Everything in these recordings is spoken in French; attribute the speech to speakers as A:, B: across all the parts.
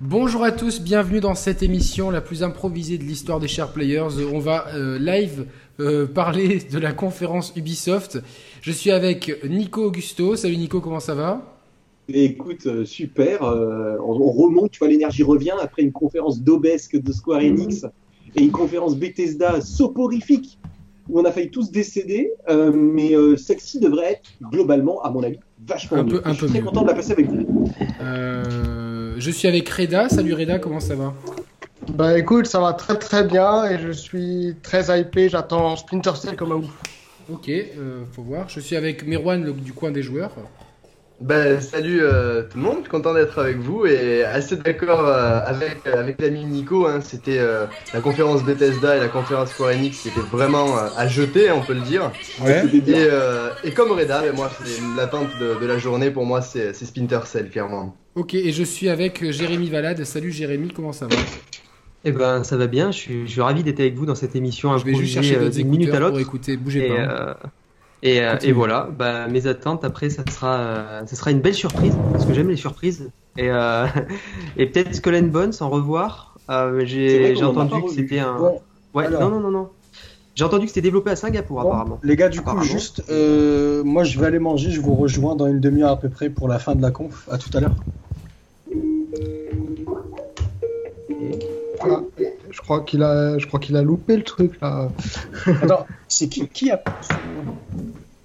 A: Bonjour à tous, bienvenue dans cette émission la plus improvisée de l'histoire des chers players. On va euh, live euh, parler de la conférence Ubisoft. Je suis avec Nico Augusto. Salut Nico, comment ça va
B: Écoute, euh, super. euh, on, on remonte, tu vois, l'énergie revient après une conférence d'obesque de Square
C: Mhm.
B: Enix et une conférence Bethesda soporifique où on a failli tous décéder. euh, mais euh, celle-ci devrait être globalement, à mon avis, vachement
A: Un
B: mieux.
A: peu- un
B: Je suis
A: peu
B: très
A: mieux.
B: content de la passer avec vous.
A: Euh, Je suis avec Reda. Salut Reda, comment ça va
D: Bah écoute, ça va très très bien et je suis très hypé, j'attends Splinter Cell comme un ouf.
A: Ok, euh, faut voir. Je suis avec Merwan le- du coin des joueurs.
E: Ben, salut euh, tout le monde, content d'être avec vous et assez d'accord euh, avec, avec l'ami Nico. hein, c'était euh, la conférence Bethesda et la conférence Square Enix, c'était vraiment euh, à jeter, hein, on peut le dire.
B: C'était
E: Et,
B: bien.
E: euh, et comme Reda, ben, moi, c'est l'attente de, de la journée pour moi, c'est c'est Splinter Cell, clairement.
A: Ok, et je suis avec Jérémy Valade. Salut Jérémy, comment ça va
F: Eh ben, ça va bien. Je suis, je suis ravi d'être avec vous dans cette émission
A: Je vais juste
F: improvisée
A: chercher
F: euh,
A: d'autres
F: d'une minute à
A: écouteurs
F: l'autre.
A: pour écouter. Bougez
F: Et,
A: pas. hein.
F: euh, et, euh,
A: Continue.
F: et voilà. Bah, mes attentes après, ça sera, euh, ça sera une belle surprise parce que j'aime les surprises. Et, euh, et peut-être Skull and Bones en revoir. Euh,
B: C'est vrai
F: j'ai
B: qu'on
F: j'ai
B: en a
F: entendu
B: pas
F: que
B: revu.
F: c'était un.
C: Bon,
F: ouais.
C: alors.
F: Non, non, non, non. J'ai entendu que c'était développé à Singapour
C: Bon,
F: apparemment.
C: Les gars, du coup,
F: Apparemment.
C: juste, euh, moi je vais aller manger, je vous rejoins dans une demi-heure à peu près pour la fin de la conf. À tout à l'heure.
D: Ah, je crois qu'il a, je crois qu'il a loupé le truc là.
C: Attends, c'est qui qui a.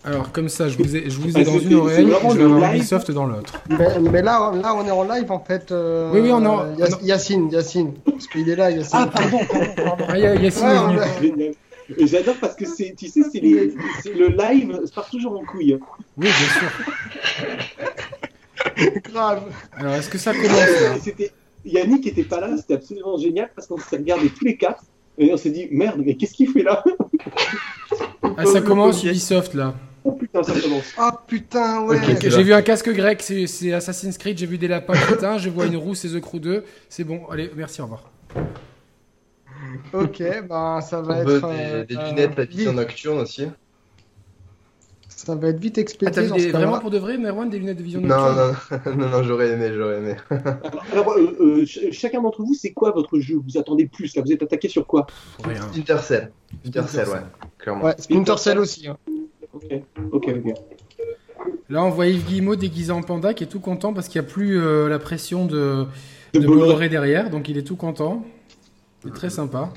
A: Alors comme ça, je vous ai, je vous ai
B: Ah,
A: dans
B: c'était-
A: une oreille,
B: c'est vraiment
A: je vais
B: le
A: avoir
B: live.
A: Ubisoft dans l'autre.
D: Mais, mais là, là on est en live en fait. euh,
A: Oui, oui, on est en-
D: Yac- Yacine, Yacine, parce qu'il est là, Yacine.
C: Ah, pardon, pardon, pardon.
A: Ah, Yacine est
D: Ouais,
A: venu.
D: on est-
B: Génial. Et J'adore parce que c'est, tu sais, c'est, les- c'est le live ça part toujours en couille.
A: Oui, bien sûr.
D: grave.
A: Alors est-ce que ça commence là
B: Et c'était- Yannick était pas là, c'était absolument génial parce qu'on s'est regardés tous les quatre et on s'est dit merde, mais qu'est-ce qu'il fait là
A: Ah, ça commence Ubisoft là.
B: Oh putain, ça commence.
D: Ah putain, ouais.
E: Ok.
A: J'ai vu un casque grec, c'est c'est Assassin's Creed, j'ai vu des lapins crétins, je vois une roue, c'est The Crew 2. C'est bon, allez, merci, au revoir.
D: Ok, bah ça va
E: On veut
D: être.
E: des,
D: euh,
E: des
D: euh,
E: lunettes, la pizza
D: vite-
E: nocturne aussi.
D: Ça va être vite
A: Ah, t'as
D: expédié.
A: vu
D: dans ce
A: des-
D: cas-là.
A: vraiment pour de vrai, Merwan, des lunettes de vision
E: Non,
A: nocturne
E: non, non, non, j'aurais aimé, j'aurais aimé.
B: Alors, euh, euh, ch- chacun d'entre vous, c'est quoi votre jeu Vous attendez plus là Vous êtes attaqué sur quoi
A: Rien.
E: Splinter Cell, Splinter Cell, ouais, clairement.
D: Ouais, Splinter Cell aussi. hein.
B: Ok, ok, ok.
A: Là, on voit Yves Guillemot déguisé en panda qui est tout content parce qu'il n'y a plus euh, la pression de, de,
B: De Bolloré.
A: Bolloré derrière, donc il est tout content. C'est très sympa.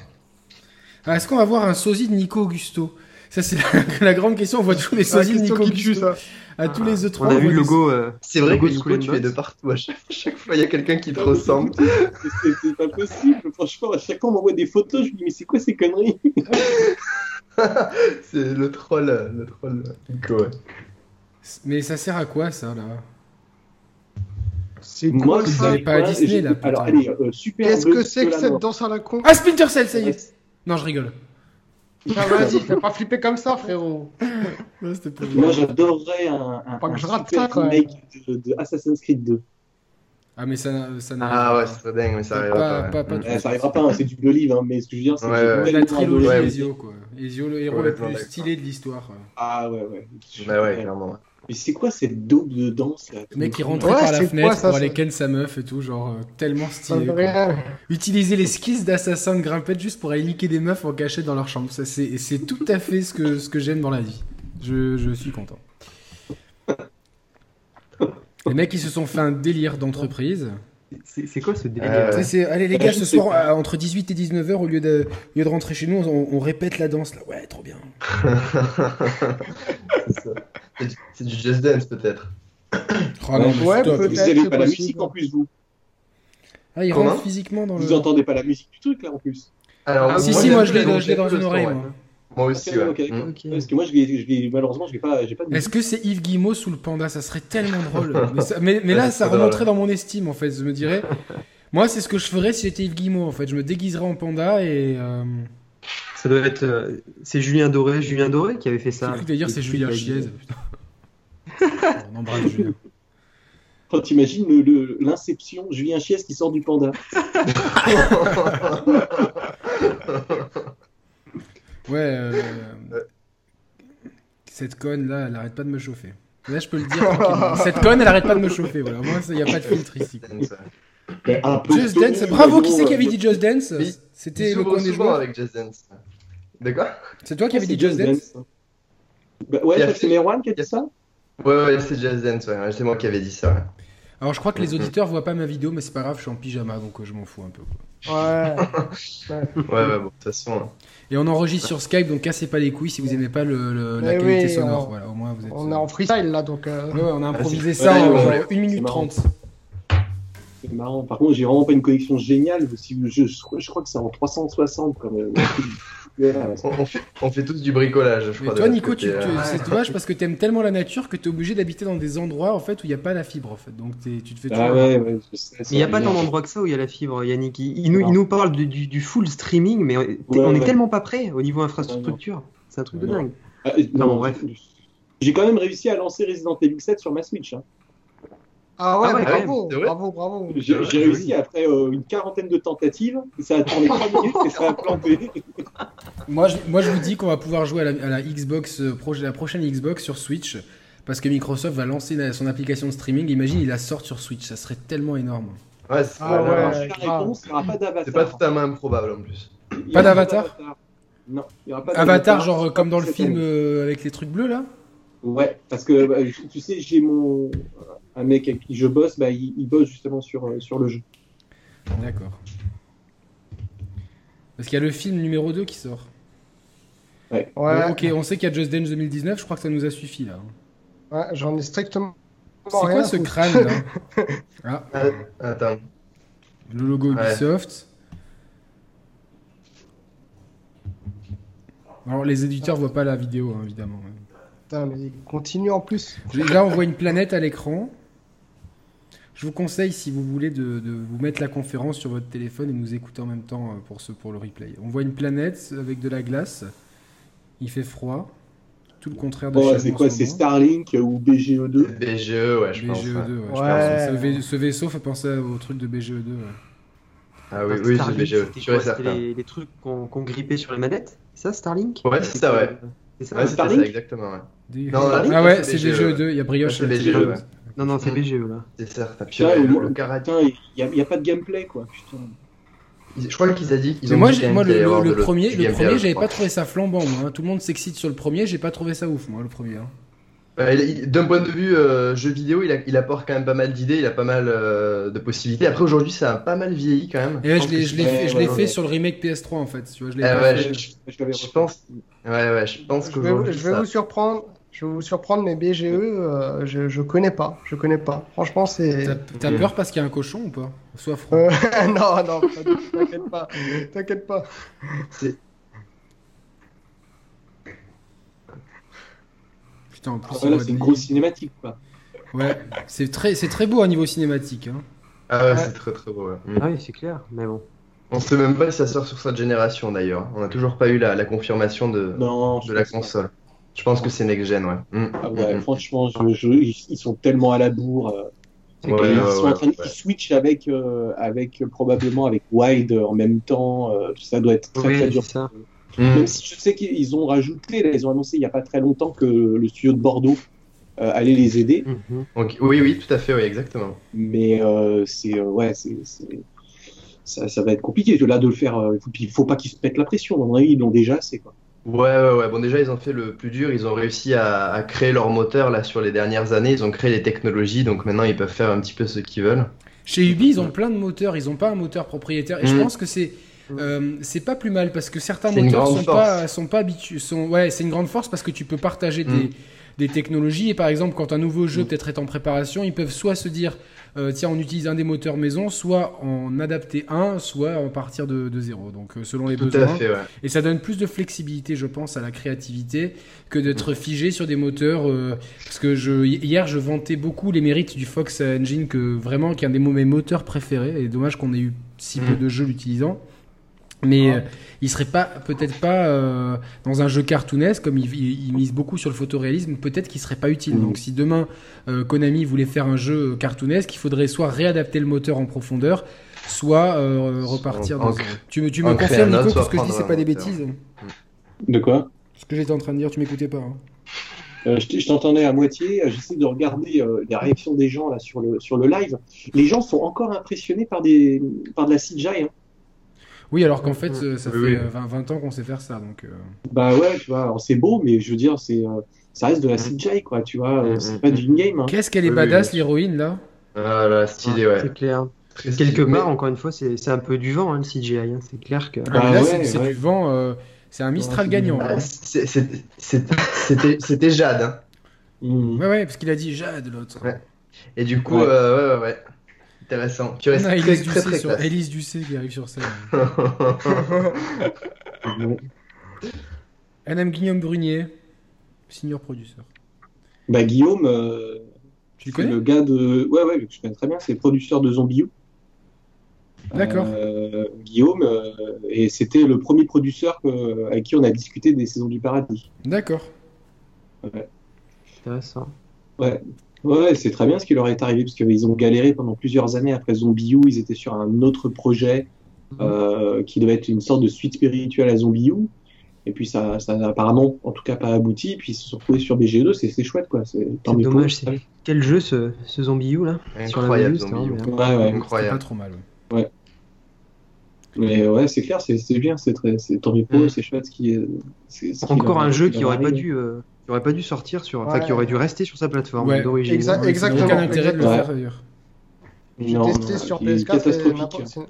A: Ah, Est-ce qu'on va voir un sosie de Nico Augusto Ça, c'est la, la grande question. On voit tous les
D: Ah,
A: sosies de
D: question
A: Nico
D: qui tue,
A: Augusto.
D: ça.
A: À tous les E3.
F: On a
A: voit
F: vu le
A: des-
F: logo. euh,
E: C'est vrai que
F: Logo de
E: Nico,
F: Skull and
E: tu es de
F: Bones.
E: partout. À chaque, chaque fois, il y a quelqu'un qui te ressemble.
B: C'est c'est pas possible, franchement, à chaque fois on m'envoie des photos, je me dis mais c'est quoi ces conneries
E: C'est le troll, euh, le troll. euh, Nico, ouais.
A: Mais ça sert à quoi, ça, là
D: C'est
B: Moi,
D: quoi
B: je
D: ça
A: savez pas à Disney,
B: j'ai-
A: là, putain.
B: Alors allez, euh, super.
D: Qu'est-ce
B: Buzz
D: que c'est que
B: Solano.
D: cette danse à la con
A: Ah, Splinter Cell, ça y est Non, je rigole.
D: Ah, Vas-y, fais pas flipper comme ça, frérot.
A: Non, c'était pas
B: Moi j'adorerais un, un,
D: Pas que
B: un
D: je rate
B: super
D: ça, quand même.
B: remake de, de Assassin's Creed 2.
A: Ah, mais ça, ça n'a-
E: Ah ouais, c'est très dingue, mais ça
A: Pas-
E: arrivera pas.
A: pas-
E: ouais.
A: pas-
E: Mm.
B: Eh, ça arrivera pas, hein, c'est du Olive, hein, mais ce que je veux dire, c'est
E: Ouais,
B: que j'ai
E: ouais.
A: Ouais, la
B: tellement
A: trilogie
B: adoré.
E: ouais.
A: Ezio, quoi. Ezio, le héros le
E: Complètement
A: plus
E: d'accord.
A: stylé de l'histoire. quoi.
B: Ah ouais, ouais.
E: Bah ouais, clairement.
B: Mais c'est quoi cette daube de danse là
A: Le mec qui rentrait
D: Ouais,
A: par la
D: c'est
A: fenêtre
D: quoi, ça,
A: pour
D: ça
A: aller ken sa meuf et tout, genre euh, tellement
D: Ça
A: stylé.
D: veut
A: quoi.
D: rien.
A: Utiliser les skills d'assassin de grimpette juste pour aller niquer des meufs en cachette dans leur chambre. Ça, c'est c'est tout à fait ce que, ce que j'aime dans la vie. Je, je suis content. Les mecs, ils se sont fait un délire d'entreprise.
F: C'est c'est quoi ce délire
E: Euh,
A: Tu sais, c'est- Allez les gars,
B: Je
A: ce
B: sais
A: soir, à- entre 18 et 19h, au lieu de, au lieu de rentrer chez nous, on, on répète la danse. Là. Ouais, trop bien.
E: C'est ça. C'est du- C'est du Just Dance peut-être.
A: Oh, non, mais
D: Ouais,
A: stop.
D: peut-être.
B: Vous avez
D: c'est
B: pas la
D: possible.
B: musique en plus, vous.
A: Ah, ils
E: Comment
A: rentrent physiquement dans le...
B: Vous entendez pas la musique du truc là en plus.
E: Alors,
F: Ah,
A: si,
F: Moi,
A: si,
F: j'ai
A: moi
E: j'aime
A: je
E: plus
A: l'ai
E: la
A: dans,
E: danse,
A: je l'ai dans
E: j'aime plus
A: une
E: le
A: oreille.
E: son, ouais.
A: moi.
E: Moi aussi,
B: Ok,
E: ouais.
B: ok, d'accord.
E: Mm.
F: Ok.
B: Parce que moi, je l'ai, je l'ai- malheureusement, je l'ai pas, j'ai pas de musique.
A: Est-ce que c'est Yves Guillemot sous le panda Ça serait tellement drôle. Mais, ça- mais- mais là,
E: Ouais,
A: ça
E: c'est drôle.
A: remonterait dans mon estime, en fait. Je me dirais... Moi, c'est ce que je ferais si j'étais Yves Guillemot, en fait. Je me déguiserais en panda et... euh,
F: Ça doit être. euh, c'est Julien Doré, Julien Doré qui avait fait
A: J'ai
F: ça.
A: cru que t'allais dire c'est Julien Chiez. Putain. On embrasse Julien.
B: Quand t'imagines le- le- l'inception, Julien Chies qui sort du panda.
A: Ouais. euh, Cette conne là, elle arrête pas de me chauffer. Là, je peux le dire. tranquillement. Cette conne, elle arrête pas de me chauffer. Voilà, moi, il n'y a pas de filtre ici.
E: Dance, ouais.
B: Ben, un peu
A: Just
B: Sony,
A: Dance, bravo, qui c'est
B: voyons,
A: qui avait dit Just Dance
E: euh, Oui.
A: C'était
E: Ils
A: le
E: s'ouvrent
A: coin des
E: souvent
A: joueurs.
E: avec Just Dance. De quoi
A: C'est toi qui
B: Ouais,
A: avais dit
B: c'est hein.
A: Just Dance
B: Bah ouais,
E: Il y
B: je
E: a
B: crois que c'est
E: fait-
B: Merwan qui a dit ça
E: Ouais, ouais, c'est Just Dance, ouais, ouais, c'est moi qui avais dit ça. ouais.
A: Alors je crois que les
E: Mhm.
A: auditeurs voient pas ma vidéo, mais c'est pas grave, je suis en pyjama, donc euh, je m'en fous un peu. quoi.
D: Ouais.
E: Ouais, ouais, bon, de toute façon. hein.
A: Et on enregistre sur Skype, donc cassez pas les couilles si vous aimez pas le, le- la
D: Eh
A: qualité
D: oui,
A: sonore.
D: on-
A: Voilà, au moins vous êtes. euh,
D: On est en freestyle là donc. euh,
A: Ouais, ouais, on a improvisé
E: c'est-
A: ça
E: Ouais,
A: en
E: ouais,
A: genre
E: ouais.
A: 1 minute
B: C'est marrant.
A: 30.
B: C'est marrant. Par contre, j'ai vraiment pas une connexion géniale. Si je, je, je crois que c'est en 360 comme. euh, ouais, ouais,
E: On, on fait, on fait tous du bricolage, je
A: Mais
E: crois.
A: toi,
E: de notre
A: Nico, tu,
E: côté,
A: tu-
E: euh.
A: c'est dommage parce que t'aimes tellement la nature que t'es obligé d'habiter dans des endroits en fait où il n'y a pas la fibre en fait. Donc t'es- tu te fais
B: Ah
A: toujours-
B: ouais, ouais, je sais,
F: Il n'y a
B: ça,
F: pas
B: bien.
F: tant d'endroits que ça où il y a la fibre, Yannick. Il, il nous, il
B: Non.
F: nous parle du, du- du full streaming, mais on, est-
B: Ouais,
F: on est
B: ouais.
F: tellement pas prêt au niveau infrastructure. C'est un truc de
B: Non.
F: dingue.
B: Ah, euh,
F: Non,
B: non,
F: bref.
B: J'ai quand même réussi à lancer Resident Evil 7 sur ma Switch. hein.
D: Ah ouais,
F: Ah ouais,
D: mais
E: ah ouais,
D: bravo,
E: c'est vrai
D: bravo, bravo.
B: J'ai j'ai réussi après euh, une quarantaine de tentatives. Ça a tourné 3 minutes et ça a planté.
A: Moi, je, moi, je vous dis qu'on va pouvoir jouer à la, à la Xbox, euh, proche- la prochaine Xbox sur Switch parce que Microsoft va lancer la- son application de streaming. Imagine, il la sort sur Switch, ça serait tellement énorme.
E: Ouais, c'est
D: Ah
E: pas-
D: ouais.
B: la réponse, il n'y aura pas d'avatar.
E: C'est pas totalement improbable en plus.
B: Il y aura
A: d'avatar
B: Non, il y aura pas
A: Avatar, genre euh, comme dans le
B: cette
A: film
B: année.
A: euh, avec les trucs bleus là
B: Ouais, parce que bah, je- tu sais, j'ai mon un mec avec qui je bosse, bah, il, il bosse justement sur, euh, sur le jeu.
A: D'accord. Parce qu'il y a le film numéro 2 qui sort.
D: Ouais,
A: Bon, ok, on sait qu'il y a Just Dance 2019, je crois que ça nous a suffi là.
D: ouais, j'en ai strictement.
A: C'est quoi
D: rien
A: ce
D: à foutre.
A: crâne là Ah,
E: Ah, Attends.
A: le logo
E: Ouais.
A: Ubisoft. Alors les éditeurs voient pas la vidéo hein, évidemment.
D: Putain, mais il continue en plus.
A: Là on voit une planète à l'écran. Je vous conseille si vous voulez de, de vous mettre la conférence sur votre téléphone et nous écouter en même temps euh, pour, ce, pour le replay. On voit une planète avec de la glace. Il fait froid. Tout le contraire
E: Ah,
A: de
B: Bon,
E: bah,
A: chez
B: Oh, c'est
A: nous en
B: quoi
A: ce
B: C'est
A: moment.
B: Starlink ou E BGE2
E: C'est BGE, ouais,
A: E
E: je pense. ouais.
A: BGE2, ouais, je pense.
D: Ouais.
A: Ce, vais- ce vaisseau fait penser au truc de E BGE2. ouais.
E: Ah oui,
F: Attends,
E: oui, c'est
F: Starlink,
E: BGE,
F: c'était
E: je suis
F: quoi C'était
E: certain.
F: les, les trucs qu'on qu'on grippait sur les manettes C'est ça, Starlink
E: Ouais, Ah, c'est ça, ouais. Ah,
F: C'est ça
E: Ouais, c'était
B: Starlink
E: ça, exactement, ouais.
A: Des-
E: Non, là,
A: ah ouais,
E: c'est
A: c'est
E: BGE,
A: BGE2, il y a Brioche.
E: Ouais, c'est
A: là-dessus.
E: BGE, ouais.
F: Non, non, c'est
E: Mm.
F: BGE là.
E: C'est certain.
B: Putain,
E: Purée, euh, le,
B: moi-
E: le karaté.
B: Putain, il n'y a, pas de gameplay quoi. Putain.
E: Ils- Je crois qu'ils ont dit qu'ils
A: Mais
E: ont
A: moi,
E: dit
A: j'ai- moi,
E: qu'il allait y
A: le,
E: avoir
A: le-
E: de
A: le
E: l'autre-
A: premier,
E: du
A: le
E: gameplay,
A: premier,
E: je
A: j'avais
E: crois.
A: pas trouvé ça flambant. Moi, hein. Tout le monde s'excite sur le premier, j'ai pas trouvé ça ouf, moi, le premier. hein.
E: Ouais, il- il- D'un point de vue euh, jeu vidéo, il, a- il apporte quand même pas mal d'idées, il a pas mal euh, de possibilités. Après, aujourd'hui, ça a pas mal vieilli quand même.
A: Et ouais,
E: pense
A: je l'ai
E: que
A: je
E: c'est-
A: l'ai fait, je
B: ouais,
A: l'ai
B: ouais,
A: fait
B: ouais.
A: sur le remake PS3 en fait. Tu vois, je l'ai
E: Ah
A: pas
E: ouais,
A: fait.
E: je,
B: Je l'avais
E: je
B: refait.
E: pense. Ouais, ouais, je pense
D: Je vais, vous-
E: qu'aujourd'hui.
D: je vais
E: ça-
D: vous surprendre. Je vais vous surprendre, mais BGE, euh, je, je connais pas. Je connais pas. Franchement, c'est.
A: T'as t'as
E: Mm.
A: peur parce qu'il y a un cochon ou pas Sois franc.
D: Euh, non, non, t'inquiète pas. T'inquiète pas.
A: Putain, en plus,
B: Ah,
A: on
B: voilà,
A: voit
B: c'est une
A: des-
B: grosse cinématique quoi.
A: Ouais, c'est très, c'est très beau à niveau cinématique. hein.
E: Ah ouais,
D: Ouais.
E: c'est très très beau. ouais. Mm.
F: Ah oui, c'est clair, mais bon.
E: On sait même pas si ça sort sur cette génération d'ailleurs. On a toujours pas eu la, la confirmation de,
B: Non,
E: Euh, de
B: je
E: la
B: pense pas.
E: console. Je pense que c'est next gen, ouais. Mm.
B: Ah ouais,
E: Mm.
B: franchement, je- je- ils ils sont tellement à la bourre. euh,
E: Ouais,
B: Et
E: ouais,
B: ils sont
E: ouais,
B: en train de
E: ouais.
B: ils switchent avec, euh, avec euh, probablement avec Wide euh, en même temps. euh, ça doit être très
F: Oui,
B: très dur.
F: c'est ça.
E: Mm.
B: Même si je sais qu'ils ont rajouté, là, ils ont annoncé il n'y a pas très longtemps que le studio de Bordeaux euh, allait les aider.
F: Mhm.
E: Ok, Oui, oui, tout à fait, oui, exactement.
B: Mais euh, c'est euh, ouais, c'est c'est- ça, ça va être compliqué de là de le faire. euh, faut- puis il faut pas qu'ils se mettent la pression. À mon avis, ils l'ont déjà assez quoi.
E: Ouais, ouais, ouais. Bon, déjà, ils ont fait le plus dur. Ils ont réussi à, à créer leur moteur là sur les dernières années. Ils ont créé les technologies, donc maintenant ils peuvent faire un petit peu ce qu'ils veulent.
A: Chez Ubi, ils ont plein de moteurs, ils ont pas un moteur propriétaire. Et je
E: Mm.
A: pense que c'est euh, c'est pas plus mal parce que certains
E: C'est une
A: moteurs
E: grande
A: sont
E: force.
A: pas, sont pas habitués. Sont... Ouais, c'est une grande force parce que tu peux partager des,
E: Mm.
A: des technologies. Et par exemple, quand un nouveau jeu
E: Mm.
A: peut-être est en préparation, ils peuvent soit se dire euh, tiens, on utilise un des moteurs maison, soit en adapter un, soit en partir de, de zéro. Donc euh, selon les
E: Tout à
A: besoins.
E: fait, ouais.
A: Et ça donne plus de flexibilité, je pense, à la créativité que d'être figé sur des moteurs. euh, parce que je, hier, je vantais beaucoup les mérites du Fox Engine, que vraiment, qui est un des mo- mes moteurs préférés. Et dommage qu'on ait eu si peu
E: Mm.
A: de jeux l'utilisant. Mais euh, il serait pas, peut-être pas euh, dans un jeu cartoonesque, comme il, il- il mise beaucoup sur le photoréalisme, peut-être qu'il serait pas utile.
B: Mm.
A: Donc si demain euh, Konami voulait faire un jeu euh, cartoonesque, il faudrait soit réadapter le moteur en profondeur, soit euh, repartir dans.
E: En- en-
A: Tu me, tu me
E: en créer
A: confirmes,
E: un
A: Nico,
E: autre,
A: que
E: soit
A: ce que je dis,
E: prendre
A: c'est
E: un
A: pas des
E: moteur.
A: bêtises
B: De quoi
A: ce que j'étais en train de dire, tu m'écoutais pas. hein.
B: Euh, je t- je t'entendais à moitié. euh, J'essaie de regarder euh, les réactions des gens là sur le sur le live. Les gens sont encore impressionnés par des par de la CGI. Hein.
A: Oui, alors qu'en fait, euh, ça
E: Oui, oui.
A: fait euh, 20, 20 ans qu'on sait faire ça. Donc, euh,
B: Bah ouais, tu vois, alors c'est beau, mais je veux dire, c'est euh, ça reste de la CGI quoi. Tu vois,
A: Mm,
B: euh, c'est pas du game. Hein.
A: Qu'est-ce qu'elle est
E: Oui, oui,
A: badass,
E: oui.
A: l'héroïne, là
E: Ah là, stylé, ouais.
F: C'est clair.
E: Très stylé.
F: Quelque
E: Mais-
F: part, encore une fois, c'est c'est un peu du vent, hein, le CGI. hein. C'est clair que.
A: Ah, mais
B: Ah
A: Là,
B: ouais,
A: c'est- c'est
B: ouais.
A: du vent. euh, c'est un Mistral gagnant. hein. là.
E: Ah, c'est- c'est- c'est- C'était c'était Jade. hein.
B: Mm.
A: Ouais, ouais, parce qu'il a dit Jade, l'autre.
E: Ouais. Et du coup,
B: Ouais.
E: euh, ouais, ouais, ouais. Intéressant. Tu restes
A: On a
E: très,
A: Élise
E: très,
A: Ducé,
E: très
A: Ah, sur...
E: classe.
A: Élise Ducé qui arrive sur scène. Madame Guillaume Brunier, senior producteur.
B: Bah Guillaume, euh,
A: Tu le
B: c'est
A: connais
B: le gars de ouais ouais, je connais très bien. C'est le producteur de Zombie U.
A: D'accord.
B: Euh, Guillaume, euh, et c'était le premier producteur que- avec qui on a discuté des saisons du paradis.
A: D'accord.
F: Intéressant.
B: Ouais, ouais, c'est très bien ce qui leur est arrivé parce qu'ils ont galéré pendant plusieurs années après Zombie U. Ils étaient sur un autre projet
F: Mhm.
B: euh, qui devait être une sorte de suite spirituelle à Zombie U. Et puis ça, ça n'a apparemment, en tout cas, pas abouti. Puis ils se sont retrouvés sur BGE2. C'est c'est chouette, quoi. C'est tant
F: C'est
B: mieux pour eux.
F: dommage. c'est- Quel jeu ce, ce zombie ou là Sur la
E: Incroyable,
F: Wii U, c'était
E: Zombie U.
F: vraiment bien.
B: Ouais, ouais.
A: C'est pas
E: Incroyable.
A: trop mal. ouais.
B: Mais ouais, c'est clair, c'est c'est bien, c'est très, c'est tant mieux pour eux.
E: Mm.
B: C'est chouette ce qui. est- c'est ce qui
F: Mhm. Encore
B: leur-
F: un jeu
B: qui
F: qui
B: leur
F: aurait pas
B: arrive.
F: dû, euh, qui aurait pas dû sortir sur, enfin
D: Ouais.
F: qui aurait dû rester sur sa plateforme
A: Ouais.
F: d'origine.
D: Exact-
F: Ouais,
A: Il n'y a
D: exactement.
A: aucun intérêt de le
B: Ouais.
A: faire d'ailleurs.
D: J'ai
B: Non,
D: testé
B: non,
D: sur
B: qui est
D: PS4 c'est
B: catastrophique. hein.
D: n'importe- c'est-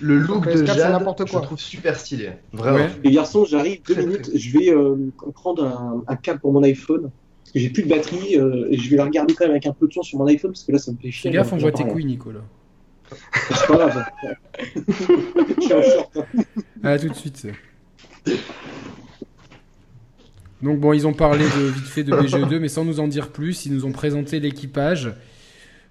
E: Le look de
D: PS4, c'est
E: Jade,
D: n'importe
E: je
D: quoi.
E: trouve super stylé. Vraiment.
A: Ouais.
B: Les garçons, j'arrive deux
E: Très, très
B: minutes. Je vais euh, prendre un, un câble pour mon iPhone. Parce que j'ai plus de batterie. euh, et je vais la regarder quand même avec un peu de temps sur mon iPhone. Parce que là, ça me fait
A: Fais
B: chier.
A: gaffe, on
B: J'en
A: voit tes
B: parle.
A: couilles, Nicolas.
B: C'est pas grave. Je suis en short.
A: Ah, tout de suite. c'est. Donc bon, ils ont parlé de, vite fait de BGE2, mais sans nous en dire plus, ils nous ont présenté l'équipage.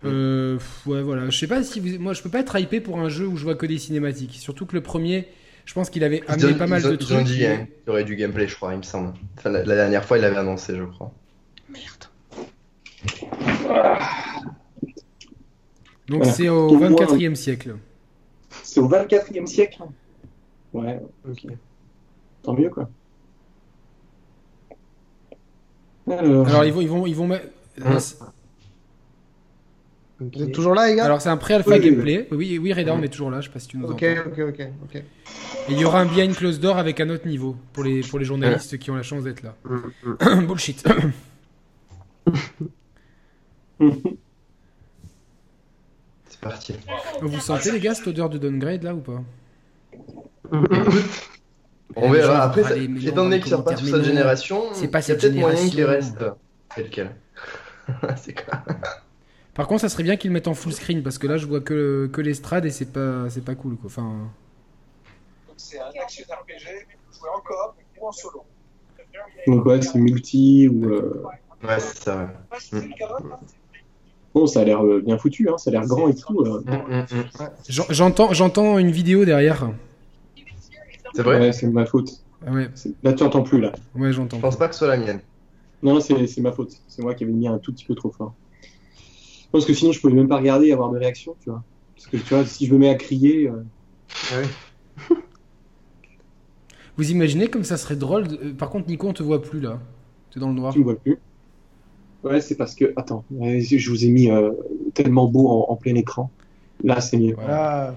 A: Euh, pff, ouais, voilà. Je sais pas si vous... moi, je peux pas être hypé pour un jeu où je vois que des cinématiques. Surtout que le premier, je pense qu'il avait
E: Ils
A: amené
E: ont-
A: pas mal
E: ils ont-
A: de
E: ils
A: trucs.
E: ont dit, hein, qu'il y aurait du gameplay, je crois, il me semble. Enfin, la, la dernière fois, il l'avait annoncé, je crois.
A: Donc
B: Voilà.
A: c'est au
B: Au moins-
A: 24e siècle.
B: C'est au 24e siècle. Ouais,
F: ok.
B: tant mieux, quoi. Alors,
A: Alors ils vont, ils vont, ils vont mettre. euh,
E: Hein.
F: Ok.
D: Vous êtes toujours là, les gars
A: Alors c'est un pré-alpha
B: Oui, oui.
A: gameplay. Oui, oui, Reda, on est toujours là. Je sais pas si tu nous
D: Ok,
A: entends.
D: ok, ok, ok.
A: Et il y aura un behind close door avec un autre niveau pour les, pour les journalistes qui ont la chance d'être là.
E: Hein.
A: Bullshit.
E: C'est parti.
A: Vous sentez les gars cette odeur de downgrade là ou pas
E: On
A: Les
E: verra.
A: gens
E: Après,
A: vont
E: ça-
A: râler, mais
E: étant
A: non,
E: donné
A: dans
E: qu'ils sortent
A: les
E: pas
A: commentaires,
E: sur cette
A: mais non,
E: génération,
A: c'est pas
E: il y a
A: cette
E: peut-être moyen
A: génération.
E: qu'il reste euh, tel quel. C'est quoi
A: Par contre, ça serait bien qu'ils le mettent en full screen parce que là, je vois que, que l'estrade et c'est pas, c'est pas cool quoi. Enfin,
G: C'est un action RPG, joué en coop ou en solo.
B: donc, ouais, c'est multi. Ou, euh,
E: Ouais, c'est ça. ouais.
B: Bon, ça a l'air euh, bien foutu. Hein, ça a l'air grand et tout. euh.
E: Mm, mm, mm.
A: j'en- j'entends, j'entends une vidéo derrière.
E: C'est vrai
B: Ouais, c'est de ma faute.
A: Ah Ouais,
B: C'est- Là, tu entends plus, là.
A: ouais,
E: Je
A: j'entends.
E: pense pas que ce soit la mienne.
B: Non, c'est c'est ma faute. C'est moi qui avais mis un tout petit peu trop fort. Parce que sinon, je pouvais même pas regarder et avoir de réaction, tu vois. Parce que tu vois, si je me mets à crier, euh,
A: Vous imaginez comme ça serait drôle. de- euh, Par contre, Nico, on te voit plus là. T'es dans le noir.
B: tu me vois plus. Ouais, c'est parce que. Attends, ouais, je je vous ai mis euh, tellement beau en, en plein écran. Là, c'est mieux.
A: Voilà.
D: Ah,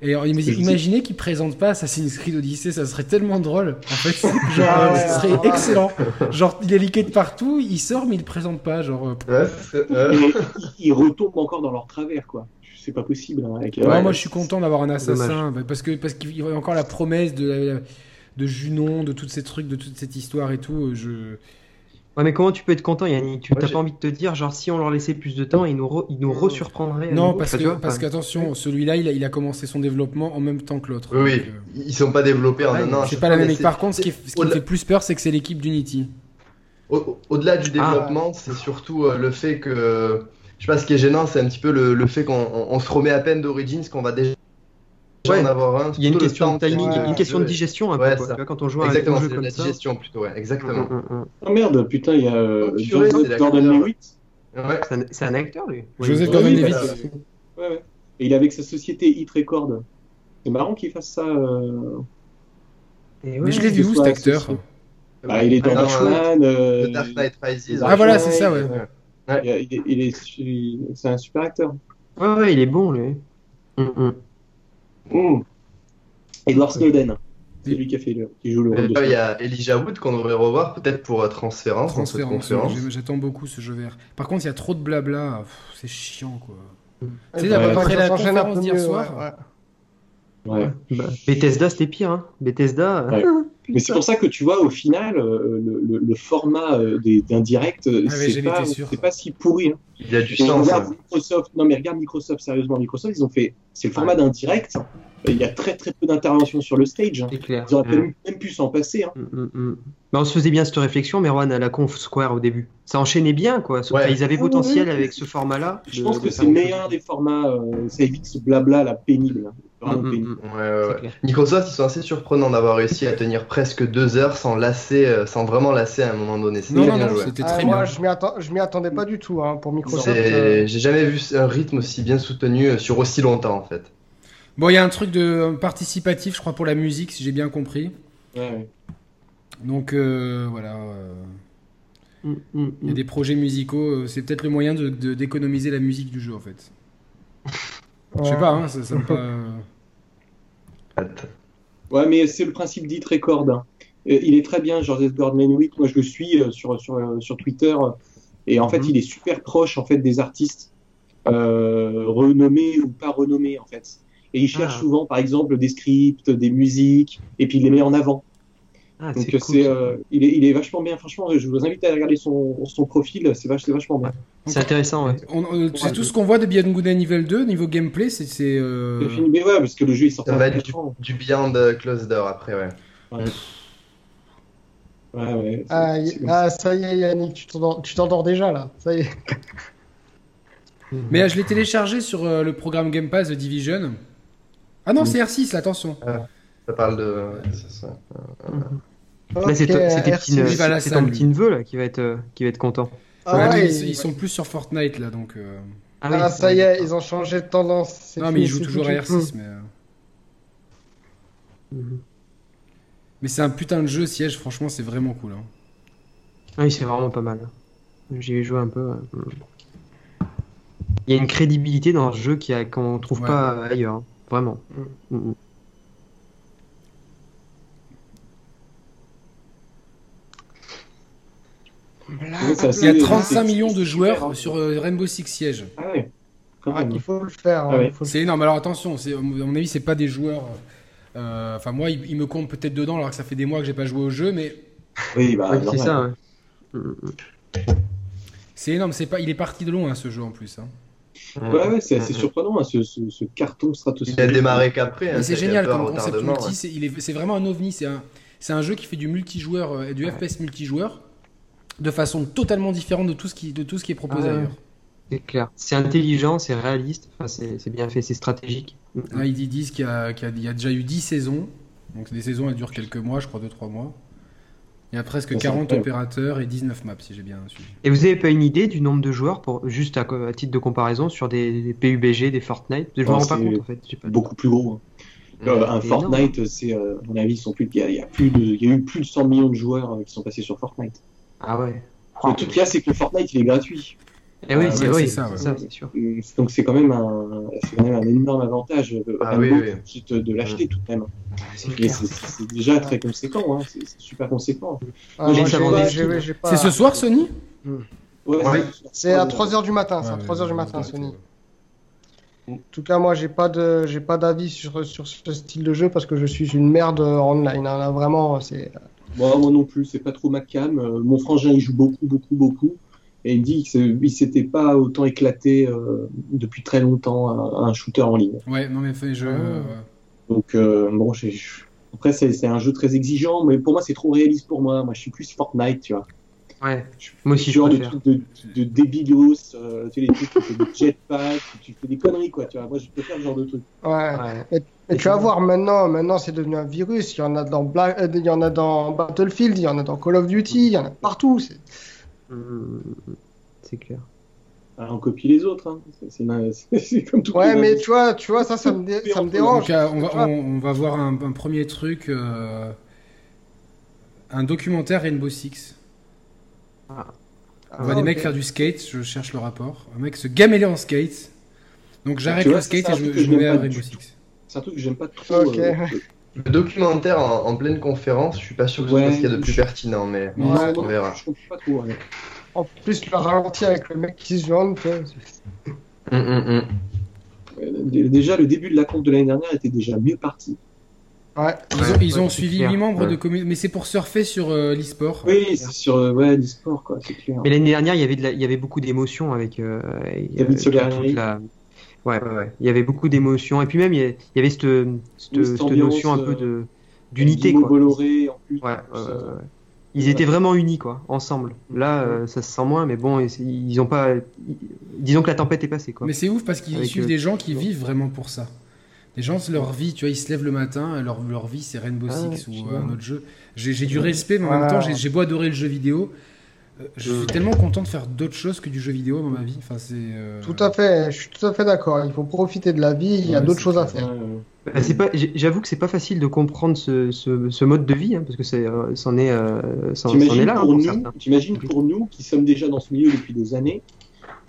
A: Et alors,
B: que je
A: imagine-
B: dis.
A: imaginez qu'ils présentent pas Assassin's Creed Odyssey, ça serait tellement drôle. En fait, genre,
D: Ah
A: euh,
D: ouais,
A: ce serait
D: alors là.
A: excellent. Genre, il est liqué de partout, il sort mais il le présente pas. Genre, euh,
E: Ouais, c'est-
B: Ils,
E: euh,
B: ils retombent encore dans leur travers, quoi. C'est pas possible. hein, avec, euh,
A: Ouais,
E: Ouais.
A: moi, je suis content d'avoir un assassin bah, parce que parce qu'il y a encore la promesse de la- de Junon, de tous ces trucs, de toute cette histoire et tout. euh, Je
F: Ouais, mais comment tu peux être content, Yannick Tu
E: Moi,
F: t'as
E: j'ai-
F: pas envie de te dire, genre, si on leur laissait plus de temps, ils nous, re- ils nous re-surprendraient. à
A: non
F: nouveau.
A: parce
F: Enfin, tu
A: que
F: vois,
A: parce
F: enfin,
A: qu'attention, celui-là, il a, il a commencé son développement en même temps que l'autre.
E: Oui, Ah, oui.
A: Donc, euh,
E: Ils sont pas développés en
F: Ouais,
E: un an. à
A: c'est
E: chaque
A: pas la
E: fois,
A: même.
E: mais
A: équipe. Par contre, ce qui, est- ce qui me
E: au-delà-
A: fait plus peur, c'est que c'est l'équipe d'Unity.
E: Au- Au-delà
F: Ah.
E: du développement, c'est surtout euh, le fait que, je sais pas, ce qui est gênant, c'est un petit peu le, le fait qu'on on- on se remet à peine d'Origins, qu'on va déjà
F: Ouais.
E: en avoir un.
F: il y a une
E: surtout le
F: question de
E: temps
F: timing,
E: que-
F: une question de
E: Ouais.
F: digestion un peu.
E: Ouais,
F: quoi.
E: ça.
F: Tu vois, quand on joue à un
E: Exactement,
F: gros
E: c'est
F: jeu
E: de
F: comme
E: la
F: ça.
E: digestion plutôt, ouais,
F: Hum,
E: exactement.
F: hum, hum.
B: Oh merde, putain, il y a euh,
E: Oh, purée, c'est
B: Joseph
E: la
B: Gordon
E: couleur.
B: Lewitt.
E: Ouais.
F: C'est un- C'est un acteur, lui.
A: Joseph
B: Ouais, oui,
A: Gordon-Levitt.
B: bah, ouais, ouais. Et il est avec sa société Hit Record. C'est marrant qu'il fasse ça. euh,
F: Et
A: Mais
F: ouais.
A: je l'ai
B: que
A: vu
B: ce
A: où cet
B: soit
A: acteur
B: associé. Bah, il est dans
E: Ah, non,
B: Batman. euh,
E: The Dark Knight Rises.
A: Ah, voilà, c'est ça, ouais.
B: Batman, euh, il est- il est su- c'est un super acteur.
F: Ouais, ouais, il est bon, lui. Hum, hum.
B: Mm. Edward Snowden, c'est lui qui a fait le, qui joue le
E: Et
B: rôle de
E: là, Euh, Il y
B: Snowden.
E: a Elijah Wood qu'on devrait revoir peut-être pour euh, Transférence, dans cette
A: Transférence,
E: conférence.
A: ouais, j'ai- j'attends beaucoup ce jeu vert. Par contre, il y a trop de blabla, pff, c'est chiant quoi. Tu sais,
D: Ouais, bah,
A: après
D: ça
A: la
D: s'enchaîne un
A: conférence
D: peu
A: d'hier
D: mieux,
A: soir.
D: ouais, ouais.
B: Ouais.
F: Bah, Bethesda, c'était pire. Hein. Bethesda.
B: Ouais. Mais c'est pour ça que tu vois, au final, euh, le, le- le format euh, des- d'un direct, euh,
A: Ah, mais
B: c'est
A: j'en
B: pas,
A: étais sûr.
B: c'est pas si pourri. hein.
E: Il y a du
B: Et
E: sens.
B: regarde
E: hein.
B: Microsoft, non mais regarde Microsoft, sérieusement, Microsoft, ils ont fait, c'est le format d'un direct. Il y a très très peu d'interventions sur le stage. hein.
F: C'est clair.
B: Ils auraient
F: Hum,
B: même- même pu s'en passer. hein.
F: hum, hum. Bah, on se faisait bien cette réflexion, Merwan, à la conf Square au début. Ça enchaînait bien, quoi. Ce-
E: Ouais.
F: Ils avaient potentiel avec ce format-là.
B: Je
F: de-
B: pense
F: de
B: que
F: faire
B: c'est le
F: autre chose.
B: meilleur des formats. euh, ça évite ce blabla là pénible. hein. Vraiment
E: Mm,
F: Hum, hum,
B: pénible.
F: hum.
E: Ouais, ouais, ouais.
F: C'est clair.
E: Microsoft, ils sont assez surprenants d'avoir réussi à tenir presque deux heures sans lasser, euh, sans vraiment lasser à un moment donné. C'est
A: Non,
E: très
A: non,
E: bien
A: non,
E: joué.
A: c'était
D: Ah,
A: très
D: moi,
A: bien.
D: je m'y atta- je m'y attendais pas du tout hein, pour Microsoft. euh,
E: C'est- J'ai jamais vu un rythme aussi bien soutenu euh, sur aussi longtemps en fait.
A: Bon, il y a un truc de euh, participatif, je crois, pour la musique, si j'ai bien compris.
E: mm.
B: Ouais, ouais.
A: Donc euh, voilà, euh,
F: Hum, hum,
A: il y a
F: hum.
A: des projets musicaux, euh, c'est peut-être le moyen de- de- d'économiser la musique du jeu en fait. Je sais
D: ouais.
A: pas, hein, ça, ça me pas. euh,
B: Ouais, mais c'est le principe d'Hit Record. hein. Euh, Il est très bien, George Edward Manwick. Moi, je le suis euh, sur, sur, euh, sur Twitter. Et en fait,
F: Mhm.
B: il est super proche en fait, des artistes euh, renommés ou pas renommés. En fait. Et il cherche
F: Ah.
B: souvent, par exemple, des scripts, des musiques, et puis il les met en avant.
F: Ah,
B: Donc,
F: cool,
B: c'est,
F: ça.
B: euh, il, est, il est vachement bien. Franchement, je vous invite à regarder son, son profil. C'est vach- c'est vachement bien.
F: C'est intéressant, ouais.
A: on- euh, c'est tout ce qu'on voit de Beyond Good and Evil 2, niveau gameplay, c'est- c'est. euh,
B: Le film- Mais ouais, parce que le jeu, il sort
E: Ça
B: pas
E: va
B: en
E: être
B: quatre ans.
E: Du Beyond euh, Closed Door après, ouais.
B: Ouais, ouais.
D: Ah,
B: C'est-
D: y-
B: c'est comme ça.
D: ah, ça y est, Yannick, tu t'endors- tu t'endors déjà là. Ça y est.
A: Mais euh, je l'ai téléchargé sur euh, le programme Game Pass de Division. Ah non,
B: Mm.
A: c'est R6 là, attention.
E: Ça parle de. c'est ça.
F: Là, c'est
D: Ok,
F: c'est tes
D: merci.
F: petits ne-
A: Il va à la
F: c'est
A: salle,
F: ton
A: lui.
F: petit neveu là, qui va être, euh, qui va être content.
D: Ah
A: Ouais, mais
D: ouais,
A: ils,
D: ils-
A: ils sont plus sur Fortnite là donc. euh,
F: Ah,
D: ah,
F: oui,
D: ça y est, ils ont changé de tendance. c'est
A: Non, mais
D: fini,
A: ils jouent
D: c'est
A: toujours à
D: foutu.
A: R6, mais. euh,
F: Mhm.
A: Mais c'est un putain de jeu siège, franchement, c'est vraiment cool. hein.
F: Ah Oui, c'est vraiment pas mal. J'y ai joué un peu. ouais. Mm. Il y a une crédibilité dans ce jeu qui a- qu'on trouve
A: Ouais.
F: pas ailleurs. hein. Vraiment. Mm, mm.
B: Ouais, c'est assez-
A: Il y a 35
B: c'est-
A: millions
B: c'est-
A: de
B: c'est super, hein.
A: joueurs sur euh, Rainbow Six Siege.
B: Ah ouais, quand
D: Ah,
B: même.
D: il faut le faire. hein,
B: Ah ouais.
D: il faut le-
A: C'est énorme. Alors attention, c'est- à mon avis, c'est pas des joueurs. euh, Enfin, moi, ils, ils me comptent peut-être dedans alors que ça fait des mois que j'ai pas joué au jeu, mais
B: Oui, bah,
F: Ouais, c'est
B: normal.
F: ça. hein. ouais.
A: c'est énorme. C'est pas. Il est parti de loin hein, ce jeu en plus. hein.
B: Ouais, ouais, c'est assez
E: Mhm.
B: surprenant, hein, ce, ce- ce carton
E: Il
B: stratosphérique.
E: a démarré qu'après. hein,
A: Mais c'est
E: ça, il y a
A: génial
E: pas un
A: comme concept
E: retardement,
A: multi.
E: ouais.
A: C'est il est- c'est vraiment un ovni. C'est un, c'est un jeu qui fait du multijoueur euh, et du
F: Ouais.
A: FPS multijoueur de façon totalement différente de tout ce qui, de tout ce qui est proposé
F: Ah ouais.
A: ailleurs.
F: C'est clair. C'est intelligent, c'est réaliste. Enfin, c'est c'est bien fait, c'est stratégique. Mm, mm.
A: Là, Hein, ils disent qu'il y, a- qu'il y a- il y a déjà eu 10 saisons. Donc, des saisons, elles durent quelques mois, je crois 2-3 mois. Il y a presque
B: Ça, c'est
A: 40
B: incroyable.
A: opérateurs et 19 maps, si j'ai bien suivi.
F: Et vous avez pas une idée du nombre de joueurs pour juste à, à titre de comparaison sur des, des PUBG, des Fortnite Je me
B: Non,
F: rends pas
B: Oh, c'est
F: compte en fait. J'ai pas-
B: Beaucoup plus gros. hein.
E: Mhm.
A: bah.
B: Euh, un
F: c'est
B: Fortnite, c'est, euh, à mon avis, ils sont plus, il, y a, il y a plus de, il y a eu plus de 100 millions de joueurs euh, qui sont passés sur Fortnite.
F: Ah ouais.
B: Le truc qu'il y a, c'est que Fortnite, il est gratuit.
F: Eh oui,
B: Ah
F: c'est
A: ouais,
F: oui,
A: c'est ça,
F: c'est
A: ouais.
F: ça, c'est sûr.
B: Euh, Donc, c'est quand, même un- c'est quand même un énorme avantage euh,
E: Ah
B: Rainbow,
E: oui, oui.
B: c'est de, de l'acheter tout de même.
F: C'est
B: Mais
F: clair.
B: c'est- c'est c'est déjà très conséquent, hein, c'est c'est super conséquent.
D: Ah,
F: Moi,
D: moi,
F: j'ai
D: j'ai-
F: demandé-
D: j'ai- j'ai pas-
A: C'est ce soir, Sony
B: Ouais,
E: Ouais.
D: C'est à 3h du matin, c'est à
A: Ouais,
D: 3h du
A: ouais,
D: matin,
A: ouais,
D: Sony.
A: ouais.
D: En tout cas, moi, j'ai pas de, j'ai pas d'avis sur, sur ce style de jeu parce que je suis une merde euh, online. hein. Là, vraiment, c'est.
B: Bah, Moi, moi non plus, c'est pas trop ma cam. Euh, mon frangin, il joue beaucoup, beaucoup, beaucoup. Et il me dit qu'il s'était pas autant éclaté euh, depuis très longtemps à, à un shooter en ligne.
A: Ouais, non, mais fait, je.
D: Ah.
A: euh,
B: Donc, euh, bon, j'ai- je- après, c'est c'est un jeu très exigeant, mais pour moi, c'est trop réaliste pour moi. Moi, je suis plus Fortnite, tu vois.
F: Ouais.
B: Je suis
F: Moi aussi, je
B: genre de
F: préfère.
B: trucs de, de débilos, euh, tu sais, les trucs, tu fais des jetpacks, tu fais des conneries, quoi, tu vois. Moi, je préfère ce genre de truc.
D: Ouais.
F: Ouais.
D: Et tu vas voir maintenant, maintenant c'est devenu un virus. Il y en a dans Black, euh, il y en a dans Battlefield, il y en a dans Call of Duty, il y en a partout. c'est-
F: Mm, C'est clair.
B: Alors, on copie les autres, hein. C'est- C'est une- c'est- c'est comme tout.
D: Ouais,
B: le-
D: mais tu vois, tu vois, ça, ça me, dé- ça me dérange.
A: Donc, euh, on,
D: Tu
A: va,
D: vois,
A: on, on va voir un, un premier truc. euh, un documentaire Rainbow Six. On
B: Ah,
A: voit des mecs faire du skate, je cherche le rapport. Un mec se gameler en skate. Donc j'arrête
B: Tu vois,
A: le skate
B: ça,
A: et
B: c'est
A: je,
B: un truc que
A: je
B: je
A: me
B: n'aime
A: mets à
B: pas
A: Rainbow
B: du
A: Six.
B: C'est un truc que j'aime pas trop. euh,
D: Ok.
E: Le documentaire en, en pleine conférence, je suis pas sûr que ce
B: Ouais,
E: soit ce qu'il y a de plus
B: je-
E: pertinent, mais
B: non,
D: Ouais.
B: non,
E: On verra.
B: Je comprends pas trop. hein. ouais.
D: En plus, le ralenti avec le mec qui se vend, tu vois,
E: Hum, hum, hum.
B: Euh, dé- Déjà, le début de la compte de l'année dernière était déjà mieux parti.
D: Ouais.
A: Ils ont, ils ont suivi
F: clair.
A: 8 membres
E: Ouais.
A: de communauté, mais c'est pour surfer sur euh, l'e-sport.
B: Oui, c'est sur euh, ouais, l'e-sport, quoi, c'est clair.
F: Mais l'année dernière, il y avait, de la- il y avait beaucoup d'émotions avec. euh,
B: y avait de
F: euh,
B: Solari.
F: toute la- Ouais,
E: Ah, Ouais, ouais.
F: il y avait beaucoup d'émotions. Et puis même, il y a- il y avait cette, cette-
B: Oui, cette
F: cette notion un
B: ambiance,
F: peu
B: euh,
F: de d'unité.
B: Guillaume
F: quoi.
B: Bolloré, en plus.
F: Ouais, ouais,
B: plus,
F: ouais,
B: euh,
F: ouais. Ils étaient
B: ouais.
F: vraiment unis, quoi, ensemble.
A: Mm-hmm.
F: Là, euh, ça se sent moins, mais bon, ils- ils ont pas. ils- Disons que la tempête est passée, quoi.
A: Mais c'est ouf parce qu'ils
F: Avec,
A: suivent
F: euh,
A: des gens qui
F: bon.
A: vivent vraiment pour ça. Des gens, c'est leur vie, tu vois, ils se lèvent le matin, euh, leur, leur vie c'est Rainbow
F: Ah,
A: Six
F: je sais
A: ou
F: pas. Ah.
A: un autre jeu. J'ai j'ai du respect, mais en même
D: Ouais.
A: temps, j'ai- j'ai beau adorer le jeu vidéo. euh, Je suis
F: Mm.
A: tellement content de faire d'autres choses que du jeu vidéo dans ma vie. Enfin, c'est. euh,
D: Tout à fait, je suis tout à fait d'accord. Il faut profiter de la vie, il y a
A: Ouais,
D: d'autres
A: c'est
D: choses à
A: clair.
D: faire.
B: euh,
F: Bah, c'est pas. j'ai- J'avoue que c'est pas facile de comprendre ce, ce, ce mode de vie, hein, parce que c'est, euh, c'en est, euh, c'en- c'en est
B: T'imagines
F: là hein,
B: pour,
F: pour
B: nous,
F: certains.
B: t'imagines pour nous qui sommes déjà dans ce milieu depuis des années,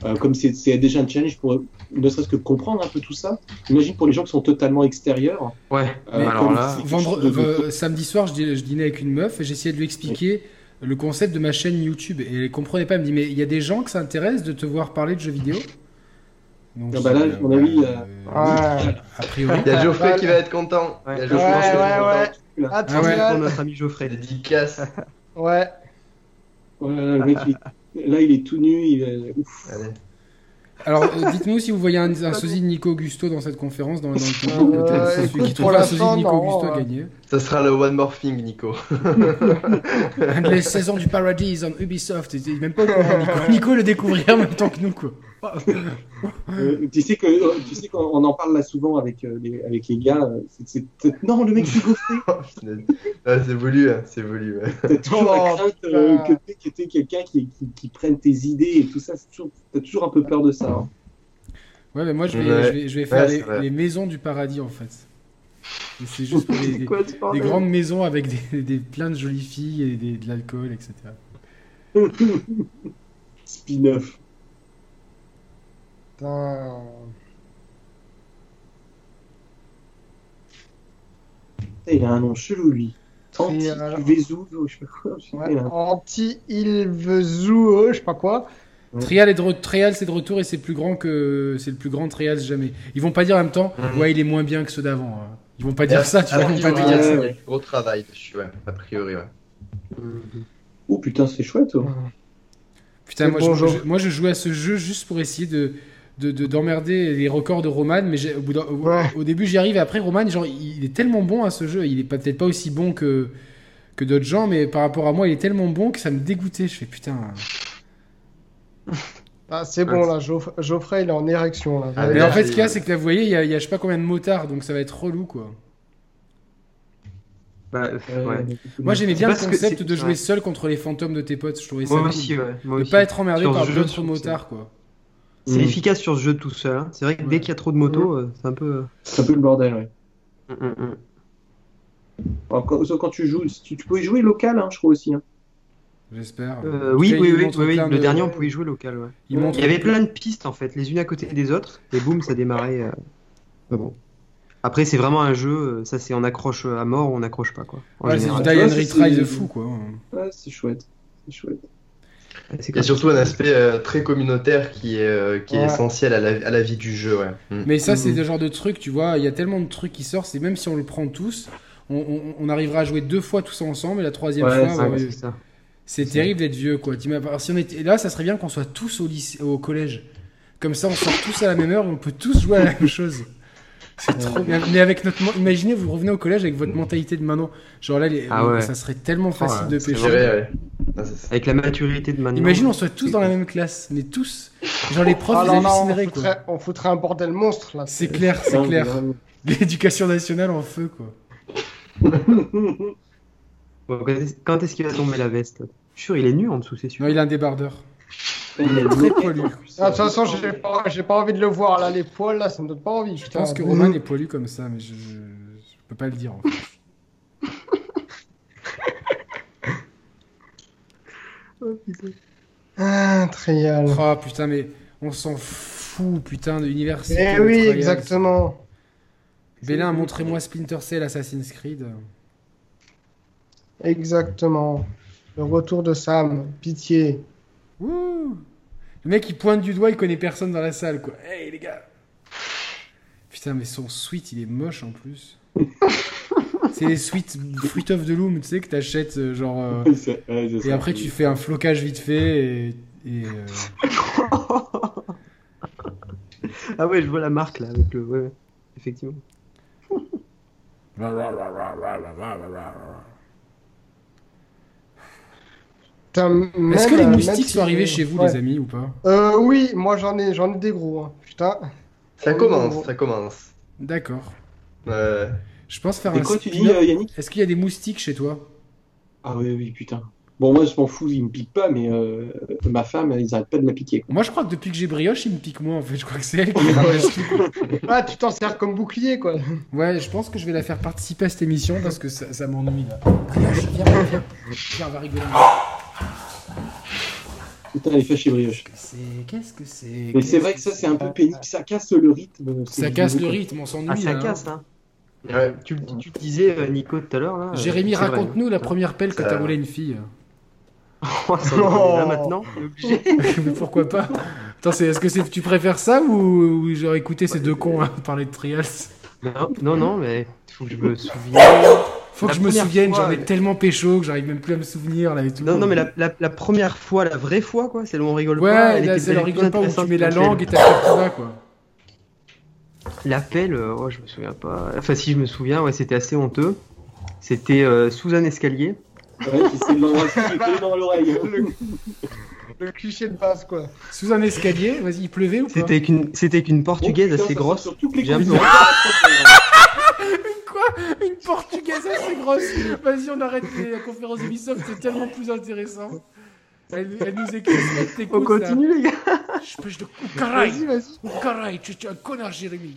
B: euh, comme c'est- c'est déjà un challenge pour eux, ne serait-ce que comprendre un peu tout ça, imagine pour les gens qui sont totalement extérieurs.
F: Ouais.
B: euh,
A: Mais
F: alors
B: comme
F: là,
B: c'est quelque
A: Vendre-
B: chose de- de-
A: euh, samedi soir, je, dînais- je dînais avec une meuf et j'essayais de lui expliquer le concept de ma chaîne YouTube. Et elle comprenait pas. Elle me dit Mais il y a des gens que ça intéresse de te voir parler de jeux vidéo Donc,
B: Ah bah là,
A: je dis,
B: à mon avis,
A: oui,
B: euh,
A: oui, A priori.
E: Il y a Geoffrey qui va être content. Il y a
F: Ouais,
E: Geoffrey qui va être
D: ouais,
E: content.
D: ouais.
B: là.
D: Attention,
A: Ah ouais.
F: pour notre ami Geoffrey.
E: Dédicace.
D: ouais.
B: Voilà, le mec, il- là, il est tout nu. Il, est- euh, ouf.
E: Allez.
A: Alors, euh, dites-nous si vous voyez un, un sosie de Nico Augusto dans cette conférence, dans, dans le public,
D: Euh,
A: peut-être c'est
D: écoute,
A: celui qui
D: pour
A: trouve un
D: l'instant,
A: sosie de Nico
D: non,
A: Augusto à
D: euh,
A: gagner.
E: Ça sera le one more thing, Nico.
A: Un des saisons du Paradis on Ubisoft, il est même pas au courant, Nico. Nico le découvrirait en même temps que nous, quoi.
B: Euh, tu sais que euh, tu sais qu'on on en parle là souvent avec euh, les avec les gars. euh, c'est- c'est- c'est- non, le mec, je suis gaufré.
E: Ah, c'est voulu, hein, c'est voulu. ouais.
B: T'as toujours la
D: Oh,
B: crainte euh, que
D: putain.
B: t'aies que t'aies quelqu'un qui, qui, qui prenne tes idées et tout ça. c'est toujours- T'as toujours un peu peur de ça. hein.
A: Ouais, mais moi je vais,
E: Ouais.
A: je vais, je vais faire
E: Ouais, c'est
A: les- les,
E: vrai.
A: maisons du paradis en fait. Et C'est juste pour les, les-
F: Quoi, tu parles
A: des grandes maisons avec des, des- plein de jolies filles et des- de l'alcool, etc.
B: Spin-off.
D: Putain.
B: Putain, Il a un nom chelou lui. Antique
D: alors-
B: Vézouve, ou je sais pas quoi. putain,
D: Ouais.
B: il a un-
D: Anti-Ilvezou, je sais pas quoi.
A: Trial, est de re- Trial, c'est de retour et c'est plus grand que c'est le plus grand Trial jamais. Ils vont pas dire en même temps,
E: Mhm. ah,
A: ouais, il est moins bien que ceux d'avant. hein. Ils vont pas dire ça, tu vois,
E: Alors
A: ils
E: qu'il
A: vont pas
E: y
A: dire
E: a-
A: ça.
E: il y a du gros travail dessus, ouais, a priori. Ouais.
B: Oh putain, c'est chouette. oh.
A: Putain,
D: C'est
A: moi,
D: bon
A: je,
D: genre.
A: je- moi je jouais à ce jeu juste pour essayer de de- de- d'emmerder les records de Roman, mais j'ai- au, bout d'un- au-
D: Ouais.
A: au début j'y arrive. Et après Roman, genre il il est tellement bon à ce jeu, il est pas- peut-être pas aussi bon que que d'autres gens, mais par rapport à moi, il est tellement bon que ça me dégoûtait. Je fais putain.
D: Ah, c'est bon, là, Geoff- Geoffrey, il est en érection, là.
E: Ah,
A: Mais
E: ouais,
A: en fait,
E: c'est-
A: ce qu'il y a, c'est que là, vous voyez, il y, a, il y a je sais pas combien de motards, donc ça va être relou quoi.
F: Bah,
B: Euh,
F: ouais.
A: Moi j'aimais bien le
F: parce que
A: concept
F: c'est-
A: de jouer
F: ouais.
A: seul contre les fantômes de tes potes. Je trouvais ça
F: Moi
A: cool.
F: aussi, ouais. Moi
A: De
F: aussi.
A: pas être emmerdé
F: Sur ce
A: par
F: jeu, je
A: d'autres
F: trouve que c'est-
A: motards quoi.
F: C'est efficace sur ce jeu tout seul. hein. C'est vrai que
A: Ouais. Mm.
F: dès qu'il y a trop de motos, euh, c'est un peu.
B: C'est un peu le bordel, ouais.
F: Hum, hum, hum.
B: Alors, quand, quand tu joues, si tu, tu peux y jouer local, hein, je crois aussi. hein.
A: J'espère.
F: Euh,
A: En
F: oui,
A: tout cas,
F: oui,
A: il
F: oui,
A: montre
F: oui, oui.
A: plein
F: Le
A: de-
F: dernier, on pouvait y jouer local. Ouais.
A: il montre
F: Il y avait plein de pistes en fait, les unes à côté des autres, et boum, ça démarrait. euh, mais bon. Après, c'est vraiment un jeu, euh, ça c'est on accroche à mort ou on n'accroche pas quoi. En
A: Ouais, c'est du
F: général.
A: die and
B: Ouais, c'est-
A: retry de fou quoi.
B: Ouais, c'est chouette. C'est chouette.
E: Il
F: C'est
E: y a
F: comme-
E: surtout un aspect euh, très communautaire qui est, euh, qui est
D: Ouais.
E: essentiel à la, à la vie du jeu. Ouais. Mm.
A: Mais ça, c'est
F: Mhm.
A: le genre de truc, tu vois, il y a tellement de trucs qui sortent, et même si on le prend tous, on, on- on arrivera à jouer deux fois tous ensemble, et la troisième
B: Ouais,
A: fois,
F: Ah,
A: ouais,
F: ouais, c'est ça.
A: c'est terrible d'être vieux, quoi. T'im- alors, si on était là, ça serait bien qu'on soit tous au, lycée, au collège. Comme ça, on sort tous à la même heure, et on peut tous jouer à la même chose. C'est trop bien. Mais avec notre, mo- imaginez, vous revenez au collège avec votre mentalité de maintenant. Genre là, les-
F: Ah ouais.
A: ça serait tellement facile
F: ouais,
A: de
F: c'est
A: pêcher.
E: Je dirais, ouais. Ah, c'est ça.
F: Avec la maturité de maintenant.
A: Imagine, on soit tous dans la même classe, mais tous. Genre les profs,
D: Ah,
A: ils
D: non, non, on,
A: hallucineraient, quoi.
D: foutrait, on foutrait un bordel monstre, là.
A: C'est clair, c'est
B: Ouais,
A: clair.
B: vraiment.
A: L'éducation nationale en feu, quoi.
F: Bon, quand est-ce- Quand est-ce qu'il va tomber la veste Je suis sûr, il est nu en dessous, c'est sûr.
A: Non, il a un débardeur.
B: Il est
A: Très poilu.
D: Ah, de toute façon, j'ai pas, j'ai pas envie de le voir, là, les poils, là, ça me donne pas envie.
A: Je pense que Roman est poilu comme ça, mais je, je, je peux pas le dire. En fait.
F: Oh, putain.
D: Ah, Trial.
A: Oh putain, mais on s'en fout, putain, de l'université.
D: Eh
A: de
D: oui,
A: Trials.
D: exactement.
A: Bélin, montrez-moi Splinter Cell Assassin's Creed.
D: Exactement. Le retour de Sam. Pitié.
A: Wouh Le mec, il pointe du doigt, il connaît personne dans la salle, quoi. Hey, les gars Putain, mais son sweat, il est moche en plus. C'est les sweets Fruit of the Loom, tu sais, que t'achètes, euh, genre. euh,
B: Ouais, c'est- ouais, c'est
A: et
B: ça.
A: après, tu fais un flocage vite fait et. et, euh,
F: Ah ouais, je vois la marque là avec le. Ouais, ouais. effectivement.
A: Est-ce que les
F: euh,
A: moustiques sont arrivés chez vous, les amis, ou pas
D: Euh, oui, moi j'en ai, j'en ai des gros. hein. Putain.
E: Ça commence, ça commence.
A: D'accord.
E: Euh,
A: Je pense faire
B: Et
A: un
B: quoi tu dis,
A: spin-off.
B: euh, Yannick
A: Est-ce qu'il y a des moustiques chez toi
B: Ah oui, oui, putain. Bon, moi, je m'en fous, ils me piquent pas, mais euh, ma femme, ils arrêtent pas de la piquer. quoi.
A: Moi, je crois que depuis que j'ai brioche, il me pique moi, en fait. Je crois que c'est elle qui me ramasse tout.
D: Ah, tu t'en sers comme bouclier, quoi.
A: Ouais, je pense que je vais la faire participer à cette émission parce que ça, ça m'ennuie là. Brioche, viens, viens, viens. Viens, on va rigoler.
B: Putain, elle est fâchée, brioche.
A: C'est... Qu'est-ce que c'est
B: Mais c'est vrai que ça, c'est un peu pénible. Ça casse le rythme.
A: Ça casse le rythme, on s'ennuie.
F: Ah, ça
A: là, hein.
F: casse, hein.
E: ouais.
F: Tu, tu disais, euh, Nico, tout à l'heure. là, euh,
A: Jérémy,
F: c'est vrai,
A: raconte-nous
F: hein.
A: la première pelle que
E: Ça-
A: t'as roulé une fille.
F: Oh, ça, on est là
D: Oh.
F: maintenant, on est obligé.
A: Mais pourquoi pas Attends, c'est- est-ce que c'est- tu préfères ça ou, ou genre écouter ces deux cons hein, parler de trials
F: Non, non, non, mais faut que je me souvienne.
A: Faut que
F: La
A: je me
F: première
A: souvienne,
F: fois,
A: j'en ai
F: mais-
A: tellement pécho que j'arrive même plus à me souvenir là et tout.
F: Non, non, mais la, la, la première fois, la vraie fois, quoi, celle où on rigole pas.
A: Ouais,
F: elle
A: là,
F: était
A: ça leur
F: plus
A: rigole pas où tu
F: intéressante
A: mets la
F: que celle-
A: langue et t'as fait tout ça quoi.
F: L'appel, euh, oh, je me souviens pas. Enfin, si je me souviens, ouais, c'était assez honteux. C'était euh, sous un escalier.
B: Ouais, j'essaie de l'embrasser, je l'ai collé dans l'oreille.
D: Le cliché de base, quoi.
A: Sous un escalier, vas-y, il pleuvait ou pas
F: C'était qu'une, c'était qu'une portugaise
B: Oh, putain, ça
F: assez
B: sort
F: grosse.
B: sur toutes les
F: J'ai un peu-
B: couilles.
A: Quoi Une portugaise assez grosse Vas-y, on arrête les- la conférence Ubisoft, c'est tellement plus intéressant. Elle, elle nous écrit,
F: On Oh, continue, les gars.
A: là. Espèce de caray,
D: Vas-y, vas-y.
A: caray, tu tu es un connard, Jérémy.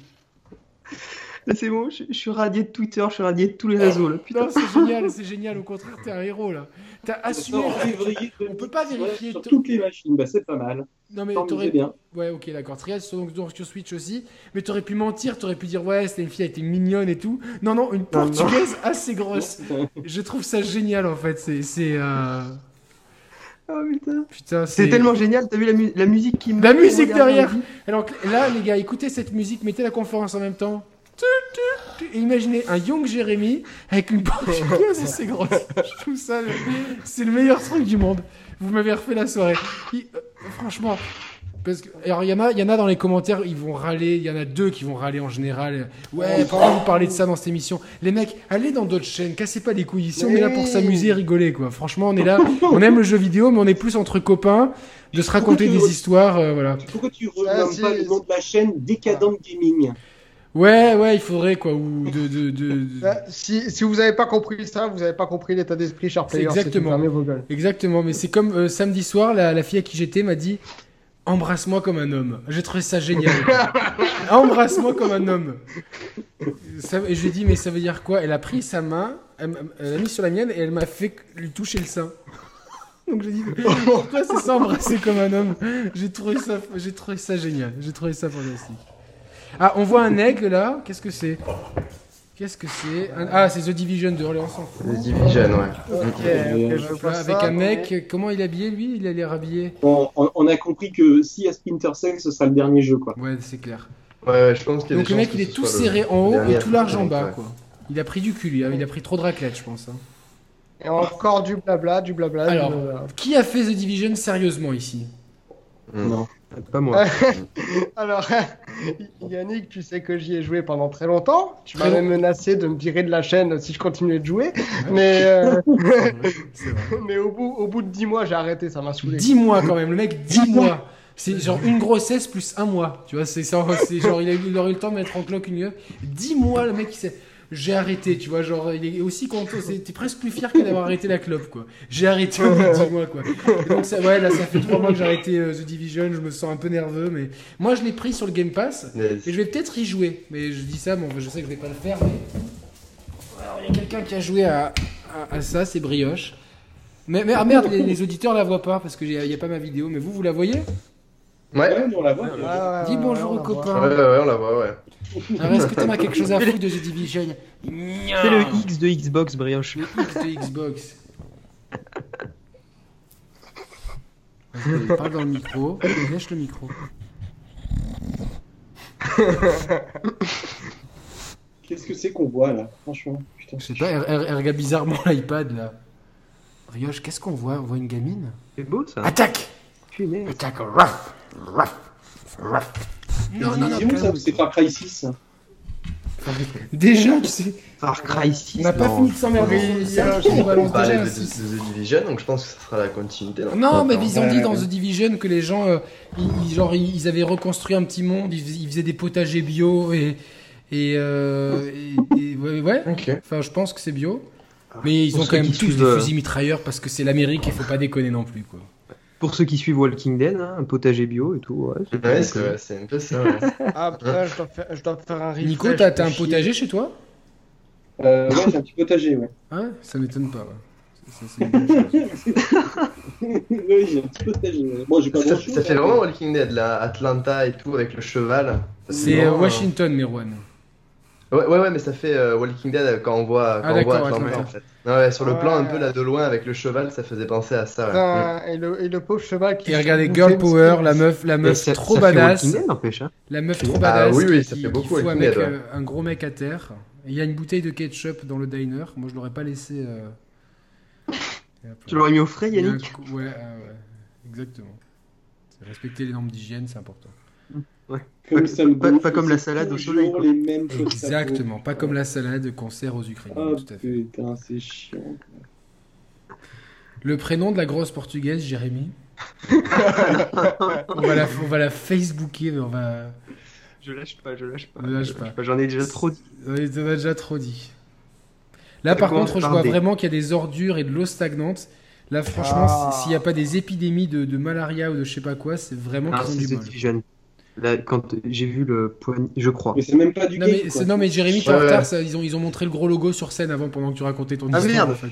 F: Là, c'est bon, je, je suis radié de Twitter, je suis radié de tous les
A: Ah,
F: réseaux, là. Putain.
A: Non, c'est génial, c'est génial, au contraire, t'es un héros, là. T'as
B: Ça
A: assumé...
B: sort en février
A: On peut pas
B: 2019,
A: vérifier
B: sur
A: tout-
B: toutes les machines. Bah, c'est pas mal.
A: Non, mais
B: Tant mieux, c'est
A: t'aurais...
B: bien.
A: Ouais, ok, d'accord. Trial, sur- donc, donc sur Switch aussi. Mais t'aurais pu mentir, t'aurais pu dire, ouais, c'était une fille, elle était mignonne et tout. Non, non, une
F: Non, non.
A: portugaise assez grosse.
B: Putain.
A: Je trouve ça génial, en fait. C'est... c'est, euh,
F: Ah, putain.
A: Putain,
F: C'est tellement génial, t'as vu la, mu- la musique qui me.
A: La musique
F: Regarde,
A: derrière.
F: on dit.
A: Alors que- là, les gars, écoutez cette musique, mettez la conférence en même temps. Tu, tu, tu. Et imaginez un Young Jérémy avec une portugaise assez grosse. Je trouve ça, le- c'est le meilleur truc du monde. Vous m'avez refait la soirée. Il- euh, franchement, parce que alors il y en a, il y en a dans les commentaires, ils vont râler. Il y en a deux qui vont râler en général. Ouais, pourquoi vous parlez de ça dans cette émission Les mecs, allez dans d'autres chaînes, cassez pas les couilles. Ici, on est là pour
D: Oui.
A: s'amuser, rigoler, quoi. Franchement, on est là, on aime le jeu vidéo, mais on est plus entre copains, de se raconter des histoires, euh, voilà.
B: Pourquoi tu
D: Ah,
B: renommes
D: si.
B: pas le nom de la chaîne Décadente Gaming
A: Ouais, ouais, il faudrait quoi, ou de. de, de- de-
D: Là, Bah, si, si vous n'avez pas compris ça, vous n'avez pas compris l'état d'esprit, cher player. c'est
A: exactement.
D: tout, fermez vos gueules.
A: Exactement, mais c'est comme euh, samedi soir, la, la fille à qui j'étais m'a dit Embrasse-moi comme un homme. J'ai trouvé ça génial. Embrasse-moi comme un homme. Ça, et je lui ai dit Mais ça veut dire quoi Elle a pris sa main, elle, m'a- elle l'a mis sur la mienne et elle m'a fait lui toucher le sein. Donc je lui ai dit Pourquoi c'est ça, embrasser comme un homme J'ai trouvé, ça- j'ai trouvé ça génial. J'ai trouvé ça fantastique. Ah, on voit un aigle là Qu'est-ce que c'est Qu'est-ce que c'est Un- Ah, c'est The Division de Orléans sans
E: The Division, ouais.
D: Ok,
B: Euh,
D: je
A: Hop
D: vois
A: là,
D: ça,
A: avec un
D: mais-
A: mec, comment il est habillé lui Il a l'air habillé.
B: on, on- on a compris que si à Splinter Cell, ce sera le dernier jeu. quoi.
A: Ouais, c'est clair.
E: Ouais, ouais, je pense qu'il y a
A: Donc
E: des
A: le mec,
E: chances
A: il
E: que
A: est
E: ce
A: tout
E: soit le-
A: serré en haut
E: dernier
A: et tout large en
E: Fortnite,
A: bas,
E: ouais.
A: quoi. Il a pris du cul, lui. hein. Il a pris trop de raclette, je pense. hein.
D: Et encore du blabla, du blabla. du
A: Alors.
D: blabla.
A: Qui a fait The Division sérieusement ici
E: Mm.
B: Non.
F: Ah, Pas moi.
D: Alors, Yannick, tu sais que j'y ai joué pendant très longtemps. Tu
A: Très
D: m'avais menacé de me virer de la chaîne si je continuais de jouer. Mais, euh,
A: C'est vrai.
D: mais au, bout, au bout de 10 mois, j'ai arrêté, ça m'a saoulé.
A: 10 mois quand même, le mec, 10 mois. C'est genre une grossesse plus un mois. Tu vois, c'est ça. C'est genre, il, a eu, il aurait eu le temps de mettre en cloque une gueule. 10 mois, le mec, il s'est. J'ai arrté, tu vois, genre, il est aussi content, c'est- t'es presque plus fier que d'avoir arrêté la clope, quoi. J'ai arrêté au bout de 10 mois, quoi. Et donc, ça, ouais, là, ça fait 3 mois que j'ai arrêté euh, The Division, je me sens un peu nerveux, mais moi, je l'ai pris sur le Game Pass,
E: Yes.
A: et je vais peut-être y jouer. Mais je dis ça, bon, je sais que je vais pas le faire, mais. Alors, il y a quelqu'un qui a joué à, à- à ça, c'est Brioche. Mais, mais- ah merde, les, les auditeurs la voient pas parce qu'il n'y a, pas ma vidéo, mais vous, vous la voyez
E: Ouais,
B: Ouais, nous, on la voit.
D: Ah, Euh,
A: Dis bonjour aux
E: ouais,
A: copains.
E: ouais, on la voit, ouais.
A: Alors, est-ce que t'en as quelque chose à foutre de The Division
F: C'est le X de Xbox, Brioche.
A: Le X de Xbox. Vas-y, Parle dans le micro, lâche le micro.
B: Qu'est-ce que c'est qu'on voit là Franchement, putain.
A: Je sais pas, elle, elle- elle regarde bizarrement l'iPad là. Brioche, qu'est-ce qu'on voit On voit une gamine
F: C'est beau ça.
A: Attaque
F: Ah, Punaise.
A: Attaque Raf Raf Raf Non, Ah, non, non,
B: Division, ça,
A: calme.
B: c'est Far Cry 6. hein.
A: Déjà, tu sais,
F: Far Cry 6.
A: on n'a pas
F: non.
A: fini de s'emmerder. sur le cinq, on balance
E: On parlait
A: déjà un
E: de, de-
A: six.
E: de The Division, donc je pense que ça sera la continuité. là.
A: Non, mais
E: Ouais,
A: ils ont
B: ouais,
A: dit
B: ouais,
A: dans
B: ouais.
A: The Division que les gens, euh, ils, genre, ils avaient reconstruit un petit monde, ils, fais- ils faisaient des potagers bio et. Et, euh, et- et- ouais, ouais.
E: Ok.
A: Enfin, je pense que c'est bio. Mais ils
F: Pour
A: ont
F: ceux
A: quand même
F: qui
A: tous
F: suivent,
A: des
F: euh,
A: fusils mitrailleurs parce que c'est l'Amérique et faut pas déconner non plus, quoi.
F: Pour ceux qui suivent Walking Dead, hein, un potager bio et tout. Ouais, c'est
E: Ouais, c'est vrai, c'est un peu ça. ouais.
D: Ah putain, je dois faire, je dois faire un refresh.
A: Nico, t'as t'as un
D: je suis-
A: potager chez toi
B: Euh, ouais, j'ai un petit potager, ouais.
A: Hein Ça m'étonne pas. ouais. Ça, c'est une bonne chose.
B: oui, j'ai un petit potager. ouais. Bon, j'ai pas
E: ça,
B: grand
E: ça fait vraiment Walking Dead, là, Atlanta et tout, avec le cheval. Ça fait
A: C'est euh,
E: vraiment, euh,
A: Washington, Merwan.
E: Ouais, ouais, ouais, mais ça fait euh, Walking Dead euh, quand on voit, quand
A: Ah,
E: on voit
A: d'accord,
E: Atlanta,
A: Atlanta.
E: en fait. Ouais, ouais, sur le
D: Ouais.
E: plan un peu là de loin avec le cheval, ça faisait penser à ça. ouais. Mm.
D: Putain, et, le, et le pauvre cheval qui.
A: Et regardez Girl Power, la meuf, la meuf
F: Ça-
A: trop
F: ça fait
A: badass.
F: Walking Dead, n'empêche, hein.
A: La meuf trop
E: Ah
A: badass.
E: oui, oui, ça
A: qui-
E: fait
A: qui
E: beaucoup
A: fout un,
E: Walking
A: mec,
E: Dead, ouais.
A: euh, un gros mec à terre. Et Il y a une bouteille de ketchup dans le diner. Moi, je l'aurais pas laissé. euh, et hop là.
F: Tu l'aurais mis au frais,
A: Il y a un
F: Yannick
A: cou- Ouais, ah ouais, exactement. C'est Respecter les normes d'hygiène, c'est important.
B: Comme
F: Pas-
B: ça me
F: pas-
B: gonfle,
F: pas comme la
B: c'est
F: salade au
B: toujours
F: soleil, quoi.
B: les mêmes choses.
A: Exactement, pas comme la salade qu'on sert aux Ukrainiens,
B: Ah
A: tout à fait.
B: putain, c'est chiant.
A: Le prénom de la grosse portugaise, Jérémy. on, va la, on va la Facebooker, mais on va.
F: Je lâche pas, je lâche pas.
A: Ne lâche pas.
F: J'en ai déjà trop dit.
A: Ouais, On a Euh, déjà trop dit. Là, par
F: Comment
A: contre, je
F: par
A: vois
F: des-
A: vraiment qu'il y a des ordures et de l'eau stagnante. Là, franchement,
D: Ah.
A: s'il n'y a pas des épidémies de, de malaria ou de je sais pas quoi, c'est vraiment
F: Ah,
A: qu'ils ont
F: c'est
A: du
F: The
A: bol.
F: Division. Là, quand j'ai vu le poignet, je crois.
B: Mais c'est même pas du
A: Non
B: game,
A: mais,
B: quoi.
A: c'est- non, mais Jérémy, t'es en
E: Ouais, ouais.
A: retard, ça, ils, ont, ils ont montré le gros logo sur scène avant pendant que tu racontais ton
F: Ah,
A: histoire
F: merde.
A: en fait.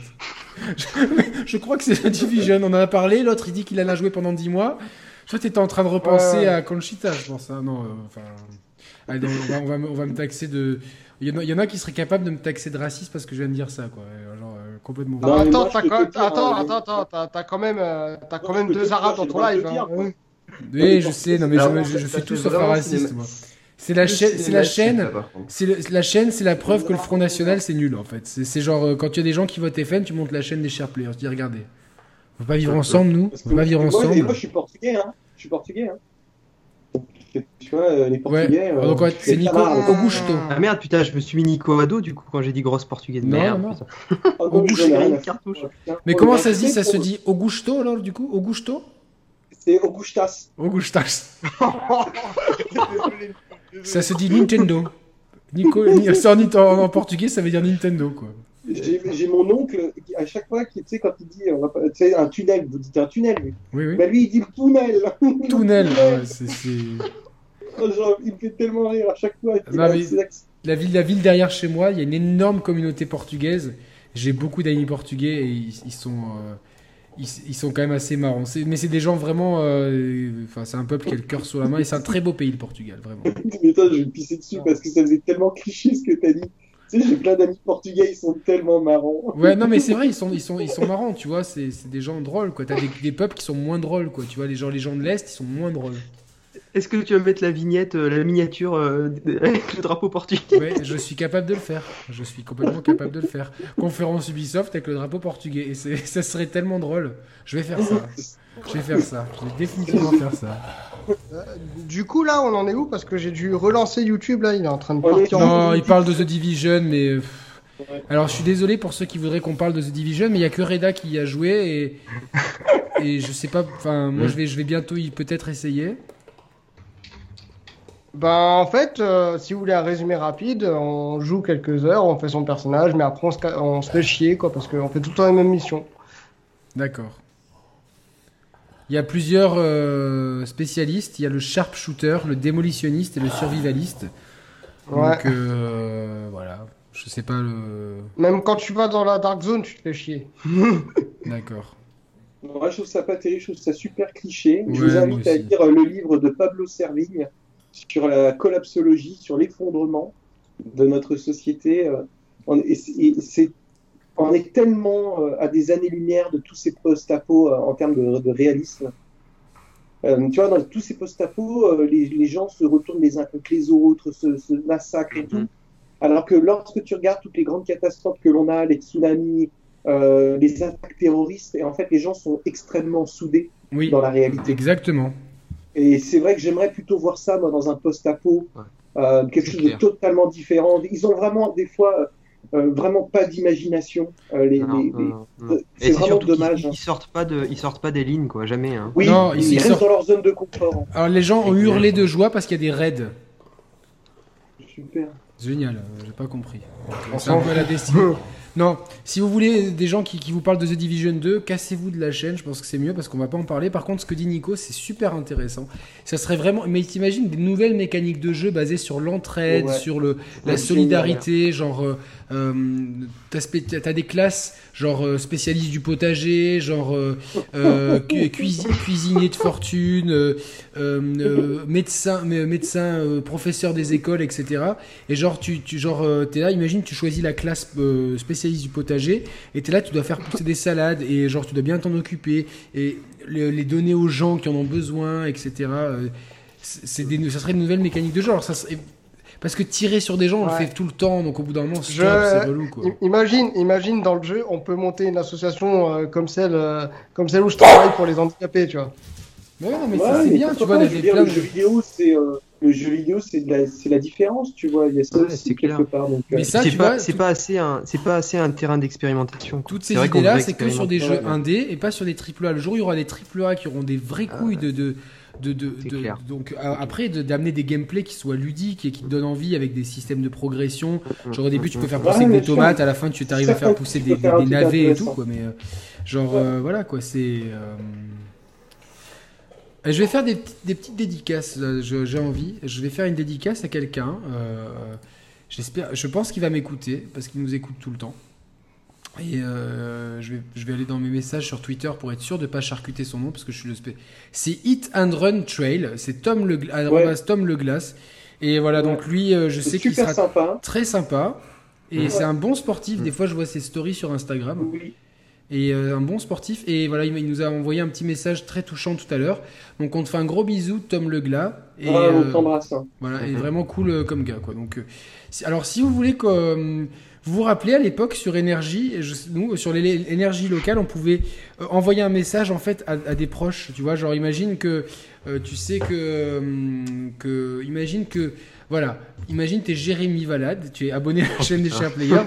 A: Je, je crois que c'est The Division, on en a parlé, l'autre il dit qu'il en a joué pendant 10 mois. Toi t'étais en train de repenser
D: Ouais.
A: à Conchita, je pense. hein, Non, euh, enfin... Allez, on, va, on, va, me- on va me taxer de... Il y, en a, il y en a qui seraient capables de me taxer de raciste parce que je viens de dire ça, quoi. Euh, Genre, euh, complètement...
B: Non, mais
D: attends,
B: moi, je
D: t'as
B: peux
D: quand-
B: te dire,
D: attends,
B: euh,
D: attends, attends, t'as- t'as quand même, euh, t'as quand
B: Moi, je
D: même
B: peux te
D: deux
B: dire,
D: arabes
B: j'ai
D: dans
B: le
D: ton
B: droit de
D: live.
B: le
D: hein.
B: dire, quoi.
A: Oui, Eh, je sais, non mais
E: Alors,
A: je, je- je
E: ça
A: suis
E: fait
A: tout sauf un
E: vraiment
A: raciste,
E: cinéma-
A: moi. C'est la, chaîne- c'est la chaîne...
E: là, par contre.
A: C'est le- la chaîne, c'est la preuve que le Front National, c'est nul en fait. C'est c'est genre euh, quand il y a des gens qui votent FN, tu montes la chaîne des chers players. Tu dis regardez, on peut pas vivre ensemble nous,
B: Parce
A: on
B: que
A: peut pas vivre
B: moi,
A: ensemble.
B: et Moi, je suis portugais, hein. Je suis portugais, hein. Donc, Tu vois, euh, les
A: Ouais.
B: portugais. euh,
A: Donc ouais, c'est
B: les
A: Nico
B: camarades.
A: Augusto.
F: Ah merde, putain, je me suis mis Nico Ado du coup quand j'ai dit grosse portugaise.
A: Non,
F: merde,
A: non.
F: putain.
B: Oh,
F: On
B: non,
F: bouche
B: j'en ai rien
F: une
B: à foutre,
F: cartouche.
B: moi, putain.
A: Mais
B: Oh,
A: comment
B: mais
A: ça se dit
B: c'est
A: Ça se
B: pour-
A: dit Augusto alors du coup Augusto
B: C'est Augustas.
A: Augustas. ça se dit Nintendo. Nico, ni- ça, en, en- en portugais, ça veut dire Nintendo quoi.
B: J'ai j'ai mon oncle, qui, à chaque fois, qui, tu sais, quand il dit on va pas- tu sais, un tunnel, vous dites un tunnel, lui.
A: Oui oui.
B: Bah, lui, il dit le tunnel. Le
A: Tunnel.
B: euh,
A: ouais, c'est- c'est-
B: Oh, genre, il me fait tellement rire à chaque fois. Ah, Il
A: Bah,
B: a
A: mais-
B: ses accents.
A: La ville, la ville derrière chez moi, il y a une énorme communauté portugaise. J'ai beaucoup d'amis portugais et ils, ils sont, euh, ils, ils sont quand même assez marrants. C'est- Mais c'est des gens vraiment. euh, Enfin, c'est un peuple qui a le cœur sur la main et c'est un très beau pays, le Portugal, vraiment.
B: Mais attends, je vais me pisser dessus parce que ça faisait tellement cliché ce que t'as dit. Tu sais, j'ai plein d'amis portugais, ils sont tellement marrants.
A: Ouais, non, mais c'est vrai, ils sont, ils sont, ils sont marrants, tu vois. C'est c'est des gens drôles, quoi. T'as des, des peuples qui sont moins drôles, quoi. Tu vois, les gens, les gens de l'Est, ils sont moins drôles.
F: Est-ce que tu vas mettre la vignette, euh, la miniature euh, avec le drapeau portugais
A: Ouais, je suis capable de le faire. Je suis complètement capable de le faire. Conférence Ubisoft avec le drapeau portugais. Et c'est- ça serait tellement drôle. Je vais faire ça. Je vais faire ça. Je vais définitivement faire ça.
D: Du coup, là, on en est où Parce que j'ai dû relancer YouTube, là, il est en train de
B: On est-
D: partir.
A: Non,
D: en-
A: il parle de The Division, mais. euh, pff.
B: Ouais.
A: Alors, je suis désolé pour ceux qui voudraient qu'on parle de The Division, mais il y a que Reda qui y a joué et. et je sais pas. Enfin, moi,
E: Mm.
A: je vais, je vais bientôt y peut-être essayer.
D: Ben, en fait, euh, si vous voulez un résumé rapide, on joue quelques heures, on fait son personnage, mais après, on se, ca- on se fait chier, quoi, parce qu'on fait tout le temps les mêmes missions.
A: D'accord. Il y a plusieurs euh, spécialistes. Il y a le sharpshooter, le démolitionniste et le survivaliste.
D: Ouais.
A: Donc, euh, voilà. Je sais pas le.
D: Même quand tu vas dans la Dark Zone, tu te fais chier.
A: D'accord.
B: Moi, je trouve ça pas terrible, je trouve ça super cliché. je
A: Ouais,
B: vous
A: moi
B: invite à
A: aussi.
B: lire euh, le livre de Pablo Servigne sur la collapsologie, sur l'effondrement de notre société. euh, On, et c'est- et c'est- on est tellement euh, à des années-lumière de tous ces post-apos euh, en termes de, de réalisme. Euh, tu vois, dans tous ces post-apos, euh, les, les gens se retournent les uns contre les autres, se, se massacrent et
A: Mhm.
B: tout. Alors que lorsque tu regardes toutes les grandes catastrophes que l'on a, les tsunamis, euh, les attaques terroristes, et en fait, les gens sont extrêmement soudés
A: Oui,
B: dans la réalité.
A: exactement.
B: Et c'est vrai que j'aimerais plutôt voir ça, moi, dans un post-apo,
E: Ouais.
B: euh, quelque
E: C'est
B: chose de
E: clair.
B: totalement différent. Ils ont vraiment, des fois, euh, vraiment pas d'imagination. euh, les-
F: Non,
B: les-
F: non,
B: les-
F: non, non.
B: euh,
F: Et
B: C'est vraiment
F: surtout qu'ils-
B: dommage.
F: Ils,
B: hein.
F: sortent pas de, ils sortent pas des lignes, quoi, jamais. hein.
B: Oui,
A: Non,
B: ils,
A: ils- ils
B: restent
A: sortent-
B: dans leur zone de confort. hein.
A: Alors les gens ont hurlé de joie parce qu'il y a des raids.
B: Super.
A: Génial, euh, j'ai pas compris.
D: On
A: C'est un
D: s'en
A: peu la destinée. Non, si vous voulez des gens qui, qui vous parlent de The Division 2, cassez-vous de la chaîne, je pense que c'est mieux parce qu'on va pas en parler. Par contre, ce que dit Nico, c'est super intéressant. Ça serait vraiment. Mais t'imagines des nouvelles mécaniques de jeu basées sur l'entraide,
B: Ouais.
A: sur le, la
B: Ouais,
A: solidarité, genre. euh, euh, t'as spé- t'as t'as des classes, genre euh, spécialiste du potager, genre euh, euh, cu- cuisi- cuisinier de fortune, euh, euh, euh, médecin, mais, euh, médecin euh, professeur des écoles, etc. Et genre, tu, tu genre, euh, t'es là, imagine, tu choisis la classe euh, spécialiste du potager, et t'es là, tu dois faire pousser des salades, et genre, tu dois bien t'en occuper, et le- les donner aux gens qui en ont besoin, etc. Euh, c'est c'est des, ça serait une nouvelle mécanique de genre. Ça serait- parce que tirer sur des gens, on le
D: Ouais.
A: fait tout le temps, donc au bout d'un moment, stop,
D: Je-
A: c'est relou, quoi.
D: I- Imagine, imagine dans le jeu, on peut monter une association euh, comme celle, euh, comme celle où je travaille pour les handicapés, tu vois.
A: Mais ouais, non, mais
B: Ouais,
A: ça, c'est
B: mais
A: bien, tu
B: pourquoi
A: vois, des-
B: pas, je
A: des
B: veux dire,
A: plein
B: le
A: de-
B: jeu vidéo, c'est euh, le jeu vidéo, c'est de la, c'est la différence, tu vois. Il y a ça
F: Ouais,
B: aussi
F: c'est
B: quelque
F: clair.
B: part. Donc,
A: Mais
B: euh,
A: ça,
F: c'est
A: tu
F: pas,
A: vois,
F: c'est
A: tout-
F: pas assez un, c'est pas assez un terrain d'expérimentation. quoi.
A: Toutes ces
F: C'est vrai qu'on
A: idées-là,
F: devrait
A: c'est que sur des
B: expérimenter,
A: jeux
B: ouais.
A: indés et pas sur des AAA. Le jour où il y aura des AAA qui auront des vraies couilles de. de de, de,
F: Ah C'est
A: de-
F: clair.
A: donc euh, après de- d'amener des gameplays qui soient ludiques et qui te donnent envie avec des systèmes de progression genre au début tu peux faire
B: Ouais,
A: pousser que
B: bien
A: des
B: sûr.
A: tomates à la fin tu t'arrives à
B: Certains
A: faire pousser
B: tu
A: des,
B: peux
A: des-
B: faire un
A: des
B: truc
A: navets et tout
B: intéressant.
A: quoi mais euh, genre
B: Ouais.
A: euh, voilà quoi c'est euh, euh, je vais faire des, petites- des petites dédicaces là, je- j'ai envie je vais faire une dédicace à quelqu'un euh, J'espère, je pense qu'il va m'écouter parce qu'il nous écoute tout le temps. Et euh, je, vais, je vais aller dans mes messages sur Twitter pour être sûr de pas charcuter son nom parce que je suis le spé. C'est Hit and Run Trail, c'est Tom le, Gla- arrobas Tom le Glace. Et voilà,
B: Ouais.
A: donc lui, euh, je
B: c'est
A: sais qu'il
B: super
A: sera
B: sympa.
A: très sympa. Et
B: Mm.
A: c'est un bon sportif. Des fois, je vois ses stories sur Instagram
B: Oui.
A: et euh, un bon sportif. Et voilà, il, il nous a envoyé un petit message très touchant tout à l'heure. Donc, on te fait un gros bisou, Tom Le Glas. Et,
B: Ah, on
A: euh,
B: t'embrasse. hein.
A: voilà, et
F: Mhm.
A: vraiment cool euh, comme gars, quoi. Donc, euh, si- alors, si vous voulez que euh, vous vous rappelez à l'époque sur énergie, et je- nous euh, sur les- l'énergie locale, on pouvait euh, envoyer un message en fait à, à des proches. Tu vois, genre imagine que euh, tu sais que euh, que imagine que voilà, imagine t'es Jérémy Valade, tu es abonné à la chaîne des chers players,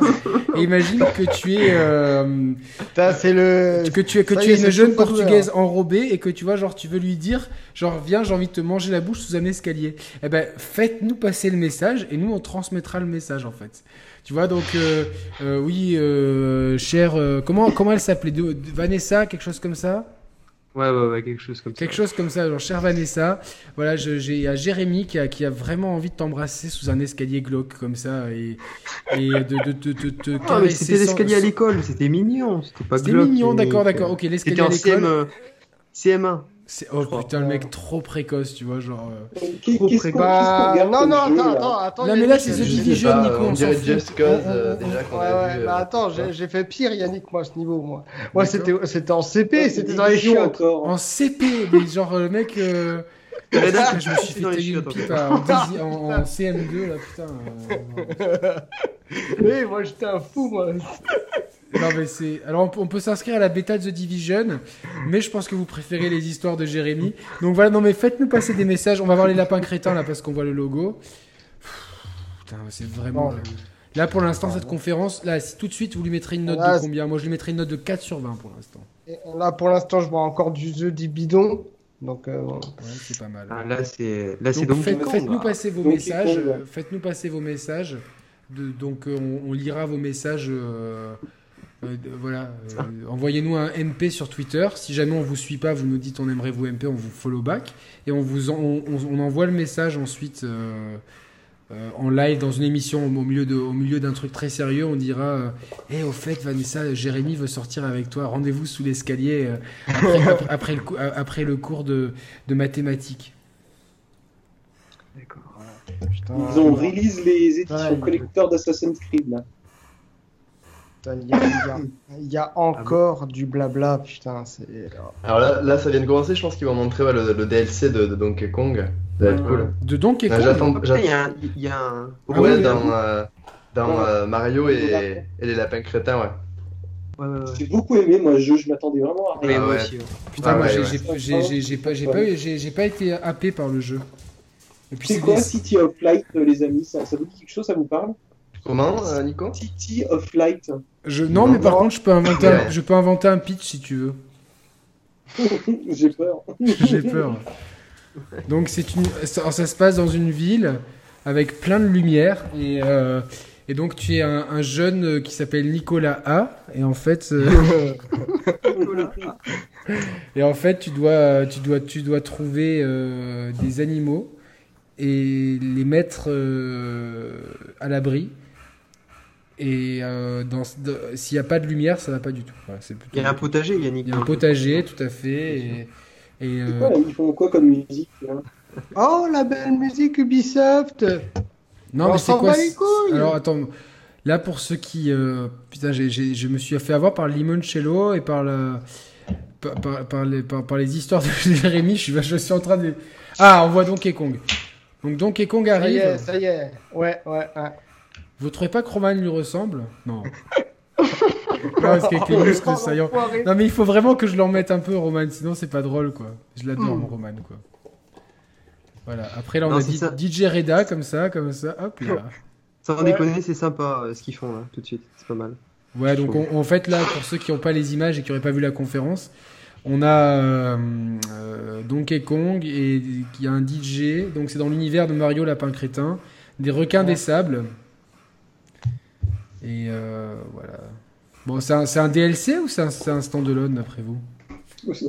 A: et imagine que tu es euh,
D: Putain, c'est le.
A: que tu es que
D: Euh, Ça
A: tu
D: y
A: es
D: est,
A: une
D: c'est
A: jeune
D: tout pour hein. nous,
A: portugaise enrobée et que tu vois genre tu veux lui dire genre viens j'ai envie de te manger la bouche sous un escalier eh ben faites-nous passer le message et nous on transmettra le message en fait tu vois donc euh, euh, oui euh, chère euh, comment comment elle s'appelait de, de- Vanessa quelque chose comme ça
F: Ouais, ouais, ouais, quelque chose comme
A: quelque
F: ça.
A: chose comme ça genre chère Vanessa voilà je- j'ai à Jérémy qui a qui a vraiment envie de t'embrasser sous un escalier glauque comme ça et et de de te te te
F: Ah, mais c'était
A: caresser sans-
F: l'escalier à l'école, c'était mignon, c'était pas
A: c'était
F: glauque,
A: mignon
F: mais-
A: d'accord d'accord ok
F: C'était
A: l'escalier à
F: en
A: l'école
F: CM, euh, CM1.
A: c'est oh putain le mec trop précoce, tu vois genre. euh.
B: Donc, Qu'est-ce qu'on
F: Trop
B: qu'est-ce qu'on
D: Bah,
B: regarde
D: non,
B: comme
D: non,
B: jeu,
D: attends,
B: là
D: attends, attends.
A: Non,
D: il y a
A: mais là,
D: des-
A: c'est The
E: Je sais
A: Division,
E: pas,
A: Nico, on
E: On dirait
A: s'en fout.
E: Just Cause euh, déjà qu'on
D: ouais,
E: a
D: ouais,
E: vu. euh,
D: bah attends, j'ai j'ai fait pire Yannick, moi, à ce niveau, moi. Moi, c'était c'était en CP,
B: Ouais,
D: c'était
B: c'est
D: dans les
B: Division
D: chiottes.
B: encore. hein.
A: En CP, mais genre euh, le mec. euh,
F: Rédac-
A: putain, je me suis fait
F: ah, dans les
A: tailler une
F: chiottes,
A: pipe hein. à- en, dési- en- en CM2 là, putain. euh,
D: Mais moi, j'étais un fou, moi.
A: non mais c'est. Alors on peut, on peut s'inscrire à la bêta de The Division, mais je pense que vous préférez les histoires de Jérémy. Donc voilà, non mais faites-nous passer des messages. On va voir les lapins crétins là parce qu'on voit le logo. Putain, c'est vraiment. euh, Là pour l'instant cette conférence, là si tout de suite vous lui mettrez une note
D: Là,
A: de
D: c'est-
A: combien Moi je lui mettrais une note de 4 sur 20 pour l'instant.
D: Et euh, là, pour l'instant, je vois encore du jeu dit bidon. Donc, euh, bon.
A: Ouais, c'est pas mal.
F: Ah, Là, c'est là, c'est
A: Donc,
F: donc.
A: faites-
F: Kong,
A: faites-nous
F: là.
A: passer vos
B: Donkey
A: messages.
B: Kong, ouais.
A: euh, Faites-nous passer vos messages. De- donc euh, on, on lira vos messages. euh, euh, de- voilà. euh, Envoyez-nous un MP sur Twitter. Si jamais on vous suit pas, vous nous dites on aimerait vous MP, on vous follow back et on vous en- on, on- on envoie le message ensuite. euh, euh, en live dans une émission au milieu de- au milieu d'un truc très sérieux, on dira euh, Eh, au fait, Vanessa, Jérémy veut sortir avec toi, rendez-vous sous l'escalier euh, après, ap- après le, cou- a- après le cours de, de mathématiques.
D: Putain,
B: Ils ont release les éditions
D: Ouais.
B: collector d'Assassin's Creed là.
D: putain, Il y, a- il y a- il y
B: Ah
D: a encore du blabla, putain. C'est... euh,
E: Alors là, là, ça vient de commencer, je pense qu'ils vont montrer ouais, le, le DLC de, de Donkey Kong. Ça va être cool.
A: De Donkey
E: Ah,
A: Kong
E: J'attends.
F: Après,
E: j'attends-
F: Il y a un- il y a un.
A: Ah
E: ouais,
A: oui,
E: dans, euh, dans
B: Ouais.
E: euh, Mario
B: Les
E: et,
B: lapins.
E: et les lapins crétins, ouais.
F: Ouais, ouais, ouais.
B: J'ai beaucoup aimé moi le jeu, je m'attendais vraiment à
F: Mais
B: rien.
E: Ah
F: moi
E: ouais.
F: aussi, Ah ouais.
A: Putain,
E: Ah
A: moi,
E: ouais,
A: j'ai- j'ai-
E: ouais.
A: j'ai- j'ai- j'ai pas- j'ai pas eu- j'ai- j'ai pas été happé par le jeu. Et puis
B: C'est
A: c'est
B: quoi
A: des-
B: City of Light euh, les amis ça, ça vous dit quelque chose, ça vous parle
E: Comment, euh, Nico
B: City of Light.
A: Je... Non,
E: Non,
A: mais par
B: non.
A: contre, je peux, inventer un...
E: Ouais.
A: je peux inventer un pitch si tu veux.
B: J'ai peur.
A: J'ai peur. Donc c'est une, ça, ça se passe dans une ville avec plein de lumière et, euh, et donc tu es un, un jeune euh, qui s'appelle Nicolas A et en fait euh, et en fait tu dois tu dois tu dois trouver euh, des animaux et les mettre euh, à l'abri et euh, dans de- s'il n'y a pas de lumière ça va pas du tout. Voilà, c'est plutôt-
F: Il y a un potager, Yannick.
A: il y a un potager tout à fait et, et,
B: C'est
A: euh,
B: quoi, là, ils font quoi comme musique là
D: Oh, la belle musique Ubisoft
A: Non,
D: On
A: mais c'est
D: s'en
A: quoi
D: bat les
A: c'est-
D: couilles.
A: Alors attends, là pour ceux qui. euh, Putain, j'ai- j'ai- je me suis fait avoir par le limoncello et par la. Par, par- par les, par, par les histoires de Jérémy, je suis, je suis en train de. Ah, on voit Donkey Kong. Donc Donkey Kong
D: Ça y
A: arrive.
D: est, ça y est. Ouais, ouais, ouais.
A: Vous trouvez pas que Roman lui ressemble Non. non, parce qu'avec les muscles saillants.
D: Enfoiré.
A: Non, mais il faut vraiment que je l'en mette un peu, Roman, sinon c'est pas drôle, quoi. Je l'adore,
D: Hmm.
A: mon Roman, quoi. Voilà, après là on
F: Non,
A: a
F: c'est
A: dit
F: ça.
A: DJ Reda, comme ça, comme ça, hop là.
F: Sans déconner, c'est sympa euh, ce qu'ils font là, tout de suite. C'est pas mal.
A: Ouais,
F: Je
A: donc on- en fait là, pour ceux qui n'ont pas les images et qui n'auraient pas vu la conférence, on a euh, euh, Donkey Kong et il y a un DJ, donc c'est dans l'univers de Mario Lapin Crétin, des requins des sables. Et euh, voilà. Bon, c'est un, c'est un DLC ou c'est un, c'est un standalone d'après vous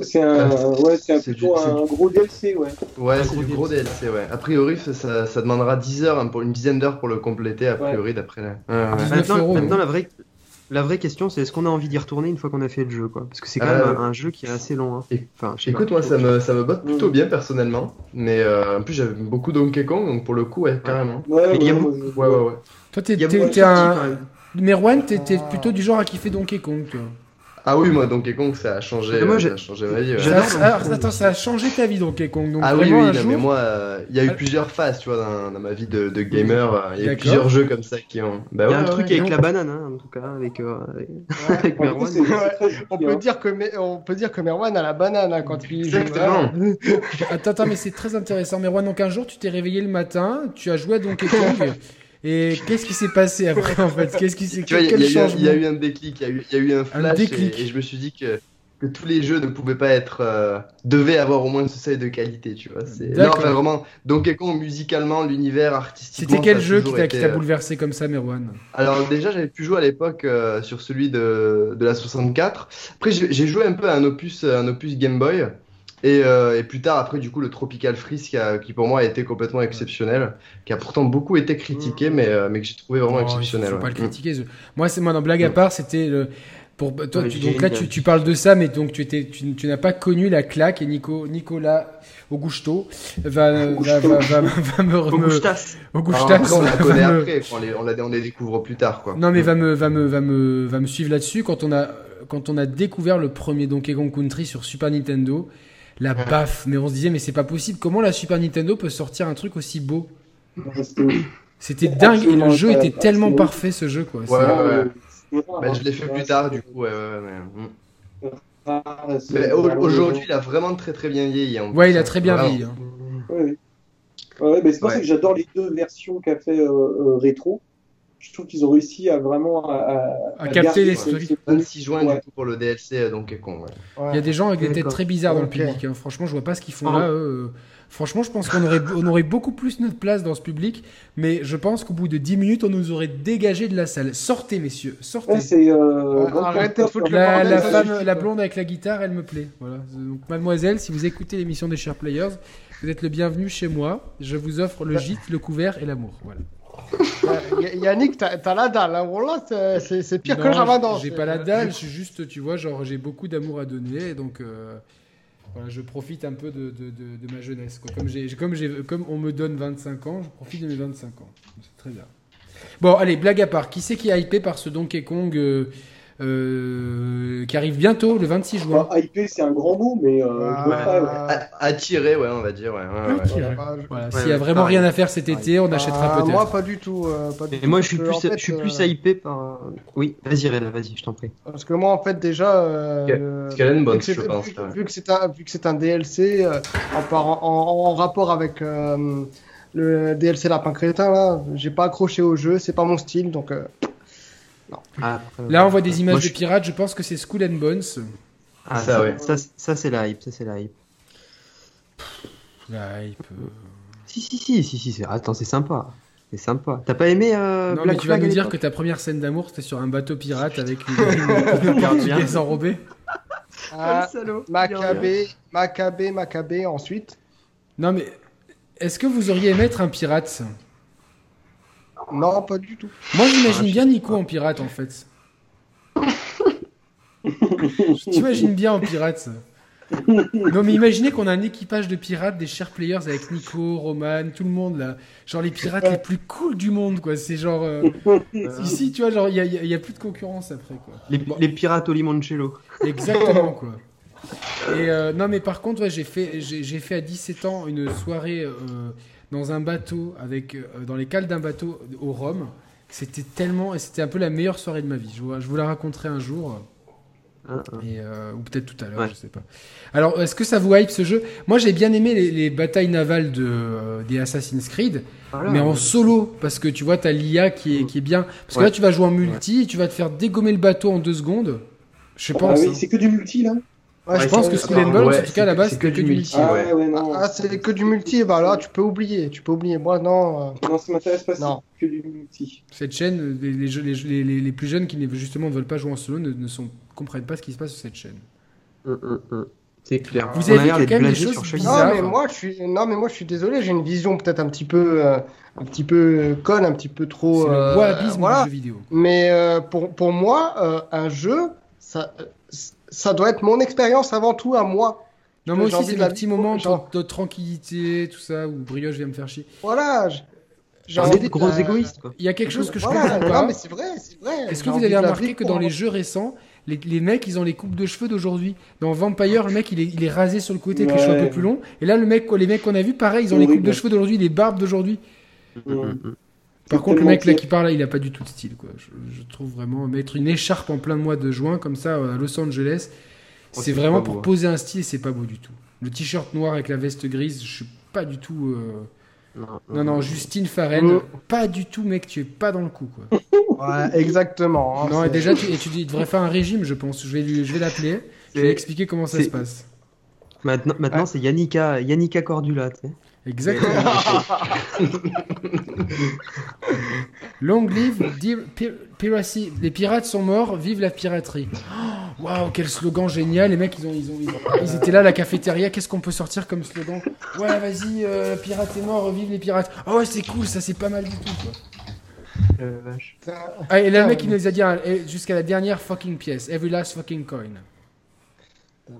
B: C'est un, ouais, c'est un,
E: C'est
B: plutôt
E: du- c'est
B: un gros DLC, ouais.
E: Ouais,
A: Un
E: c'est
A: gros
E: du gros DLC, ouais. A priori, ça, ça, ça demandera 10 heures, hein, pour une dizaine d'heures pour le compléter, a
B: Ouais.
E: priori, d'après la. Ouais, ouais.
A: 19
F: Maintenant,
A: euros,
F: maintenant,
A: ouais.
F: la vraie. La vraie question, c'est est-ce qu'on a envie d'y retourner une fois qu'on a fait le jeu, quoi Parce que c'est quand
E: Ah,
F: même un,
E: ouais.
F: un jeu qui est assez long. Hein.
E: Et-
F: Enfin, je sais
E: Écoute,
F: pas.
E: moi ça me, ça me botte plutôt
B: Mm.
E: bien personnellement, mais euh, en plus j'aime beaucoup Donkey Kong, donc pour le coup, ouais, carrément.
B: Ouais,
F: Mais il y a
B: ouais,
F: beaucoup-
B: moi, je-
E: Ouais, ouais, ouais.
A: Toi, t'es,
F: Il y a
A: t'es-
F: beaucoup de
A: t'es
F: sorties,
A: un-
F: quand même.
A: Merwan, t'es, t'es
D: Ah.
A: plutôt du genre à kiffer Donkey Kong, toi.
E: Ah oui, moi Donkey Kong, ça a changé,
F: Mais moi,
E: euh,
F: j'ai-
E: ça a changé ma vie. ouais.
F: J'adore
A: Ça-
F: Donkey
A: alors,
F: Kong.
A: attends, ça a changé ta vie, Donkey Kong. Donc
E: Ah oui, oui,
A: vraiment, un
E: non,
A: jour-
E: mais moi, euh, il y a eu
A: Ah.
E: plusieurs phases, tu vois, dans, dans ma vie de, de gamer. euh, Il y a eu
A: D'accord.
E: plusieurs jeux comme ça qui ont. Bah
F: Il y a
A: Ah
E: ouais,
F: un
E: ouais,
F: truc
E: ouais.
F: avec la banane, hein, en tout cas, avec. euh, avec- avec
B: Ouais,
F: Merwan.
B: c'est- c'est très joli,
D: On
B: hein.
D: peut, dire que, Mer- on peut dire que Merwan a la banane hein, quand il joue.
E: Exactement.
A: Attends, attends, mais c'est très intéressant. Merwan, donc un jour, tu t'es réveillé le matin, tu as joué à Donkey Kong. et qu'est-ce qui s'est passé après, en fait Qu'est-ce qui s'est
E: Tu vois, il y, a-
A: quel
E: il y a eu un- il y a
A: changement
E: eu un déclic, il y a eu, il y a eu un flash,
A: déclic.
E: Et, et je me suis dit que, que tous les jeux ne pouvaient pas être. euh, devaient avoir au moins ce seuil de qualité, tu vois. c'est- Non,
A: D'accord.
E: enfin, vraiment, Donkey Kong, musicalement, l'univers, artistiquement.
A: C'était quel
E: ça a
A: jeu qui
E: toujours
A: t'a
E: été,
A: qui t'a
E: euh,
A: bouleversé comme ça, Merwan
E: Alors déjà, j'avais pu jouer à l'époque euh, sur celui de, de la 64. Après, j'ai j'ai joué un peu à un opus, euh, un opus Game Boy. Et, euh, et plus tard, après, du coup, le Tropical Freeze qui, a- qui pour moi a été complètement exceptionnel, qui a pourtant beaucoup été critiqué,
A: Mmh.
E: mais, euh, mais que j'ai trouvé vraiment
A: Non,
E: exceptionnel.
A: Oh, Faut pas
E: ouais.
A: le critiquer. ce- Moi, c'est moi, dans blague à part, c'était le. Pour, toi,
F: Ouais,
A: tu-
F: j'ai
A: donc
F: une
A: là,
F: blague.
A: tu, tu parles de ça, mais donc tu étais, tu, tu n'as pas connu la claque et Nico, Nicolas Augusto va, va, va, va, va me,
F: Faut que je
A: me-
F: tasse.
E: Alors,
A: Augustas,
E: après, on la
A: va
E: connaît
A: me-
E: après, quoi, on les, on la- on les découvre plus tard, quoi.
A: Non mais va me va me va me va me suivre là-dessus quand on a quand on a découvert le premier Donkey Kong Country sur Super Nintendo, la baffe. Mais on se disait mais c'est pas possible. Comment la Super Nintendo peut sortir un truc aussi beau
B: C'était-
A: C'était dingue et le
B: Absolument
A: jeu était
B: incroyable.
A: tellement parfait ce jeu quoi.
E: Ouais, ouais,
A: C'est-
E: ouais.
B: c'était rare,
E: Bah, je
B: hein.
E: l'ai fait plus tard, du coup, ouais, ouais, ouais, mais, mm.
B: Ah, c'est-
E: Mais au- aujourd'hui, il a vraiment très très bien vieilli. en
A: Ouais,
E: plus,
A: il a
E: hein.
A: très bien
E: Vraiment.
A: vieilli. hein.
B: Ouais, ouais. Ouais, mais c'est pour
E: Ouais.
B: ça que j'adore les deux versions qu'a fait euh, euh, Retro. Je trouve qu'ils ont réussi à vraiment à, à-
A: À capter
B: garder
A: les
B: ce-
A: trucs.
B: ce-
E: 26 juin,
B: Ouais.
E: du coup, pour le DLC Donkey Kong, ouais.
A: Il y a des gens avec des têtes
F: D'accord.
A: très bizarres dans le
D: Ok.
A: public. hein. Franchement, je vois pas ce qu'ils font
B: Ah
F: Pardon.
A: là. eux. Franchement, je pense qu'on aurait, on aurait beaucoup plus notre place dans ce public, mais je pense qu'au bout de 10 minutes, on nous aurait dégagé de la salle. Sortez, messieurs, sortez.
B: Ouais, c'est euh,
D: Ouais,
B: Grand
D: arrête
B: Theft
D: de foutre
B: Auto.
D: le
A: La,
D: bordel,
A: la
D: ça
A: femme,
D: suffit,
A: la
D: quoi.
A: blonde avec la guitare, elle me plaît. Voilà. Donc, mademoiselle, si vous écoutez l'émission des Chers Players, Vous êtes le bienvenu chez moi. Je vous offre
D: Bah.
A: le gîte, le couvert et l'amour. Voilà.
D: Euh, Y- Yannick, t'as t'as la dalle. hein. Wallah, c'est- c'est c'est pire que
A: Non,
D: Ramadan.
A: J'ai
D: c'est-
A: pas la dalle, je suis juste, tu vois, genre j'ai beaucoup d'amour à donner, et donc euh, voilà, je profite un peu de, de- de- de ma jeunesse. Quoi. Comme, j'ai, comme, j'ai, comme on me donne 25 ans, je profite de mes 25 ans. C'est très bien. Bon, allez, blague à part. Qui c'est qui est hypé par ce Donkey Kong euh, euh, qui arrive bientôt, le 26 juin
B: Enfin, hypé, c'est un grand mot, mais euh, je vois pas, ouais.
D: Euh,
E: A- Attiré, ouais, on va dire, ouais. ouais, ouais.
A: Ok.
D: bah, je-
A: Voilà,
F: Ouais,
A: S'il y a
F: ouais,
A: vraiment
F: pareil.
A: rien à faire cet été, on achètera
D: Ah,
A: peut-être.
D: Moi, pas du tout. euh, pas du
F: Et
D: tout,
F: moi, je suis
D: parce que,
F: plus,
D: en fait,
F: je suis plus
D: euh,
F: hypé par. Oui, vas-y, Ren, vas-y, je t'en prie.
D: Parce que moi, en fait, déjà. euh,
E: Ok.
D: le-
E: Skull and Bones,
D: vu que c'est-
E: je pense,
D: vu-
E: ouais.
D: Vu que c'est un, vu que c'est un DLC euh, en, par- en- en rapport avec euh, le DLC Lapin Crétin, là, j'ai pas accroché au jeu, c'est pas mon style, donc. euh,
F: Ah, euh,
A: Là, on voit des images
F: moi,
A: de
F: je-
A: pirates, je pense que c'est School and Bones.
F: Ah,
E: Ça,
F: ça,
E: ouais.
F: ça, ça, c'est la hype, ça, c'est la hype.
A: La hype, euh,
F: Si, si, si, si, si, c'est- attends, c'est sympa. C'est sympa. T'as pas aimé euh,
A: Non, mais
F: Black
A: tu vas
F: Flag
A: nous
F: à
A: dire que
F: l'époque
A: ta première scène d'amour, c'était sur un bateau pirate avec une, une portugaise enrobée
F: Ah,
D: ah,
F: le
B: hein.
F: salaud.
D: Maccabée, Maccabée, Maccabée, ensuite.
A: Non, mais est-ce que vous auriez aimé être un pirate
D: Non, pas du tout.
A: Moi, j'imagine
F: Ah, je
A: bien
F: sais
A: Nico
F: pas.
A: en pirate, en fait. Je t'imagine bien en pirate. Non, mais imaginez qu'on a un équipage de pirates, des chers players avec Nico, Roman, tout le monde là. Genre les pirates les plus cool du monde, quoi. C'est genre. euh, Ici, tu vois, genre, il y a, il y a- il y a plus de concurrence après, quoi.
F: Les, les pirates au limoncello.
A: Exactement, quoi. Et euh, non, mais par contre, ouais, j'ai fait, j'ai j'ai fait à 17 ans une soirée euh, dans un bateau, avec, euh, dans les cales d'un bateau au Rhum. C'était tellement, et c'était un peu la meilleure soirée de ma vie. Je, vous- je vous la raconterai un jour,
F: Hein, hein.
A: et, euh, ou peut-être tout à l'heure,
F: Ouais.
A: je sais pas. Alors, est-ce que ça vous hype ce jeu Moi, j'ai bien aimé les, les batailles navales de, euh, des Assassin's Creed,
F: Voilà.
A: mais en solo, parce que tu vois, t'as l'IA qui est, qui est bien. Parce que
F: Mm. Ouais.
A: là, tu vas jouer en multi, tu vas te faire dégommer le bateau en deux secondes.
F: Oh,
A: Je
B: Ah
F: bah
A: pense.
B: oui,
A: hein.
B: c'est que du multi là
D: Ouais,
A: je
E: Ouais,
A: pense
E: c'est-
A: que Skull and
E: attends,
A: Bones, en
E: ouais,
A: tout cas, à la
E: c'est-
A: base,
E: c'est
A: c'était que du multi.
B: Ah
E: ouais.
B: ouais, non.
D: Ah, c'est que du multi, bah là, tu peux oublier, tu peux oublier. Moi, non. euh,
B: Non, ça m'intéresse pas, c'est
D: Non.
B: que du multi.
A: Cette chaîne, euh, les, les jeux- les jeux- les- les- les plus jeunes qui ne- justement ne veulent pas jouer en solo ne, ne sont, comprennent pas ce qui se passe sur cette chaîne.
F: Hum, hum, hum. C'est clair.
A: Vous
F: On a
A: avez
F: l'air
A: vu
F: d'être
A: quand même des
F: blasés
A: choses
F: sur chaque-
A: bizarres.
D: Non mais, moi, je suis... non mais moi je suis désolé, j'ai une vision peut-être un petit peu euh, un petit peu euh, conne, un petit peu
A: C'est
D: trop
A: le
D: euh,
A: wahhabisme
D: voilà.
A: du jeu vidéo.
D: Mais euh, pour, pour moi euh, un jeu ça euh, ça doit être mon expérience avant tout à moi.
A: Non, moi aussi,
D: J'ai envie
A: c'est
D: de
A: des
D: la
A: petits
D: vie,
A: moments
D: genre.
A: de, de tranquillité, tout ça, où Brioche vient me faire chier.
D: Voilà, j- j'ai
F: Vous êtes
D: envie
F: des
D: de
F: gros
A: euh,
D: la-
F: égoïstes, quoi.
A: Il y a quelque chose que je
D: Voilà,
A: comprends
D: non
A: pas.
D: mais c'est vrai, c'est vrai.
A: Est-ce que
D: J'ai
A: vous
D: envie
A: avez
D: de la
A: remarqué
D: vie
A: que
D: pour
A: dans les
D: moi.
A: jeux récents, les, les mecs, ils ont les coupes de cheveux d'aujourd'hui. Dans Vampire, le mec, il est, il est rasé sur le côté avec les cheveux un peu
B: Ouais.
A: plus longs. Et là, le mec, les mecs qu'on a vus, pareil, ils ont les coupes de
B: Horrible.
A: cheveux d'aujourd'hui, les barbes d'aujourd'hui.
F: Mm,
B: Ouais.
A: Par
B: C'est
A: contre, le
B: tellement
A: mec là
B: pire.
A: qui parle, là, il a pas du tout de style. Quoi. Je, je trouve vraiment mettre une écharpe en plein mois de juin comme ça à Los Angeles,
F: Oh,
A: c'est
F: c'est
A: vraiment
F: pas beau,
A: pour
F: hein.
A: poser un style et c'est pas beau du tout. Le t-shirt noir avec la veste grise, je suis pas du tout. euh,
F: Non,
A: Non, non, Justine Farren,
D: Oh.
A: pas du tout, mec, tu es pas dans le coup. Quoi.
F: Oh,
D: Ouais, exactement. hein,
A: non, et
D: c'est-
A: déjà, tu, et tu dis, il devrait faire un régime, je pense. Je vais, lui- je vais l'appeler, je vais lui
F: C'est-
A: expliquer comment ça se
F: c'est-
A: passe.
F: Maintenant, maintenant
D: Ouais.
F: c'est Yannicka, Yannicka Cordula, tu sais.
A: Exactement. Long live dear pir- piracy. Les pirates sont morts, vive la piraterie. Oh, Waouh, quel slogan génial. Les mecs, ils, ont, ils, ont, ils, ils étaient là à la cafétéria. Qu'est-ce qu'on peut sortir comme slogan Ouais, vas-y, euh, pirate est mort, vive les pirates. Oh, ouais, c'est cool, ça, c'est pas mal du tout. Quoi.
F: Euh, vache.
A: Ah, et là, le mec, il nous a dit hein, eh, jusqu'à la dernière fucking pièce. Every last fucking coin.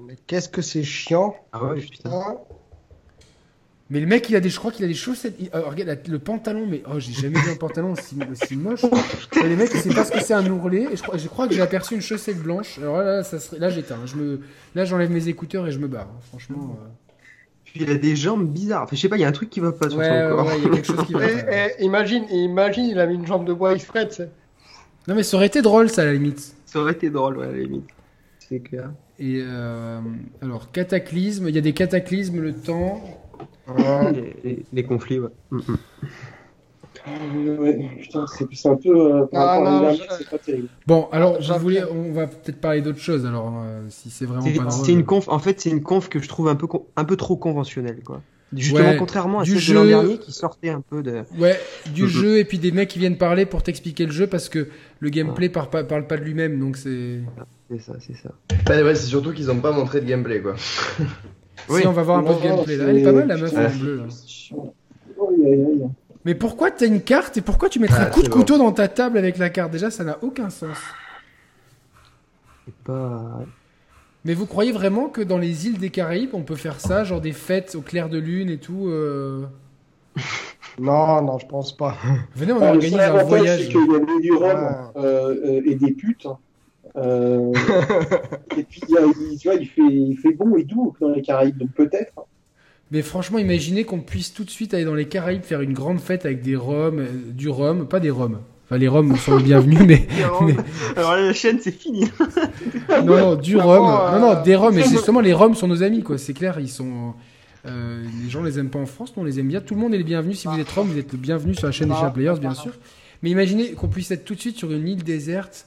D: Mais qu'est-ce que c'est chiant.
F: Ah ouais, putain.
D: hein.
A: Mais le mec, il a des, je crois qu'il a des chaussettes. il- oh, regarde la- le pantalon, mais oh, j'ai jamais vu un pantalon aussi, aussi moche. Et les mecs, ils savent pas ce que c'est un ourlet. Et je crois, je crois que j'ai aperçu une chaussette blanche. Alors là, là, ça serait, là j'éteins. hein. Je me, là, j'enlève mes écouteurs et je me barre. hein. Franchement. euh.
F: Puis il a des jambes bizarres. Enfin, je sais pas, il y a un truc qui va pas sur
A: Ouais,
F: son
A: ouais,
F: corps.
A: ouais, il y a quelque chose qui va. pas.
D: Et- et imagine, imagine, il a mis une jambe de bois exprès, tu sais.
A: Non, mais ça aurait été drôle, ça, à la limite.
F: Ça aurait été drôle, ouais, à la limite. C'est clair.
A: Et euh, alors, cataclysme. Il y a des cataclysmes, le temps.
F: Les, les- les conflits, ouais. Hum, hum.
B: Ah, ouais, putain, c'est c'est un peu. euh, par
D: Ah,
B: rapport à
D: non,
B: l'année
D: je-
B: dernière, c'est pas terrible.
A: Bon, alors, je
D: J'appelle.
A: voulais, on va peut-être parler d'autre chose. Alors, euh, si c'est vraiment
F: C'est-
A: pas drôle.
F: C'est une conf. En fait, c'est une conf que je trouve un peu con- un peu trop conventionnelle, quoi. Justement,
A: Ouais,
F: contrairement à
A: du
F: celle de l'an
A: jeu-
F: dernier qui sortait un peu de.
A: Ouais, du
F: Mhm.
A: jeu et puis des mecs qui viennent parler pour t'expliquer le jeu parce que le gameplay par- par- parle pas de lui-même donc c'est.
F: C'est ça, c'est ça.
E: Ben, Bah ouais, c'est surtout qu'ils ont pas montré de gameplay, quoi.
F: Oui.
A: Si, on va voir un peu de gameplay. Là. Elle est pas mal la meuf
E: Ouais.
A: en bleu. là.
B: Aïe, aïe, aïe.
A: Mais pourquoi t'as une carte et pourquoi tu mettrais
E: Ah,
A: un coup de
E: c'est
A: couteau dans ta table avec la carte Déjà, ça n'a aucun sens.
F: C'est pas.
A: Mais vous croyez vraiment que dans les îles des Caraïbes, on peut faire ça, genre des fêtes au clair de lune et tout euh,
D: Non, non, je pense pas.
A: Venez, on
B: Ah, le
A: organise
B: seul
A: un
B: avantage, c'est
A: voyage.
B: qu'il y avait du rhum
D: Ah.
B: euh, euh, et des putes. Euh, et puis, il y a- il- tu vois, il fait, il fait bon et doux dans les Caraïbes, donc peut-être.
A: Mais franchement, imaginez qu'on puisse tout de suite aller dans les Caraïbes faire une grande fête avec des roms, euh, du rhum, pas des roms. Enfin, les roms sont les bienvenus, mais
F: Alors là, la chaîne, c'est fini.
A: non, non, du rhum.
D: Avant, euh,
A: Non, non, des roms. Et justement, les roms sont nos amis, quoi. C'est clair, ils sont. euh, les gens les aiment pas en France, nous on les aime bien. Tout le monde est le bienvenu. Si vous êtes rhum, vous êtes le bienvenu sur la chaîne des
D: Ah,
A: Chers Players, bien
D: ah,
A: sûr. Mais imaginez qu'on puisse être tout de suite sur une île déserte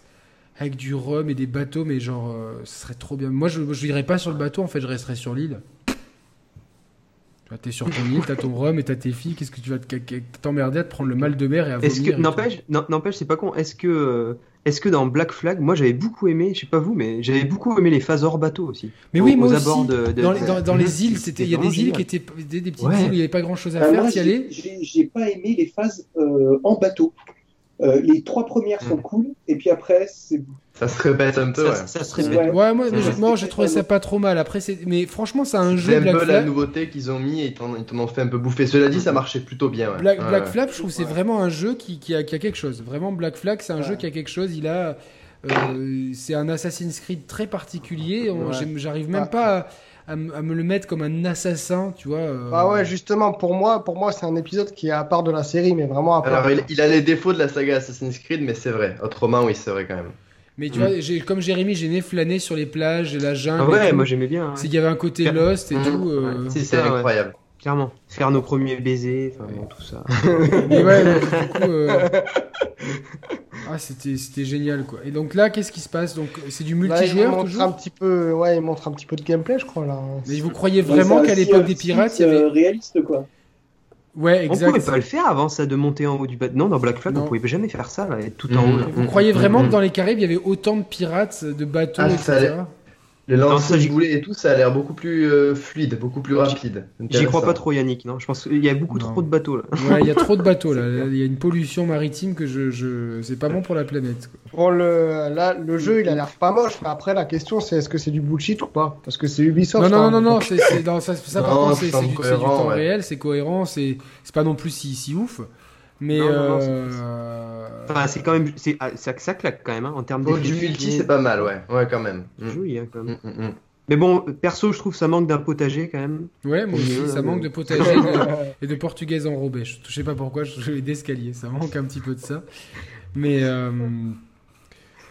A: avec du rhum et des bateaux, mais genre, euh, ce serait trop bien. Moi, je je irais pas sur le bateau, en fait, je resterais sur l'île. Tu vois, t'es sur ton île, t'as ton rhum et t'as tes filles. Qu'est-ce que tu vas te- t'emmerder à te prendre le mal de mer et à
F: Est-ce
A: vomir
F: que
A: et tout.
F: n'empêche, non- n'empêche, c'est pas con. Est-ce que, euh, est-ce que dans Black Flag, moi j'avais beaucoup aimé, je sais pas vous, mais j'avais beaucoup aimé les phases hors bateau aussi.
A: Mais oui,
F: Aux-
A: moi
F: aux
A: aussi.
F: abords de- de-
A: dans, les, dans- dans les îles,
F: C'était
A: c'était, il y a
F: vraiment
A: des îles
F: génial.
A: qui étaient p- des, des petites
F: Ouais.
A: îles où il n'y avait pas grand chose à
B: Ah,
A: faire,
B: moi,
A: t'y
B: j'ai-
A: allais.
B: j'ai j'ai pas aimé les phases euh, en bateau. Euh, les trois premières sont cool, et puis après, c'est.
E: Ça se répète un peu, ouais.
F: Ça, ça se
B: Ouais.
F: répète.
A: Ouais, moi, mais
F: Ouais.
A: j'ai- moi, j'ai trouvé ça pas trop mal. Après, c'est, mais franchement, c'est un
E: C'est
A: jeu
E: un
A: Black
E: peu la
A: Flag. Mm-hmm.
E: nouveauté qu'ils ont mis et ils t'en ils t'en ont fait un peu bouffer. Cela dit, ça marchait plutôt bien. Ouais.
A: Black,
E: Ouais,
A: Black
E: ouais.
A: Flag, je trouve que c'est vraiment un jeu qui, qui, a, qui a quelque chose. Vraiment, Black Flag, c'est un jeu qui a quelque chose. Il a, euh, c'est un Assassin's Creed très particulier. On-
D: Ouais.
A: j'aime- J'arrive même
D: Ouais.
A: pas à, à m- à me le mettre comme un assassin, tu vois. euh.
D: Bah ouais, justement, pour moi, pour moi, c'est un épisode qui est à part de la série, mais vraiment à part.
E: Alors, il, il a les défauts de la saga Assassin's Creed, mais c'est vrai. Autrement, oui, c'est vrai quand même.
A: Mais tu vois, j'ai, comme Jérémy, j'aimais flâner sur les plages, et la
F: Ah
A: jungle. et
F: ouais,
A: tout.
F: moi j'aimais bien. ouais.
A: c'est qu'il y avait un côté
F: Bien.
A: Lost et
E: Mhm.
A: tout. euh.
F: Ouais,
E: C'est,
F: c'est ça, ouais.
E: incroyable.
F: clairement. Faire nos premiers baisers, enfin bon, tout ça.
A: Mais ouais, donc, du coup, euh, ah, c'était, c'était génial quoi. Et donc là, qu'est-ce qui se passe Donc c'est du
D: Là, il
A: multijoueur
D: montre
A: toujours.
D: un petit peu, ouais, il montre un petit peu de gameplay, je crois là.
A: Mais vous croyez vraiment
B: c'est
A: qu'à
B: un
A: l'époque des
B: style,
A: pirates, il y avait
B: euh, réaliste, quoi.
A: Ouais,
F: On pouvait
A: exact.
F: pas le faire avant ça de monter en haut du bateau. Non, dans Black Flag,
A: Non. Mmh.
F: on pouvait jamais faire ça, là, être tout en haut. là. Mmh.
A: Vous croyez
F: Mm-hmm.
A: vraiment que dans les Caraïbes, il y avait autant de pirates, de bateaux,
E: Ah, ça
A: etc.
E: Le
F: Non,
E: lancer
F: ça, j'y-
E: du boulet et tout, ça a l'air beaucoup plus euh, fluide, beaucoup plus rapide.
F: J'y crois
E: Intéressant.
F: pas trop, Yannick. Non, je pense qu'il y a beaucoup
A: Non.
F: trop de bateaux là.
A: Ouais, il y a trop de bateaux là. Il y a une pollution maritime que je, je... c'est pas bon pour la planète. quoi.
D: Bon, le, là, le jeu, il a l'air pas moche, mais après, la question, c'est est-ce que c'est du bullshit ou pas Parce que c'est
A: Non,
D: Ubisoft.
A: non, non,
D: hein,
A: non, non,
D: donc-
A: c'est, c'est- non, ça, ça, par
E: Non,
A: contre, c'est,
E: c'est
A: c'est du, c'est du
E: cohérent,
A: temps
E: ouais.
A: réel, c'est cohérent, c'est, c'est pas non plus si, si ouf. Mais
F: Non, non, non, c'est-
A: euh,
F: Enfin, c'est quand même, c'est ah, ça, ça claque quand même hein, en termes
E: Au
F: de
E: du multi, c'est pas mal, ouais. Ouais, quand même. Mm.
F: joli, hein, quand même.
A: Mmh.
E: Mm, mm, mm.
F: Mais bon, perso, je trouve ça manque d'un potager quand même.
A: Ouais, moi
F: Au
A: aussi,
F: milieu,
A: ça
F: là,
A: manque
F: le-
A: de potager et de- et de portugaises enrobées. Je, je sais pas pourquoi, je, je les d'escalier, ça manque un petit peu de ça. Mais euh,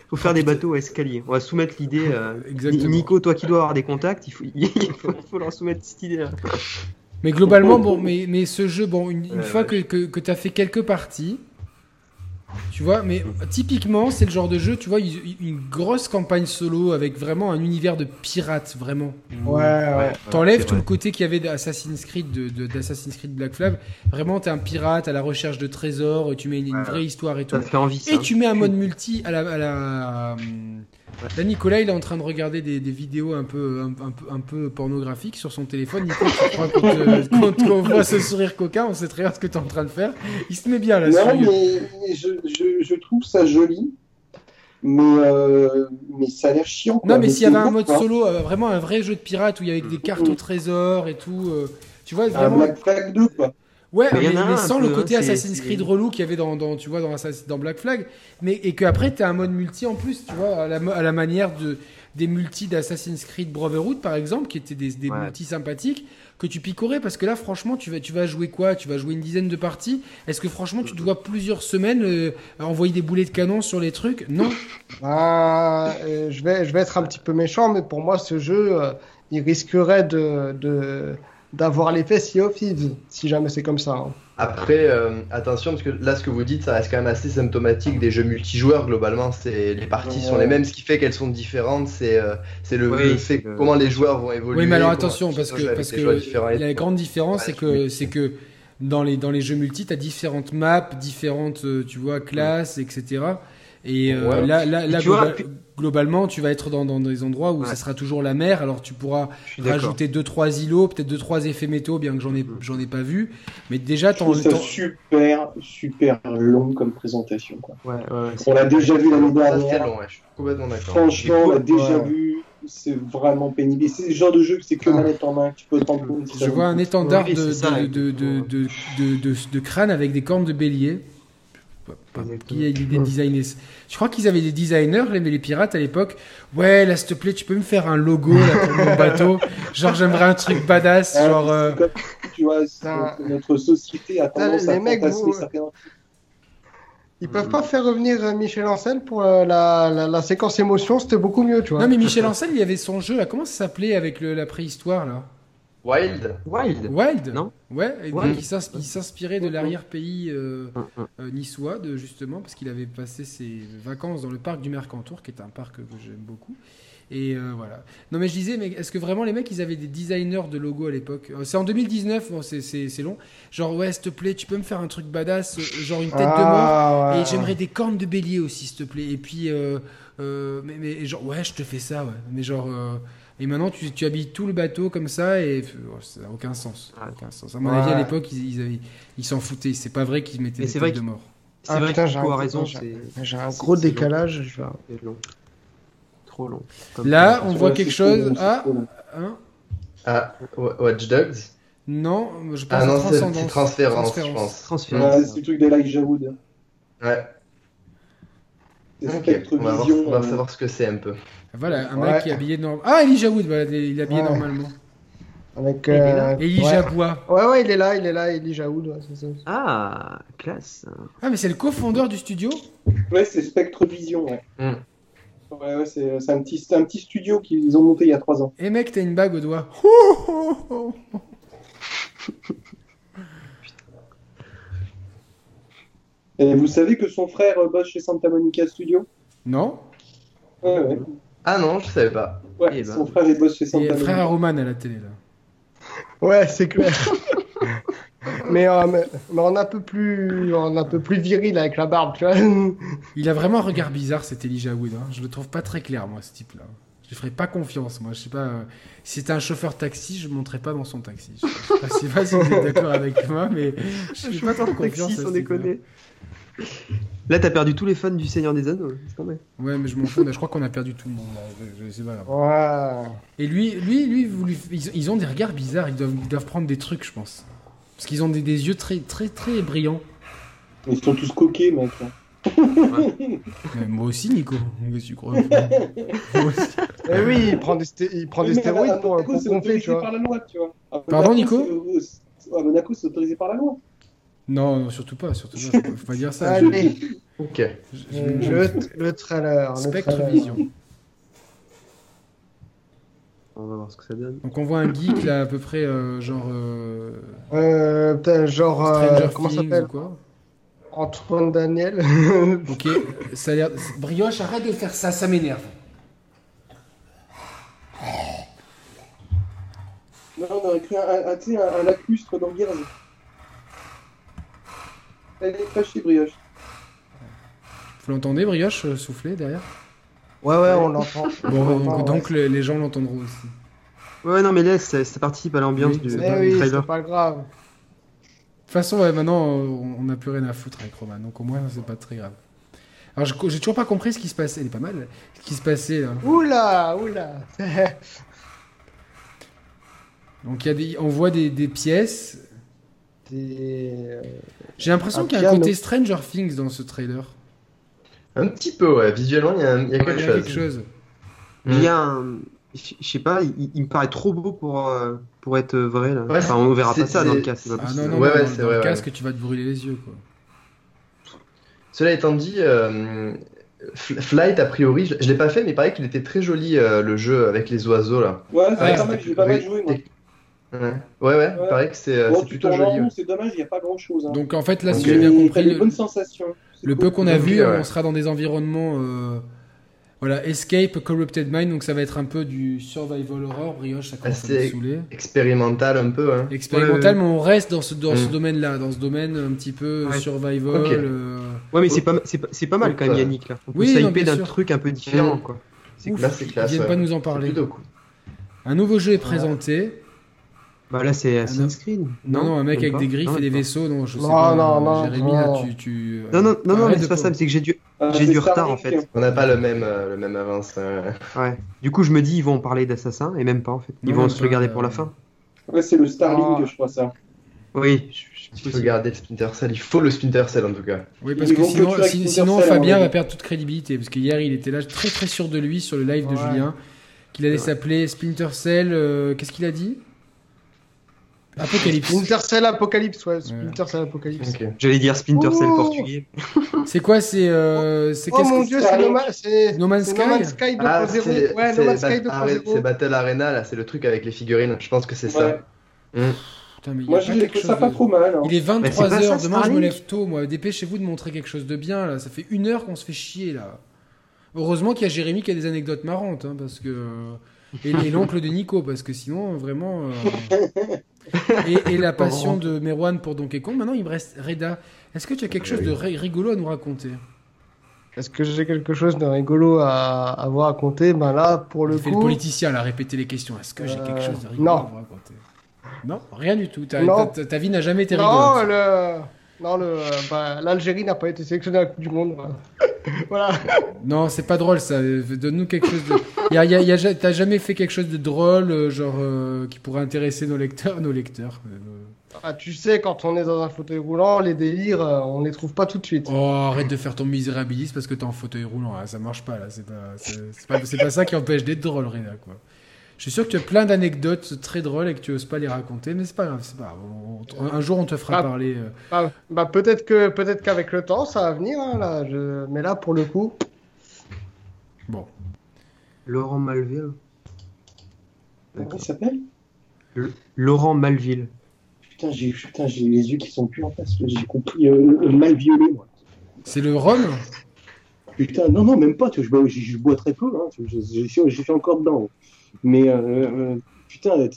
F: Faut faire des bateaux à escalier. On va soumettre l'idée. euh,
A: Exactement.
F: Nico, toi qui dois avoir des contacts, il faut, il faut, il faut leur soumettre cette idée. là
A: mais globalement, bon, mais, mais ce jeu, bon, une, une
E: Ouais,
A: fois
E: ouais.
A: que, que, que t'as fait quelques parties, tu vois, mais typiquement, c'est le genre de jeu, tu vois, il- il- une grosse campagne solo avec vraiment un univers de pirates, vraiment.
D: Ouais, ouais.
A: T'enlèves
E: c'est
A: tout le
E: vrai.
A: côté qu'il y avait d'Assassin's Creed, de- de- d'Assassin's Creed Black Flag. Vraiment, t'es un pirate à la recherche de trésors, tu mets une, une
E: Ouais.
A: vraie histoire et tout.
F: Ça fait envie. Ça.
A: Et tu mets un mode multi à la. À la... euh, Là, Nicolas, il est en train de regarder des, des vidéos un peu, un, un peu, un peu pornographiques sur son téléphone. Nico, tu crois quand, euh, quand- quand on voit ce sourire coquin, on sait très bien ce que tu es en train de faire. Il se met bien là. sur
B: Non,
A: YouTube.
B: mais mais je, je, je trouve ça joli, mais, euh, mais ça a l'air chiant. quoi.
A: Non, mais s'il y
B: c'est
A: avait un
B: ouvert,
A: mode
B: quoi.
A: solo, euh, vraiment un vrai jeu de pirate où il y avait des cartes au trésor et tout. euh, tu vois,
B: Un
A: vraiment.
B: Black Flag 2, quoi.
A: Ouais, mais,
F: Mais y en a
A: mais
F: un
A: sans
F: peu,
A: le
F: hein,
A: côté
F: c'est-
A: Assassin's
F: c'est-
A: Creed relou qu'il y avait dans, dans, tu vois, dans, Assassin- dans Black Flag, mais et qu'après t'as un mode multi en plus, tu vois, à la, mo- à la manière de des multis d'Assassin's Creed Brotherhood par exemple, qui étaient des, des
F: Ouais.
A: multis sympathiques que tu picorais parce que là franchement tu vas tu vas jouer quoi Tu vas jouer une dizaine de parties Est-ce que franchement
F: Euh.
A: tu dois plusieurs semaines euh, à envoyer des boulets de canon sur les trucs Non.
D: Bah, euh, je, vais, je vais être un petit peu méchant, mais pour moi, ce jeu, euh, il risquerait de, de, d'avoir l'effet Sea of Thieves, si jamais c'est comme ça. hein.
E: Après, euh, attention, parce que là, ce que vous dites, ça reste quand même assez symptomatique des jeux multijoueurs. Globalement, c'est les parties sont les mêmes. Ce qui fait qu'elles sont différentes, c'est euh, c'est le,
F: Oui,
E: le fait
F: c'est le-
E: comment les joueurs vont évoluer.
A: Oui, mais alors
E: comment
A: attention,
E: ils
A: parce
E: sont
A: que,
E: avec
A: parce
E: des joueurs différents
A: que
E: et
A: la
E: tout.
A: grande différence, c'est
E: Ouais,
A: que,
E: je-
A: c'est que dans les, dans les jeux multi, t'as différentes maps, différentes, euh, tu vois, classes, etc. Et euh,
E: Ouais.
A: là, là,
F: Et
A: là,
F: tu vois,
A: globa-
F: puis-
A: globalement, tu vas être dans, dans des endroits où
F: Ouais.
A: ça sera toujours la mer. Alors tu pourras
F: hein. Je suis d'accord. Mm.
A: rajouter deux trois îlots, peut-être deux trois effets métaux, bien que j'en ai, j'en ai pas vu. Mais déjà,
B: Je
A: t'en-
B: trouve ça
A: t'en-
B: super, super long comme présentation. Quoi.
F: Ouais, ouais, ouais, c'est-
B: On l'a déjà vu l'année
E: Ça, c'était
B: dernière.
E: long, ouais, je suis complètement d'accord.
B: Franchement, on l'a déjà
C: Ouais.
B: vu. C'est vraiment pénible. Et C'est le genre de jeu que c'est que manette en main que tu peux t'en compte.
A: Ah. je vois un E étendard
F: Oui,
A: de,
F: c'est ça,
A: de, de, de,
F: exactement.
A: de, de- de- de crâne avec des cornes de bélier. Je sais pas Qui a eu l'idée de designer ça Je crois qu'ils avaient des designers, les, les pirates à l'époque. Ouais, là, s'il te plaît, tu peux me faire un logo là, pour mon bateau. Genre, j'aimerais un truc badass.
B: Ah,
A: Genre, euh,
B: c'est comme, tu vois, c'est-
D: Putain.
B: notre société
E: Ah,
B: a
D: Putain,
B: tendance
D: les
B: à
D: mecs,
B: fantasmer
D: vous-
B: certains-
D: Ils peuvent pas faire revenir euh, Michel Ancel pour euh, la, la, la séquence émotion, c'était beaucoup mieux, tu vois.
A: Non, mais Michel Ancel, il y avait son jeu là. Comment ça s'appelait avec le- la préhistoire là
E: Wild
F: Wild.
A: Wild
F: Non
A: Ouais, et donc
F: Wild. Hum,
A: il s'ins- il s'inspirait de l'arrière-pays euh, euh, niçois, de, justement, parce qu'il avait passé ses vacances dans le parc du Mercantour, qui est un parc que j'aime beaucoup. Et euh, voilà. Non, mais je disais, mais est-ce que vraiment les mecs, ils avaient des designers de logos à l'époque Euh, C'est en 2019, bon, c'est- c'est c'est long. Genre, ouais, s'il te plaît, tu peux me faire un truc badass, euh, genre une tête de mort
D: Ah, ouais.
A: et j'aimerais des cornes de bélier aussi, s'il te plaît. Et puis, euh, euh, mais, mais genre, ouais, je te fais ça, ouais. Mais genre, euh, et maintenant, tu, tu habilles tout le bateau comme ça, et oh, ça n'a aucun sens.
F: Ouais.
A: Aucun sens. À mon
D: Ouais.
A: avis, à l'époque, ils ils avaient- ils s'en foutaient. C'est pas vrai qu'ils mettaient
F: Mais
A: des
F: c'est
A: têtes
F: vrai
A: de
F: que-
A: mort.
F: C'est
D: Ah,
F: vrai
D: putain,
F: que
D: j'ai
F: Nico
D: un-
F: a raison,
D: j'ai-
F: c'est
D: J'ai un
F: C'est-
D: gros
F: c'est long.
D: décalage. Je vais...
F: c'est long. Trop long. Comme-
A: Là, on
B: Ouais,
A: voit
B: c'est
A: quelque
B: trop
A: chose.
B: long, c'est
A: Ah,
B: trop long.
A: hein
E: Ah, Wa- Watch Dogs
A: non, je pense
E: Ah
A: à
E: non, c'est
A: transcendance.
E: c'est transférence, je
A: Transférence.
E: pense. Mm.
F: Transférence.
B: Ouais, C'est le truc d'Elijah Wood.
E: Ouais,
B: C'est
E: ok.
B: spectre
E: On va, voir,
B: vision,
E: on va
B: euh,
E: savoir ce que c'est un peu.
A: Voilà, un
D: Ouais.
A: mec qui est habillé normalement. Ah, Elijah Wood, voilà, il est habillé
D: Ouais.
A: normalement.
D: Avec,
F: Il est
D: euh,
F: là.
A: Elijah
D: ouais.
A: Bois.
D: ouais, ouais, il est là, il est là, Elijah Wood. ouais, c'est ça.
F: Ah, classe.
A: Ah, mais c'est le cofondeur du studio
B: Ouais, c'est Spectre Vision. Ouais,
E: Hmm.
B: ouais, ouais, c'est euh, c'est un, petit- c'est un petit studio qu'ils ont monté il y a trois ans.
A: Eh mec, t'as une bague au doigt. Oh, oh, oh.
B: Et vous savez que son frère euh, bosse chez Santa Monica Studio
A: Non
B: Ouais, ouais.
E: Ah non, je savais pas.
B: Ouais,
F: Eh ben.
B: son frère il bosse chez
A: Et
B: Santa
A: frère à
B: Monica.
A: Roman à la télé là.
D: Ouais, c'est clair. mais, euh, mais, mais on est un peu plus, on est un peu plus viril avec la barbe, tu vois.
A: Il a vraiment un regard bizarre cet Elijah Wood. hein. Je le trouve pas très clair moi ce type là. Je lui ferais pas confiance moi. Je sais pas. euh, si c'était un chauffeur taxi, je monterais pas dans son taxi. Je je sais pas si vous êtes d'accord avec moi, mais je fais pas trop confiance. à ce type-là.
F: Là, t'as perdu tous les fans du Seigneur des Anneaux. C'est quand même.
A: Ouais, mais je m'en fous. mais Je crois qu'on a perdu tout le monde. là. Je- je- c'est pas grave.
D: Ouais.
A: Et lui, lui, lui, vous lui- ils, ils ont des regards bizarres. Ils doivent, ils doivent prendre des trucs, je pense. Parce qu'ils ont des, des yeux très, très, très brillants.
B: Ils sont tous coqués, mec.
A: Mais moi aussi, Nico. Qu'est-ce que tu crois Moi aussi.
D: Eh oui, il prend des, sté- il prend des
B: Mais à- à
D: stéroïdes pour,
B: Monaco,
D: pour
B: c'est
D: gonfler,
B: autorisé
D: tu vois.
B: par la loi, tu vois. À
A: Pardon,
B: Monaco,
A: Nico
B: c'est- c'est- À Monaco, c'est autorisé par la loi.
A: Non, non, surtout pas, surtout pas. Faut- Faut pas dire ça. Je-
D: Allez,
E: Ok.
A: je- je-
D: euh,
A: je-
D: le, le trailer. le
A: Spectre
D: trailer.
A: Vision.
F: On va voir ce que ça donne.
A: Donc on voit un geek là à peu près euh, genre euh,
D: Euh, putain, genre, euh,
A: Stranger
D: comment ça
A: Things
D: s'appelle
A: ou quoi.
D: Antoine Daniel.
A: Ok, ça a l'air. Brioche, arrête de faire ça, ça m'énerve.
B: Non, on aurait cru un, un, un, tu sais, un- un lacustre dans Gears. Elle est pas chez Brioche.
A: Vous l'entendez, Brioche euh, souffler derrière
D: ouais, ouais, on l'entend.
A: Bon,
D: On
A: donc,
D: l'entend, Ah, ouais.
A: donc les, les gens l'entendront aussi.
F: Ouais, non, mais là, ça, ça participe à l'ambiance
A: Oui,
F: du,
A: c'est-
F: du
D: Eh oui,
F: trailer.
D: c'est pas grave.
A: De toute façon, ouais, maintenant euh, on n'a plus rien à foutre avec Roman, donc au moins c'est pas très grave. Alors je- j'ai toujours pas compris ce qui se passait. Elle est pas mal. Ce qui se passait hein. là.
D: Oula, oula.
A: Donc il y a des, on voit des, des pièces.
D: Des-
A: J'ai l'impression
D: Un
A: qu'il y a un
D: piano.
A: côté Stranger Things dans ce trailer.
E: Un petit peu, ouais. Visuellement, il y, a un- il y a
A: Il y a
E: quelque chose. Hmm.
A: quelque chose.
E: Mm.
F: Il y a un. Je je sais pas, il, il me paraît trop beau pour, euh, pour être vrai là.
E: Ouais.
F: Enfin, on verra pas
E: C'est-
F: ça dans le
E: c'est-
F: cas, c'est pas
A: Ah
F: possible.
A: non non,
E: Ouais,
A: non,
E: ouais,
A: dans-
E: c'est
A: dans
E: vrai,
A: le
E: ouais.
A: casque tu vas te brûler les yeux quoi.
E: Cela étant dit, euh, F- Flight, a priori, je, je l'ai pas fait, mais il paraît qu'il était très joli euh, le jeu avec les oiseaux là.
B: Ouais, c'est
A: Ah, Ouais,
B: pas mal, Ah, j'ai pas mal joué, moi.
E: Ouais, ouais, ouais, il
B: Ouais.
E: paraît que c'est euh,
B: Bon,
E: c'est
B: tu
E: plutôt
B: tournes en
E: joli.
B: rond,
E: ouais.
B: c'est dommage, il n'y a pas grand chose. Hein.
A: Donc en fait là si
E: Ok.
A: j'ai bien
B: Mais
A: compris
B: t'as des
A: le,
B: bonnes sensations. C'est
A: le
B: cool.
A: peu qu'on a
E: Ok,
A: vu
E: ouais.
A: on sera dans des environnements euh, voilà Escape Corrupted Mind donc ça va être un peu du survival horror brioche ça commence à me
E: Assez-
A: saouler
E: Expérimental un peu, hein.
A: expérimental
F: Ouais,
A: mais on reste dans ce dans ce
E: Mm.
A: domaine là dans ce domaine un petit peu
F: Ouais.
A: survival
E: Ok.
A: euh,
F: Ouais, mais c'est pas, c'est pas, c'est pas mal quand même, Yannick. Là. On peut
A: Oui, non,
F: s'hyper
A: bien
F: d'un
A: sûr.
F: truc un peu différent, quoi.
E: C'est
A: Ouf,
E: classe, c'est
A: Ils
E: classe.
A: viennent
E: ouais.
A: pas nous en
E: C'est
A: parler.
E: plutôt cool.
A: Un nouveau jeu est présenté.
F: Bah là, c'est
A: non.
F: Assassin's Creed.
A: Non, non, un mec avec
F: même pas.
A: des griffes
F: Non,
A: et des
F: même pas.
A: vaisseaux. Non, je sais
D: Non,
A: pas. euh,
D: non, non,
A: Jérémy, là,
D: non.
A: tu. tu- euh,
F: Non, non, non, non,
A: Arrête
F: mais c'est
A: de
F: pas
A: po-
F: ça, c'est que j'ai du,
B: Euh,
F: j'ai
B: c'est
F: du retard en
B: Starlink.
F: fait.
E: On n'a pas le même, euh, le même avance. hein.
F: Ouais. Du coup, je me dis, ils vont en parler d'Assassin et même pas en fait. Ils
A: Non,
F: vont
A: même
F: se
A: pas,
F: le garder
A: euh,
F: pour la fin.
B: Ouais, c'est le Starlink,
D: Ah.
B: je crois ça.
F: Oui, je- je-
E: Il faut garder le Splinter Cell. Il faut le Splinter Cell en tout cas.
A: Oui, parce
B: Ils
A: que
B: vont
A: sinon,
B: clôturer
A: si-
B: avec
A: sinon
B: Universal, à mon
A: Fabien va
B: avis.
A: perdre toute crédibilité. Parce que hier, il était là très très sûr de lui sur le live de
D: Ouais.
A: Julien. Qu'il allait
F: Ouais.
A: s'appeler Splinter Cell. euh, Qu'est-ce qu'il a dit Apocalypse.
D: Splinter Cell Apocalypse, ouais. Splinter Cell Apocalypse.
E: Ok.
F: j'allais dire Splinter Cell
D: Oh
F: portugais.
A: C'est quoi C'est. euh, c'est
D: Oh
A: qu'est-ce
D: mon
A: que-
D: dieu, c'est No Ma- c'est- c'est
A: No
D: No
A: Man's
D: Man's
A: Sky
D: Sky 2.0.
E: Ah, c'est
D: ouais, No
E: c'est
D: Man's
E: Bat-
D: Sky
E: arrête,
D: 2.0.
E: c'est Battle Arena là, c'est le truc avec les figurines. Je pense que c'est
B: Ouais.
E: ça.
A: Putain, mais il y a
B: Moi,
A: pas
B: je j'ai
A: quelque
B: trouvé ça
A: chose
B: pas
A: de-
B: trop mal. hein.
A: Il est
F: Mais c'est
A: 23h,
F: pas ça,
A: demain je me
F: Starlink
A: lève tôt, moi. Dépêchez-vous de montrer quelque chose de bien, là. Ça fait une heure qu'on se fait chier, là. Heureusement qu'il y a Jérémy qui a des anecdotes marrantes, hein, parce que. euh, Et, et l'oncle de Nico, parce que sinon, vraiment. euh, Et, et la passion de Merwan pour Donkey Kong. Maintenant, il me reste Reda. Est-ce que tu as quelque
D: Ah
A: chose de ri- rigolo à nous raconter
D: Est-ce que j'ai quelque chose de rigolo à avoir à compter Ben là, pour
A: Il
D: le
A: fait
D: coup.
A: le politicien, là, répéter les questions. Est-ce que j'ai quelque chose de
D: Euh,
A: rigolo
D: non.
A: à vous raconter Non, rien du tout. Ta,
D: Non.
A: ta- ta vie n'a jamais été rigolote.
D: non, le... non, le... bah, l'Algérie n'a pas été sélectionnée à la Coupe du Monde. voilà. voilà.
A: Non, c'est pas drôle ça. Euh, Donne-nous quelque chose de. Y a- y a- y a- T'as jamais fait quelque chose de drôle, euh, genre euh, qui pourrait intéresser nos lecteurs, nos lecteurs. euh,
D: Ah, tu sais, quand on est dans un fauteuil roulant, les délires, euh, on les trouve pas tout de suite.
A: Oh, arrête de faire ton misérabilisme parce que t'es en fauteuil roulant. hein, Ça marche pas là. C'est pas, c'est- c'est pas, c'est pas ça qui empêche d'être drôle, Rina. Quoi. Je suis sûr que tu as plein d'anecdotes très drôles et que tu oses pas les raconter, mais c'est pas grave. C'est pas. grave. On- on- un jour, on te fera
D: Ah.
A: parler. euh,
D: Bah, bah, peut-être que peut-être qu'avec le temps, ça va venir. hein, là. Je... Mais là, pour le coup,
A: Bon.
F: Laurent Malville.
B: Comment il s'appelle
F: Laurent Malville.
B: Putain, j'ai putain, j'ai les yeux qui sont plus en face. J'ai compris euh, euh, mal violé, moi.
A: C'est le rhum.
B: Putain, non, non, même pas. tu vois, Je bois, je- je bois très peu. Hein, tu vois, je, je, suis- je suis encore dedans. Mais euh, euh, putain, euh,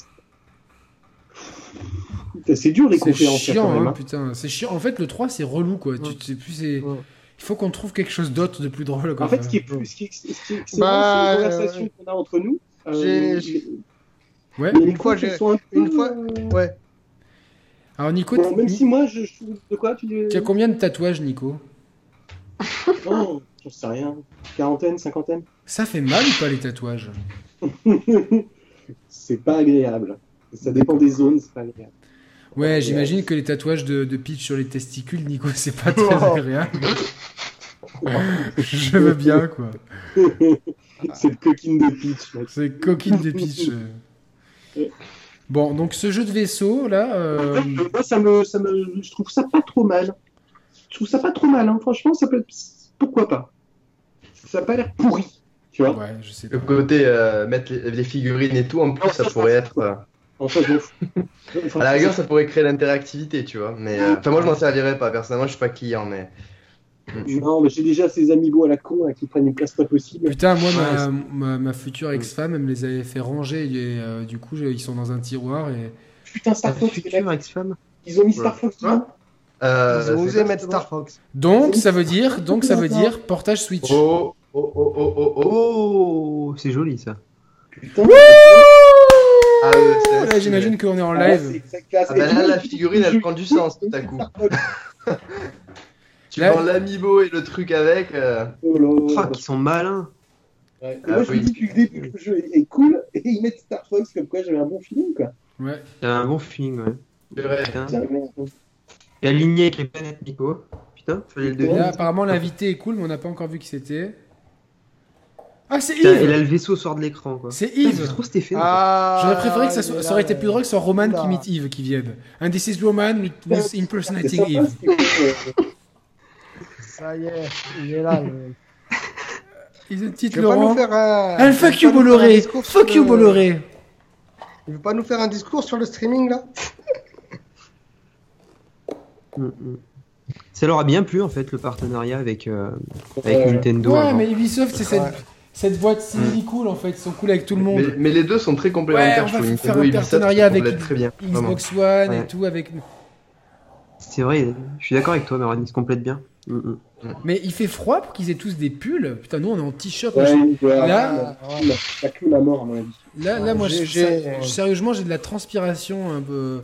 B: putain, c'est dur les
A: C'est
B: conférences là,
A: chiant,
B: quand même.
A: hein,
B: hein.
A: putain. C'est chiant. En fait, le 3, c'est relou, quoi. Tu, tu sais plus, c'est.
D: Ouais.
A: Il faut qu'on trouve quelque chose d'autre de plus drôle. Quoi.
B: hein. En fait, ce qui est plus, ce qui, ce qui- ce qui est excellent,
D: Bah,
B: c'est les conversations qu'on a entre nous. euh,
D: j'ai-
A: Ouais.
B: les
D: Une fois,
B: couples
D: j'ai-
B: sont un peu,
D: une fois-
B: euh,
D: ouais.
A: Alors, Nico,
B: bon,
A: tu-
B: même
A: Ni-
B: si moi, je, je trouve de quoi tu dis
A: tu as combien de tatouages, Nico
B: Oh, j'en sais rien. Quarantaine, cinquantaine.
A: Ça fait mal ou pas les tatouages
B: c'est pas agréable. Ça dépend des zones, c'est pas agréable.
A: Ouais,
B: Ouais.
A: j'imagine que les tatouages de, de Peach sur les testicules, Nico, c'est pas très
D: Oh.
A: agréable. Je veux bien, quoi.
B: Cette coquine de pitch, mec.
A: C'est coquine de Peach. euh. Bon, donc ce jeu de vaisseau, là, euh,
B: Moi, ça me, ça me, je trouve ça pas trop mal. Je trouve ça pas trop mal, hein. franchement, ça peut être... Pourquoi pas Ça a pas l'air pourri, tu vois
A: ouais, je sais
E: Le
A: pas.
E: côté euh, mettre les, les figurines et tout, en plus ça pourrait être. euh,
B: Enfin, je m'en fous. Enfin,
E: à la rigueur, ça pourrait créer l'interactivité, tu vois. Mais euh, enfin, moi je m'en servirais pas. Personnellement, je suis pas client, mais.
B: Non, mais j'ai déjà ces amigos à la con là, qui prennent une place pas possible.
A: Putain, moi, ma-
E: Ouais,
A: ma, ma, future ex-femme, elle me les avait fait ranger. Et, euh, du coup, je- ils sont dans un tiroir. Et...
B: Putain,
F: Ta
B: Star Fox, les mecs,
F: future ex-femme
B: ils ont mis Star Fox
E: Ouais.
B: dedans
E: Euh,
D: Ils ont
E: c'est
D: osé
E: pas-
D: mettre Star Fox.
A: Donc, ça veut dire, donc, ça veut dire portage Switch.
E: Oh, oh, oh, oh, oh, oh.
F: Oh, c'est joli ça.
B: Putain,
E: Ah, euh, c'est-
A: Là, j'imagine qu'on est en
B: ah,
A: live.
B: c'est que ça classe.
E: Ah, bah,
B: Et
E: là,
B: tout,
E: la
B: tout,
E: figurine,
B: tout,
E: elle prend du sens tout à coup.
B: Star Fox.
E: Tu
A: Là-
E: prends l'amibo et le truc avec. euh,
B: Oh là là.
F: Fuck, ils sont malins.
B: Ouais.
E: Ah,
B: moi, je
E: oui.
B: me dis depuis le début que le jeu est- est cool, et ils mettent Star Fox comme quoi j'avais un bon feeling, quoi.
A: Ouais.
F: T'as un bon feeling, ouais.
E: c'est vrai.
A: Ah.
F: Putain.
B: Tiens, merde.
F: Et aligné avec les planètes, Nico. Putain, fallait le
A: Là,
F: deviner.
A: apparemment, l'invité est cool, mais on n'a pas encore vu qui c'était. Ah, c'est
F: Putain, Et là,
A: Yves
F: le vaisseau sort de l'écran, quoi.
A: C'est
F: Putain, C'est
A: Yves
F: trop Stéphane.
D: Ah,
A: J'aurais préféré que ça, soit-
D: mais
A: ça aurait
D: là,
A: été plus drôle que ce soit Roman
D: Oula.
A: qui imite Yves qui vienne. And this is Roman with- with
B: C'est
A: impersonating
B: sympa,
A: Yves.
B: ce qu'ils font, euh,
D: Ça y est, il est là. le-
A: Ils ont titre
D: Tu veux pas
A: Laurent.
D: nous faire un.
A: Ah,
D: tu
A: fuck
D: veux
A: you
D: pas nous faire un
A: Bolloré
D: discours
A: Fuck
D: sur
A: you
D: le-
A: Bolloré
D: Tu veux pas nous faire un discours sur le streaming là
F: Mm, mm. Ça leur a bien plu en fait le partenariat avec, euh, avec
B: Ouais.
F: Nintendo.
A: Ouais,
F: avant.
A: mais Ubisoft, c'est cette,
D: Ouais.
A: cette boîte
F: Mm.
A: si cool en fait. Ils sont cool avec tout le monde.
E: Mais, mais les deux sont très complémentaires.
A: Ouais, on
E: je
A: va
E: trouve.
A: faire
E: Nintendo
A: un
E: et Ubisoft
A: partenariat
E: se complètent
A: avec
E: très bien. vraiment.
A: Xbox One et
F: Ouais.
A: tout avec.
F: C'est vrai, je suis d'accord avec toi, Marwan, ils se complètent bien. Mm,
A: Mais il fait froid pour qu'ils aient tous des pulls. Putain, nous on est en t-shirt.
B: Ouais,
A: machin.
B: Ah, ouais,
A: Là-
B: ça cloue la- ça cloue la mort, à mon avis.
A: Là, là,
D: Ouais,
A: moi,
D: j'ai-
A: je- ça-
D: j'ai- euh,
A: sérieusement, j'ai de la transpiration un peu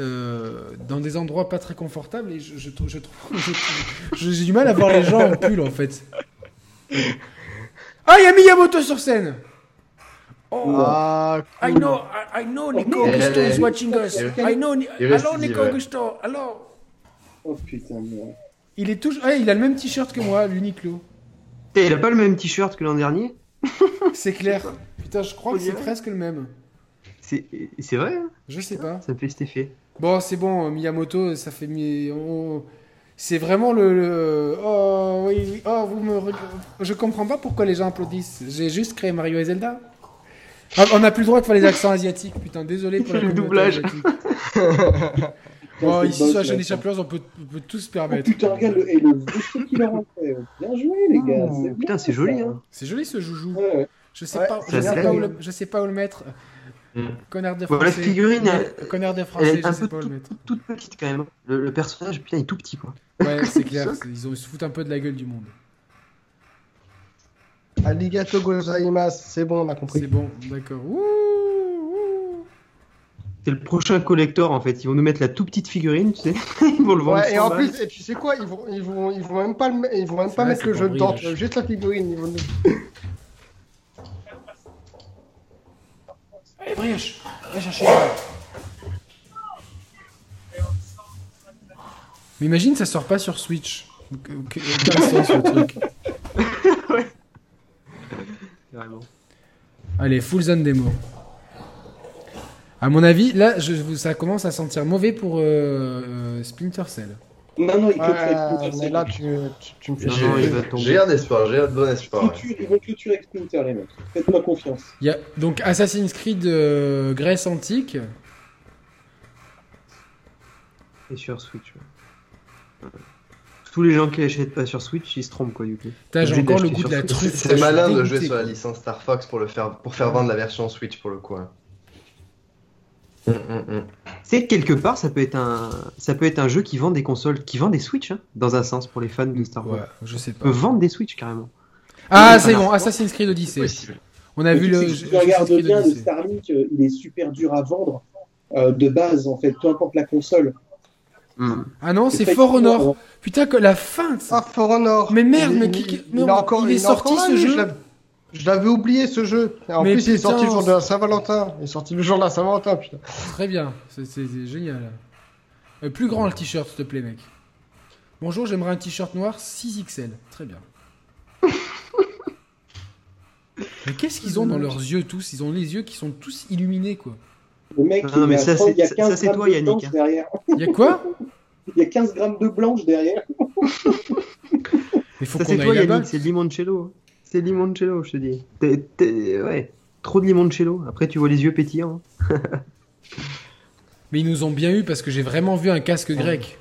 A: euh, dans des endroits pas très confortables et je, je, trou- je trouve, je trouve- je- j'ai du mal à voir les gens en pull en fait. Ah, il y a Miyamoto sur scène. Oh,
D: Ah,
A: I
D: cool.
A: know, I, I know, Nico
E: Elle,
A: Augusto
E: elle,
A: is
E: elle.
A: watching us. I know, Ni-
E: Il reste
A: alors
E: ici,
A: Nico
E: ouais.
A: Augusto, alors.
B: Oh putain, merde.
A: Il est toujours, ouais, il a le même t-shirt que moi, l'Uniqlo.
F: Et il a pas le même t-shirt que l'an dernier
A: C'est clair. Putain, je crois que c'est
F: dirait.
A: presque le même.
F: C'est c'est vrai, hein
A: Je sais pas.
F: ça me fait cet effet.
A: Bon, c'est bon, euh, Miyamoto, ça fait. mi- on- C'est vraiment le, le- Oh, oui, oui. Oh, vous me. re- Je comprends pas pourquoi les gens applaudissent. J'ai juste créé Mario et Zelda. Ah, on n'a plus le droit de faire les accents asiatiques, putain, désolé pour la
F: Le
A: communauté
F: doublage.
A: asiatique.
B: Putain,
A: bon,
B: c'est
A: ici,
B: boss,
A: sur la
B: là,
A: chaîne des
B: ça.
A: Chapelures, on peut, on peut tout se
B: Oh
A: permettre.
B: putain, regarde le, et le vaisseau qu'il a rentré. Bien joué, les gars.
D: Mmh.
B: c'est bien,
F: Ah, Putain, c'est joli, hein
A: C'est joli ce joujou.
B: Ouais, ouais.
A: Je sais,
D: Ouais,
A: pas,
F: ça
A: je, sais
F: se
A: pas
F: fait.
A: où le, je sais pas où le mettre.
F: Mm.
A: Connard de
F: Bon,
A: français.
F: la figurine, elle-
A: Connard de
F: elle
A: français,
F: est
A: Ah, je
F: un
A: sais
F: peu
A: pas où le mettre.
F: toute, toute petite quand même. hein. Le, le personnage, putain, il est tout petit quoi.
A: Ouais, c'est clair, c'est- ils, ont, ils se foutent un peu de la gueule du monde.
D: Arigato gozaimasu, c'est bon, on a
A: C'est
D: compris.
A: bon, d'accord. Ouh, ouh.
F: C'est le prochain collector en fait. Ils vont nous mettre la tout petite figurine, tu sais. Ils vont le vendre.
D: Ouais, et
F: 100
D: en
F: balles.
D: plus, et tu sais quoi, ils vont, ils vont, ils vont même pas, le- ils vont même
A: C'est
D: pas
A: vrai,
D: mettre
A: c'est
D: le
A: pas
D: jeu dedans,
A: brillant.
D: tu vois, juste la figurine. Ils vont...
A: Allez, Eh, brioche, va chercher. là. Mais imagine, ça sort pas sur Switch. Donc, euh, que- Aucun sens le truc.
F: Carrément.
A: Allez, full zone démo. À mon avis, là, je, vous- ça commence à sentir mauvais pour euh, euh, Splinter Cell.
B: Non, non, il clôture
D: Ouais,
B: avec
D: mais
B: Splinter.
D: là, tu, tu, tu me fais
F: Non,
D: chier.
F: non, il va
E: J'ai
F: tomber.
E: j'ai un espoir, j'ai un bon espoir.
B: Ils
E: ouais.
B: clôturent- Ils vont clôturer avec Splinter, les mecs. Faites-moi confiance.
A: Il y a donc Assassin's Creed euh, Grèce antique.
F: Et sur Switch. ouais. Voilà. Tous les gens qui l'achètent pas sur Switch, ils se trompent quoi du coup.
A: Putain, j'ai
F: Obligé
A: encore le
F: d'acheter
A: goût
F: sur
A: de la
F: Switch.
A: truffe.
E: C'est
A: putain, je suis
E: malin de jouer
A: dégoûté,
E: sur
A: quoi.
E: la licence Star Fox pour, le faire, pour faire vendre la version Switch pour le coup. hein. Mm, mm, mm.
F: C'est quelque part, ça peut être un, ça peut être un jeu qui vend des consoles, qui vend des Switch, hein, dans un sens pour les fans de Star Wars.
A: Ouais, je sais
F: On peut
E: Euh,
A: pas.
F: vendre des Switch carrément.
A: Ah,
F: Ouais,
A: c'est
F: voilà.
A: bon, Assassin's Creed
E: C'est
A: Odyssey.
E: possible.
A: On a
B: Le
A: vu
B: truc,
A: le.
B: c'est que Si tu
A: Assassin's
B: regardes
A: Creed
B: bien, le
A: Odyssey.
B: Starlink, euh, il est super dur à vendre euh, de base, en fait, peu importe la console.
F: Hmm.
A: Ah non, c'est
B: pas
A: For
B: évident,
A: Honor.
B: hein.
A: Putain, que la fin de ça.
D: Ah, For Honor.
A: Mais merde,
D: Il-
A: mais qui-
D: il-
A: qui-
D: il
A: mais
D: a
A: on-
D: encore,
A: il est
D: a encore
A: sorti,
D: là,
A: ce
D: lui,
A: jeu
D: je l'avais- Je l'avais oublié ce jeu. Et en
A: Mais
D: plus, il est
A: putain,
D: sorti le jour de
A: c'est-
D: la Saint-Valentin. Il est sorti le jour de la Saint-Valentin, putain.
A: Très bien, c'est c'est- c'est génial. Euh, plus grand le t-shirt, s'il te plaît, mec. Bonjour, j'aimerais un t-shirt noir 6XL. Très bien. mais qu'est-ce qu'ils ont dans leurs yeux tous Ils ont les yeux qui sont tous illuminés, quoi.
B: Le mec,
F: Non, non,
B: il,
F: mais
B: a
F: ça,
B: 30 il y a
F: c'est-
B: 15
F: ça, c'est
B: grammes
F: toi,
B: de
F: Yannick,
B: blanche
F: hein.
B: derrière.
A: Il y a quoi
B: Il y a 15 grammes de blanche derrière.
A: Mais faut qu'on
F: Ça c'est
A: aille
F: toi
A: là-bas.
F: Yannick, c'est limoncello. C'est limoncello, je te dis. T'es- t'es- ouais, trop de limoncello. Après tu vois les yeux pétillants. hein.
A: Mais ils nous ont bien eu parce que j'ai vraiment vu un casque grec.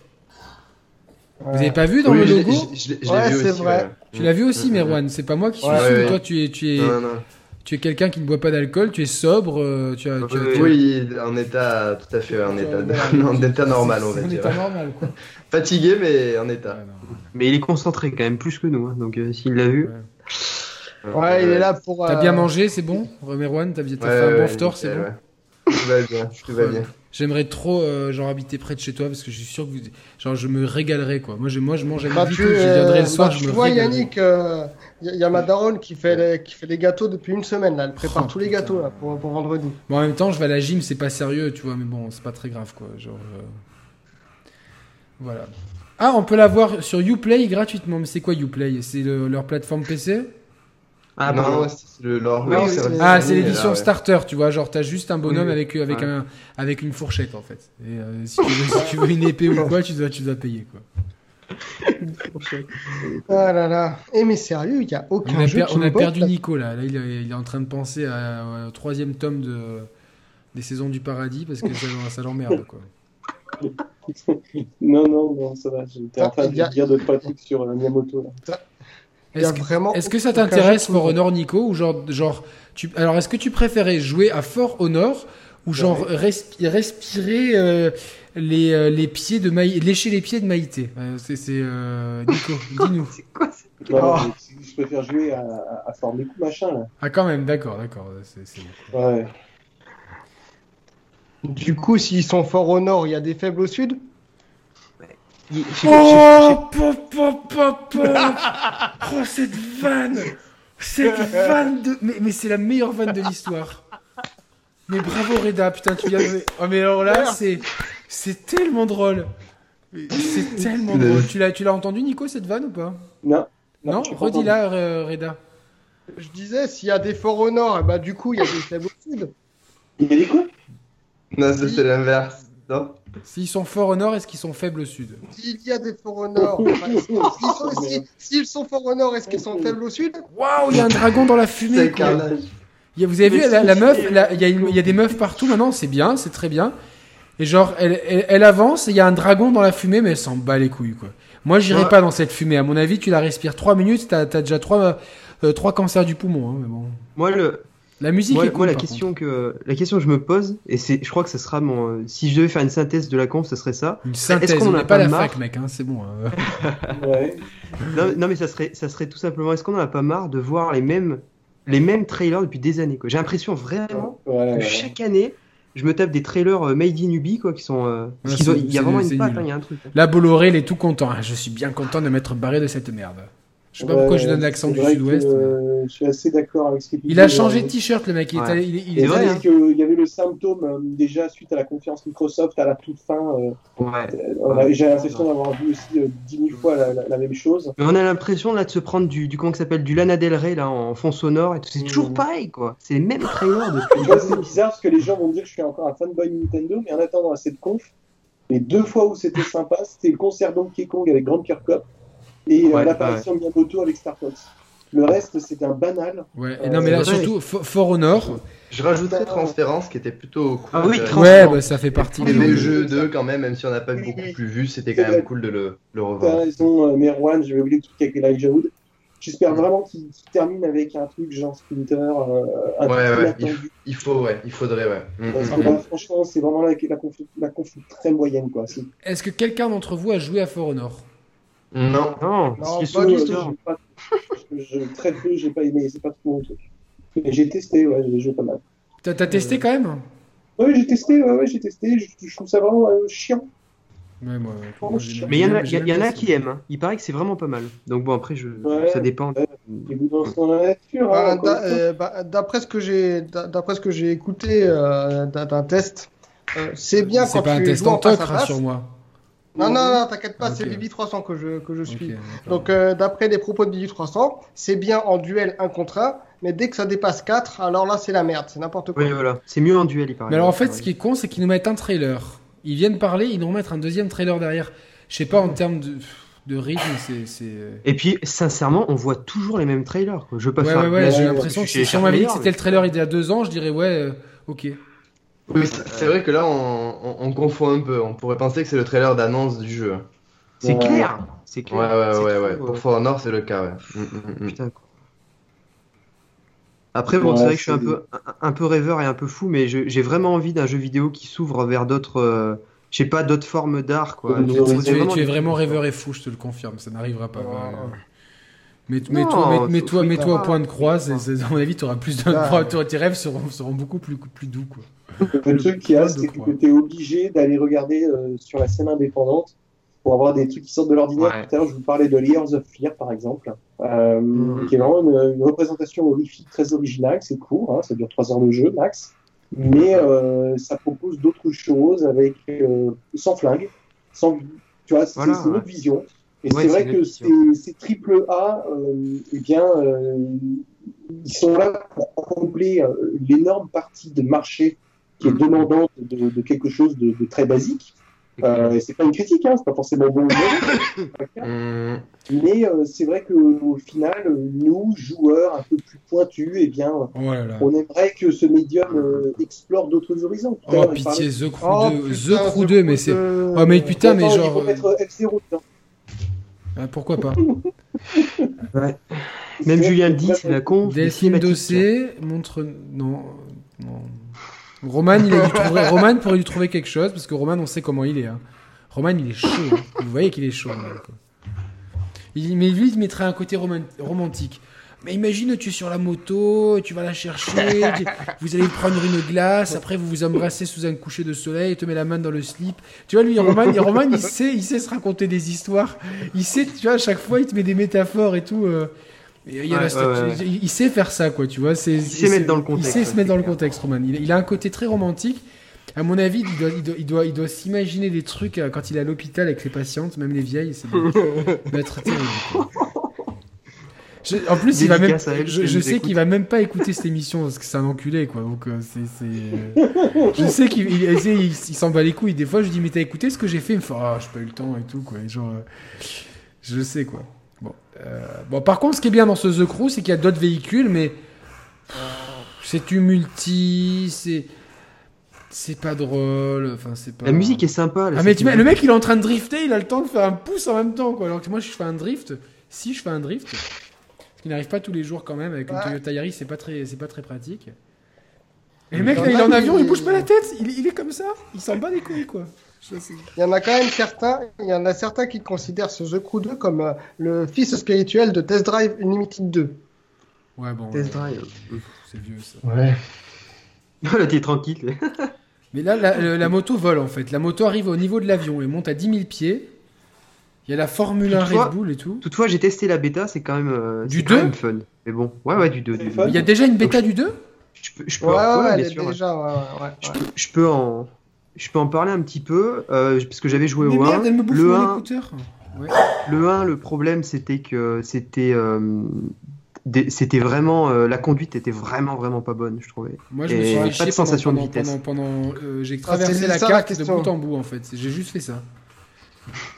D: Ouais.
A: Vous avez pas vu dans
E: Oui,
A: le
E: je l'ai-
A: logo
E: je- je l'ai- je l'ai
D: Ouais,
E: vu
D: c'est
E: aussi,
D: vrai.
E: ouais.
A: Tu l'as vu aussi,
E: Mm, mm,
A: Merwan. C'est pas moi qui suis
D: Ouais,
A: sous.
E: ouais,
A: Toi,
E: ouais.
A: tu es, tu
E: mm.
A: es,
E: Non, non.
A: tu es quelqu'un qui ne boit pas d'alcool. Tu es sobre. euh, Tu as, tu as- tu as-
E: Oui, en état, tout à fait, en état, en état normal, on va
A: C'est un
E: dire.
A: état normal, quoi.
E: Fatigué, mais en état.
A: Ouais, non.
F: Mais il est concentré quand même plus que nous, hein. donc euh, s'il l'a vu.
A: Ouais.
D: Ouais, il est là pour.
A: T'as
D: euh,
A: bien mangé, c'est bon Merwan, t'as bien- t'as
E: Ouais,
A: fait un
E: ouais,
A: bon
E: ouais,
A: ftor, c'est
E: nickel,
A: bon
E: ouais. Tout va bien, tout va bien.
A: J'aimerais trop, euh, genre, habiter près de chez toi parce que je suis sûr que vous... Genre, je me régalerais, quoi. Moi, je, moi, je mange à
D: Bah,
A: midi,
D: tu,
A: tout, je
D: euh,
A: viendrai le
D: bah,
A: soir,
D: tu
A: je me
D: vois,
A: régalerais.
D: Yannick, il y, a ma daronne qui fait, les, qui fait les gâteaux depuis une semaine. Là. Elle prépare
A: Oh,
D: tous les
A: putain.
D: gâteaux là, pour, pour vendredi.
A: Bon, en même temps, je vais à la gym, c'est pas sérieux, tu vois, mais bon, c'est pas très grave, quoi. Genre. euh, Voilà. Ah, on peut l'avoir sur Uplay gratuitement, mais c'est quoi Uplay C'est le- leur plateforme PC
F: Ah
E: non,
F: pardon.
E: c'est le lore.
D: Ah, oui,
E: c'est
D: c'est-
E: vrai.
A: Ah, c'est
E: Oui,
A: l'édition
E: là, ouais.
A: starter, tu vois, genre t'as juste un bonhomme
F: Oui, oui.
A: avec euh, avec
F: Ouais.
A: un avec une fourchette en fait. Et euh, si, tu veux, si tu veux une épée ou quoi, tu dois tu dois payer quoi.
D: Ah là là. Eh, mais sérieux, il n'y a
A: On
D: aucun
A: a,
D: jeu.
A: per-
D: qui
A: on a
D: me botte,
A: perdu
D: là.
A: Nico là. Là, il est, il est en train de penser à- euh, au troisième tome de des saisons du paradis parce que ça, ça l'emmerde quoi.
B: Non, non, non, ça va. J'étais en train de
D: Il y a-
B: dire de pratique sur euh, Miyamoto. Là.
D: Il y a
A: Est-ce que-
D: vraiment.
A: Est-ce que ça
D: aucun jeu
A: t'intéresse
D: qui me
A: For
D: botte.
A: Honor Nico ou genre genre tu alors est-ce que tu préférais jouer à For Honor ou genre respi- respirer euh, les, euh, les pieds de Maï- lécher les pieds de Maïté. Euh, c'est c'est, euh, Nico, dis-nous.
F: C'est quoi ça
B: Voilà, Bah mais Je préfère jouer à, à, à forme des coups, machin, là.
A: Ah quand même, d'accord, d'accord. c'est- c'est bon.
B: Ouais.
D: Du coup, s'ils sont forts au nord, il y a des faibles au sud
F: Il- je- je- je-
A: Oh, pop, pop, pop, pop. Oh, cette vanne Cette vanne de... Mais, mais c'est la meilleure vanne de l'histoire. Mais bravo Reda, putain, tu viens de... Oh, mais alors là, c'est... C'est tellement drôle. C'est tellement
E: Le-
A: drôle. Tu l'as, tu l'as entendu, Nico, cette vanne ou pas
B: Non.
A: Non,
B: je suis pas entendu.
A: redis-la, euh, Reda.
D: Je disais, s'il y a des forts au nord, eh ben, du coup, il y a des faibles au sud.
B: Il y a des quoi
E: Non, ça, c'est l'inverse. Non
A: S'ils sont forts au nord, est-ce qu'ils sont faibles au sud
D: S'il y a des forts au nord, eh ben, s'ils
B: Oh,
D: sont- si- s'ils sont forts au nord, est-ce qu'ils sont faibles au sud
A: Waouh, il y a un dragon dans la fumée.
E: C'est
A: quoi.
E: carnage.
A: Il y a- Vous avez
B: Mais
A: vu, la,
B: si,
A: la
B: si,
A: meuf,
B: si.
A: la- il y, a une- il y a des meufs partout maintenant, c'est bien, c'est très bien. Et genre, elle, elle, elle avance, et il y a un dragon dans la fumée, mais elle s'en bat les couilles, quoi. Moi, j'irai
F: Ouais.
A: pas dans cette fumée. À mon avis, tu la respires 3 minutes, t'as as déjà 3, cancers du poumon. hein, mais bon.
F: Moi, le,
A: La musique
F: moi,
A: est cool,
F: moi, la,
A: par contre.
F: question que, la question que je me pose, et c'est, je crois que ce sera mon. euh, si je devais faire une synthèse de la conf, ce serait ça.
A: Une synthèse,
F: qu'on
A: on
F: en a
A: n'est pas à
F: pas
A: la
F: marre
A: fac, mec, hein, c'est bon. hein.
B: Ouais.
F: Non, non, mais ça serait, ça serait tout simplement. Est-ce qu'on en a pas marre de voir les mêmes, les mêmes trailers depuis des années quoi J'ai l'impression vraiment
B: Ouais, ouais.
F: que chaque année, je me tape des trailers euh, made in Ubi, quoi, qui sont. euh, parce
A: Ouais,
F: qu'ils
A: c'est-
F: ont- il y a
A: c'est-
F: vraiment
A: c'est
F: une patte,
A: nul.
F: hein, il y a un truc. hein.
A: Là, Bolloré, il est tout content. Ah, Je suis bien content de m'être barré de cette merde. Je sais pas
B: Ouais,
A: pourquoi je donne
B: c'est
A: l'accent du
B: vrai
A: sud-ouest.
B: que,
A: mais-
B: euh, Je suis assez d'accord avec ce que tu
A: Il
B: dis,
A: a changé
B: euh,
A: de t-shirt, le mec. Il est
F: Ouais.
A: allé- il est- il
F: Et
A: est
F: vrai,
A: allé-
F: hein.
B: Il y avait le symptôme euh, déjà suite à la conférence Microsoft à la toute fin. euh,
F: Ouais.
B: on avait- J'ai l'impression d'avoir vu aussi euh, dix mille fois la, la- la même chose.
F: Mais on a l'impression là de se prendre du, du comment que ça s'appelle du Lana Del Rey là en fond sonore et tout. C'est toujours
B: Mm.
F: pareil quoi. C'est les mêmes trailers depuis.
B: Tu vois, c'est bizarre parce que les gens vont me dire que je suis encore un fanboy Nintendo, mais en attendant à cette conf, les deux fois où c'était sympa, c'était le concert Donkey Kong avec Grand Kirkhope et euh,
F: Ouais,
B: l'apparition de Miyamoto avec Star Fox. Le reste, c'était un banal.
A: Ouais. Et
B: Euh,
A: non, mais là,
F: c'est vrai.
A: surtout, Fo- Fort Honor.
E: Je rajouterais Transférence qui était plutôt cool.
F: Ah oui,
E: Euh,
F: Transférence.
A: Ouais, bah, ça fait partie
E: Il y
A: des.
B: Mais-
E: avait
B: Oui,
E: le
B: oui,
E: jeu
B: oui.
E: 2 quand même, même si on n'a pas
B: Oui,
E: beaucoup
B: oui.
E: plus vu, c'était quand
B: C'est
E: même
B: vrai.
E: cool de le,
B: T'as
E: le revoir.
B: raison, euh, Merwan, j'avais oublié le truc avec Elijah Wood. J'espère vraiment qu'il qu'il termine avec un truc genre Splinter, euh, un
E: Ouais,
B: truc
E: ouais,
B: inattendu.
E: Il faut, ouais, il faudrait, ouais. Mm,
B: Parce
E: mm,
B: que
E: mm.
B: là, franchement, c'est vraiment la, la, conf, la conf très moyenne, quoi. C'est
A: Est-ce que quelqu'un d'entre vous a joué à Fort Honor
E: Non,
F: Non,
D: Non,
F: c'est
D: pas du
F: sous
B: peu,
D: tout.
F: l'histoire.
B: euh, j'ai pas- je- je- très peu, j'ai pas aimé, c'est pas trop mon truc. Mais j'ai testé, ouais, j'ai joué pas mal.
A: T'as t'as testé quand même
B: Ouais, j'ai testé, ouais, ouais, j'ai testé, je, je trouve ça vraiment euh, chiant.
A: Ouais, moi.
B: moi, j'ai-
F: Oh, Mais il y en a,
A: j'ai
F: y a-
A: même
F: y en a
A: testé.
F: qui aiment. hein. Il paraît que c'est vraiment pas mal. Donc bon après je,
B: Ouais.
F: ça dépend.
B: Ouais. Les bouts dans dans la nature,
D: Bah,
B: hein, encore
D: d'a-
B: une fois.
D: euh, bah, D'après ce que j'ai, d'a- d'après ce que j'ai écouté euh, d'un d'un test, euh, c'est bien
A: C'est
D: quand
A: pas un
D: tu
A: test hein,
D: joues
A: en
D: en face
A: toc,
D: à face.
A: rassure-moi.
D: Non, non, non, t'inquiète pas, c'est
A: Ok.
D: Bibi 300 que je que je
A: Ok,
D: suis.
A: d'accord.
D: Donc euh, d'après les propos de Bibi 300, c'est bien en duel 1 contre 1, mais dès que ça dépasse 4, alors là c'est la merde, c'est n'importe quoi.
F: Oui voilà. C'est mieux en duel il paraît.
A: Mais alors en fait, ce
F: Ouais.
A: qui est con, c'est qu'ils nous mettent un trailer. Ils viennent parler, ils nous remettent un deuxième trailer derrière. Je sais pas, en termes de, de rythme, c'est. c'est-
F: Et puis sincèrement on voit toujours les mêmes trailers. Quoi. Je veux pas
A: Ouais,
F: faire.
A: ouais, ouais,
F: la-
A: j'ai
B: ouais,
A: l'impression que
F: je suis
A: si si on m'avait dit que
F: charmeur,
A: c'était
F: mais-
A: le trailer il y a deux ans, je dirais ouais, euh, ok.
E: Oui, c'est c'est vrai que là, on, on- on confond un peu. On pourrait penser que c'est le trailer d'annonce du jeu.
F: C'est
B: Ouais.
F: clair. C'est
E: Ouais,
F: clair.
E: ouais,
F: C'est
E: ouais,
F: trop,
E: ouais.
F: euh,
E: Pour For Honor, c'est le cas, ouais. Mm, mm, mm.
F: Putain, quoi. Après, bon, c'est
B: Ouais,
F: vrai que je suis un
B: c'est-
F: peu, un, un peu rêveur et un peu fou, mais je- j'ai vraiment envie d'un jeu vidéo qui s'ouvre vers d'autres, euh, je sais pas, d'autres formes d'art, quoi.
B: Ouais,
F: Donc,
B: tu-
F: c'est
A: Tu, es- tu es
F: des-
A: vraiment rêveur et fou, je te le confirme, ça n'arrivera pas. voilà. Mais, mais
F: Non,
A: toi, mais, mais
F: faut-
A: toi,
F: faut y
A: mais toi au
F: croire.
A: point de croix, c'est- c'est- à mon avis, t'auras plus de,
D: Ah.
A: toi, tes rêves seront, seront beaucoup plus, plus doux. Quoi.
B: Le truc qu'il y a,
A: le-
B: c'est
A: le-
B: que t'es obligé d'aller regarder euh, sur la scène indépendante pour avoir des trucs qui sortent de l'ordinaire.
F: Ouais.
B: Tout à l'heure, je vous parlais de Layers of Fear, par exemple, euh,
F: Mhm.
B: qui est vraiment une, une représentation horrifique très originale. C'est court, hein, ça dure trois heures de jeu, max. Mais euh, ça propose d'autres choses avec euh, sans flingue, sans, tu vois, c'est
F: Voilà,
B: c'est une
F: ouais.
B: autre vision. Et c'est
F: Ouais, c'est
B: vrai
F: une
B: que
F: autre
B: ces,
F: vision.
B: ces triple A, euh, eh bien, euh, ils sont là pour combler euh, l'énorme partie de marché qui est demandante de, de quelque chose de, de très basique. Euh, et c'est pas une critique, hein, c'est pas forcément bon ou mauvais,
E: Mm.
B: mais euh, c'est vrai que au final, euh, nous joueurs un peu plus pointus, eh bien,
A: Oh là là.
B: on aimerait que ce médium euh, explore d'autres horizons. Tout à
A: Oh
B: l'heure, il parlait-
A: pitié, The Crew
D: Oh,
A: 2,
D: putain,
A: The Crew
D: ce
A: 2, mais
D: coup
A: c'est.
D: de-
A: Oh mais putain, mais
B: Attends, il
A: genre.
B: faut mettre F0 dedans.
A: euh, ah, pourquoi pas
F: Même Julien le dit, c'est la con.
A: DLC dossier montre. Non. non. Roman, il a dû trouver- Roman pourrait lui trouver quelque chose, parce que Roman, on sait comment il est. hein. Roman, il est chaud. hein. Vous voyez qu'il est chaud. Roman, quoi. Il, mais lui, il mettrait un côté roman- romantique. Mais imagine, tu es sur la moto, tu vas la chercher, tu- vous allez prendre une glace, après vous vous embrassez sous un coucher de soleil, il te met la main dans le slip. Tu vois, lui, Roman, il- Roman, il, sait, il sait se raconter des histoires. Il sait, tu vois, à chaque fois, il te met des métaphores et tout. euh, et il y a
F: Ouais,
A: la statue-
F: ouais, ouais.
A: Il, il sait faire ça, quoi, tu vois. c'est-
F: Il sait mettre dans le contexte,
A: Il sait
F: ouais,
A: se
F: c'est
A: mettre dans le
F: clair.
A: contexte, Roman. Il, il a un côté très romantique. À mon avis, il doit, il doit, il doit, il doit s'imaginer des trucs euh, quand il est à l'hôpital avec les patientes, même les vieilles. C'est être terrible. quoi. Je- en plus, il va même,
F: Dédicace à elle,
A: je,
F: si elle
A: je
F: nous
A: sais qu'il va même pas écouter cette émission parce que c'est un enculé, quoi. Donc, euh, c'est, c'est- je sais qu'il il, il- il- il s'en bat les couilles. Des fois, je lui dis, mais t'as écouté ce que j'ai fait Il me fait, ah, j'ai pas eu le temps et tout, quoi. Et genre, euh, je sais, quoi. Bon. euh, bon, par contre, ce qui est bien dans ce The Crew, c'est qu'il y a d'autres véhicules, mais pff, c'est tumulti, c'est. C'est pas drôle, enfin, c'est pas.
F: La musique est sympa. là,
A: Ah mais
F: cette
A: tu mets-
F: musique.
A: le mec il est en train de drifter, il a le temps de faire un pouce en même temps quoi. Alors que moi je fais un drift, si je fais un drift, ce qui n'arrive pas tous les jours quand même avec une
D: Ouais.
A: Toyota Yaris, c'est pas très c'est pas très pratique. Et
D: Mais
A: le mec
D: quand
A: là, il est en
D: même,
A: avion,
D: il-
A: il bouge pas la tête, il, il est comme ça, il s'en bat les couilles quoi. Je sais.
D: Il y en a quand même certains, il y en a certains qui considèrent ce The Crew 2 comme euh, le fils spirituel de Test Drive Unlimited 2.
A: Ouais bon,
F: Test drive.
A: c'est vieux ça.
C: Ouais.
F: Là, t'es tranquille.
A: Mais là la, le- la moto vole en fait, la moto arrive au niveau de l'avion et monte à 10 000 pieds. Il y a la Formule 1
F: Toutefois-
A: Red Bull et tout.
F: Toutefois, j'ai testé la bêta, c'est quand même. euh,
A: Du
F: c'est quand
A: deux
F: même fun. Mais bon, ouais, ouais, du 2.
B: C'est fun.
A: Il y a déjà une bêta du 2
F: Je peux, je peux,
D: Ouais, ouais,
F: ouais, bien
D: elle est
F: sûr, ouais.
D: déjà. ouais, ouais, ouais.
F: Je, peux, je peux en, je peux en parler un petit peu, euh, parce que j'avais joué
A: Mais
F: au 1.
A: merde, elle me bouffe
F: le
A: mon
F: un.
A: écouteur.
F: Le 1, le problème, c'était que c'était. euh, des- c'était vraiment. euh, la conduite était vraiment, vraiment pas bonne, je trouvais.
A: Moi, je
F: Et
A: me suis fait
F: pas de
A: chier
F: sensation de
A: pendant, pendant-
F: vitesse.
A: pendant- pendant, euh, j'ai
D: Ah, c'est
A: traversé la
D: ça, la
A: carte de
D: question.
A: bout en bout en fait. J'ai juste fait ça.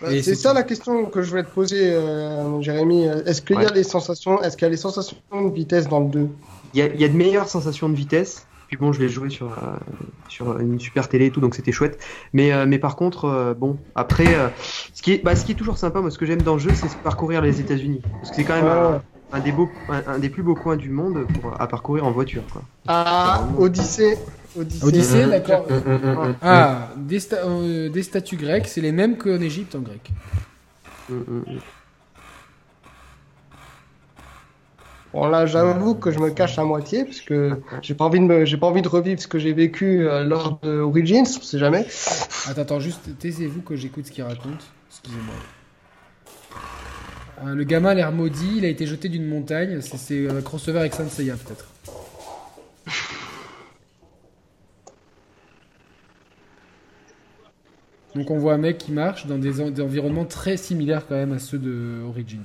D: Bah,
A: Et
D: c'est
A: c'est
D: ça
A: tout.
D: la question que je voulais te poser, euh, Jérémy. Est-ce qu'il y a
F: Ouais.
D: les sensations, est-ce qu'il y a les sensations de vitesse dans le 2
F: Il y a, il y a de meilleures sensations de vitesse. Puis bon, je l'ai joué sur, euh, sur une super télé et tout, donc c'était chouette. Mais, euh, mais par contre, euh, bon, après, euh, ce, qui est, bah, ce qui est toujours sympa, moi, ce que j'aime dans le jeu, c'est parcourir les États-Unis. Parce que c'est quand même
B: Ah
F: un- un, des beaux, un, un des plus beaux coins du monde pour, à parcourir en voiture, quoi.
D: Ah, Odyssée. Odyssée.
A: Odyssée,
D: Euh,
A: d'accord.
E: Hum, hum, hum, hum.
A: Ah, des, sta- euh, des statues grecques, c'est les mêmes qu'en Égypte en grec.
F: Hum, hum, hum.
D: Bon là, j'avoue que je me cache à moitié parce que j'ai pas envie de me, j'ai pas envie de revivre ce que j'ai vécu euh, lors de Origins, on sait jamais.
A: Attends, attends, juste taisez-vous que j'écoute ce qu'il raconte. Excusez-moi. Ah, le gamin a l'air maudit, il a été jeté d'une montagne. C'est- C'est un crossover avec Saint Seiya peut-être. Donc on voit un mec qui marche dans des, en- des environnements très similaires quand même à ceux de Origins.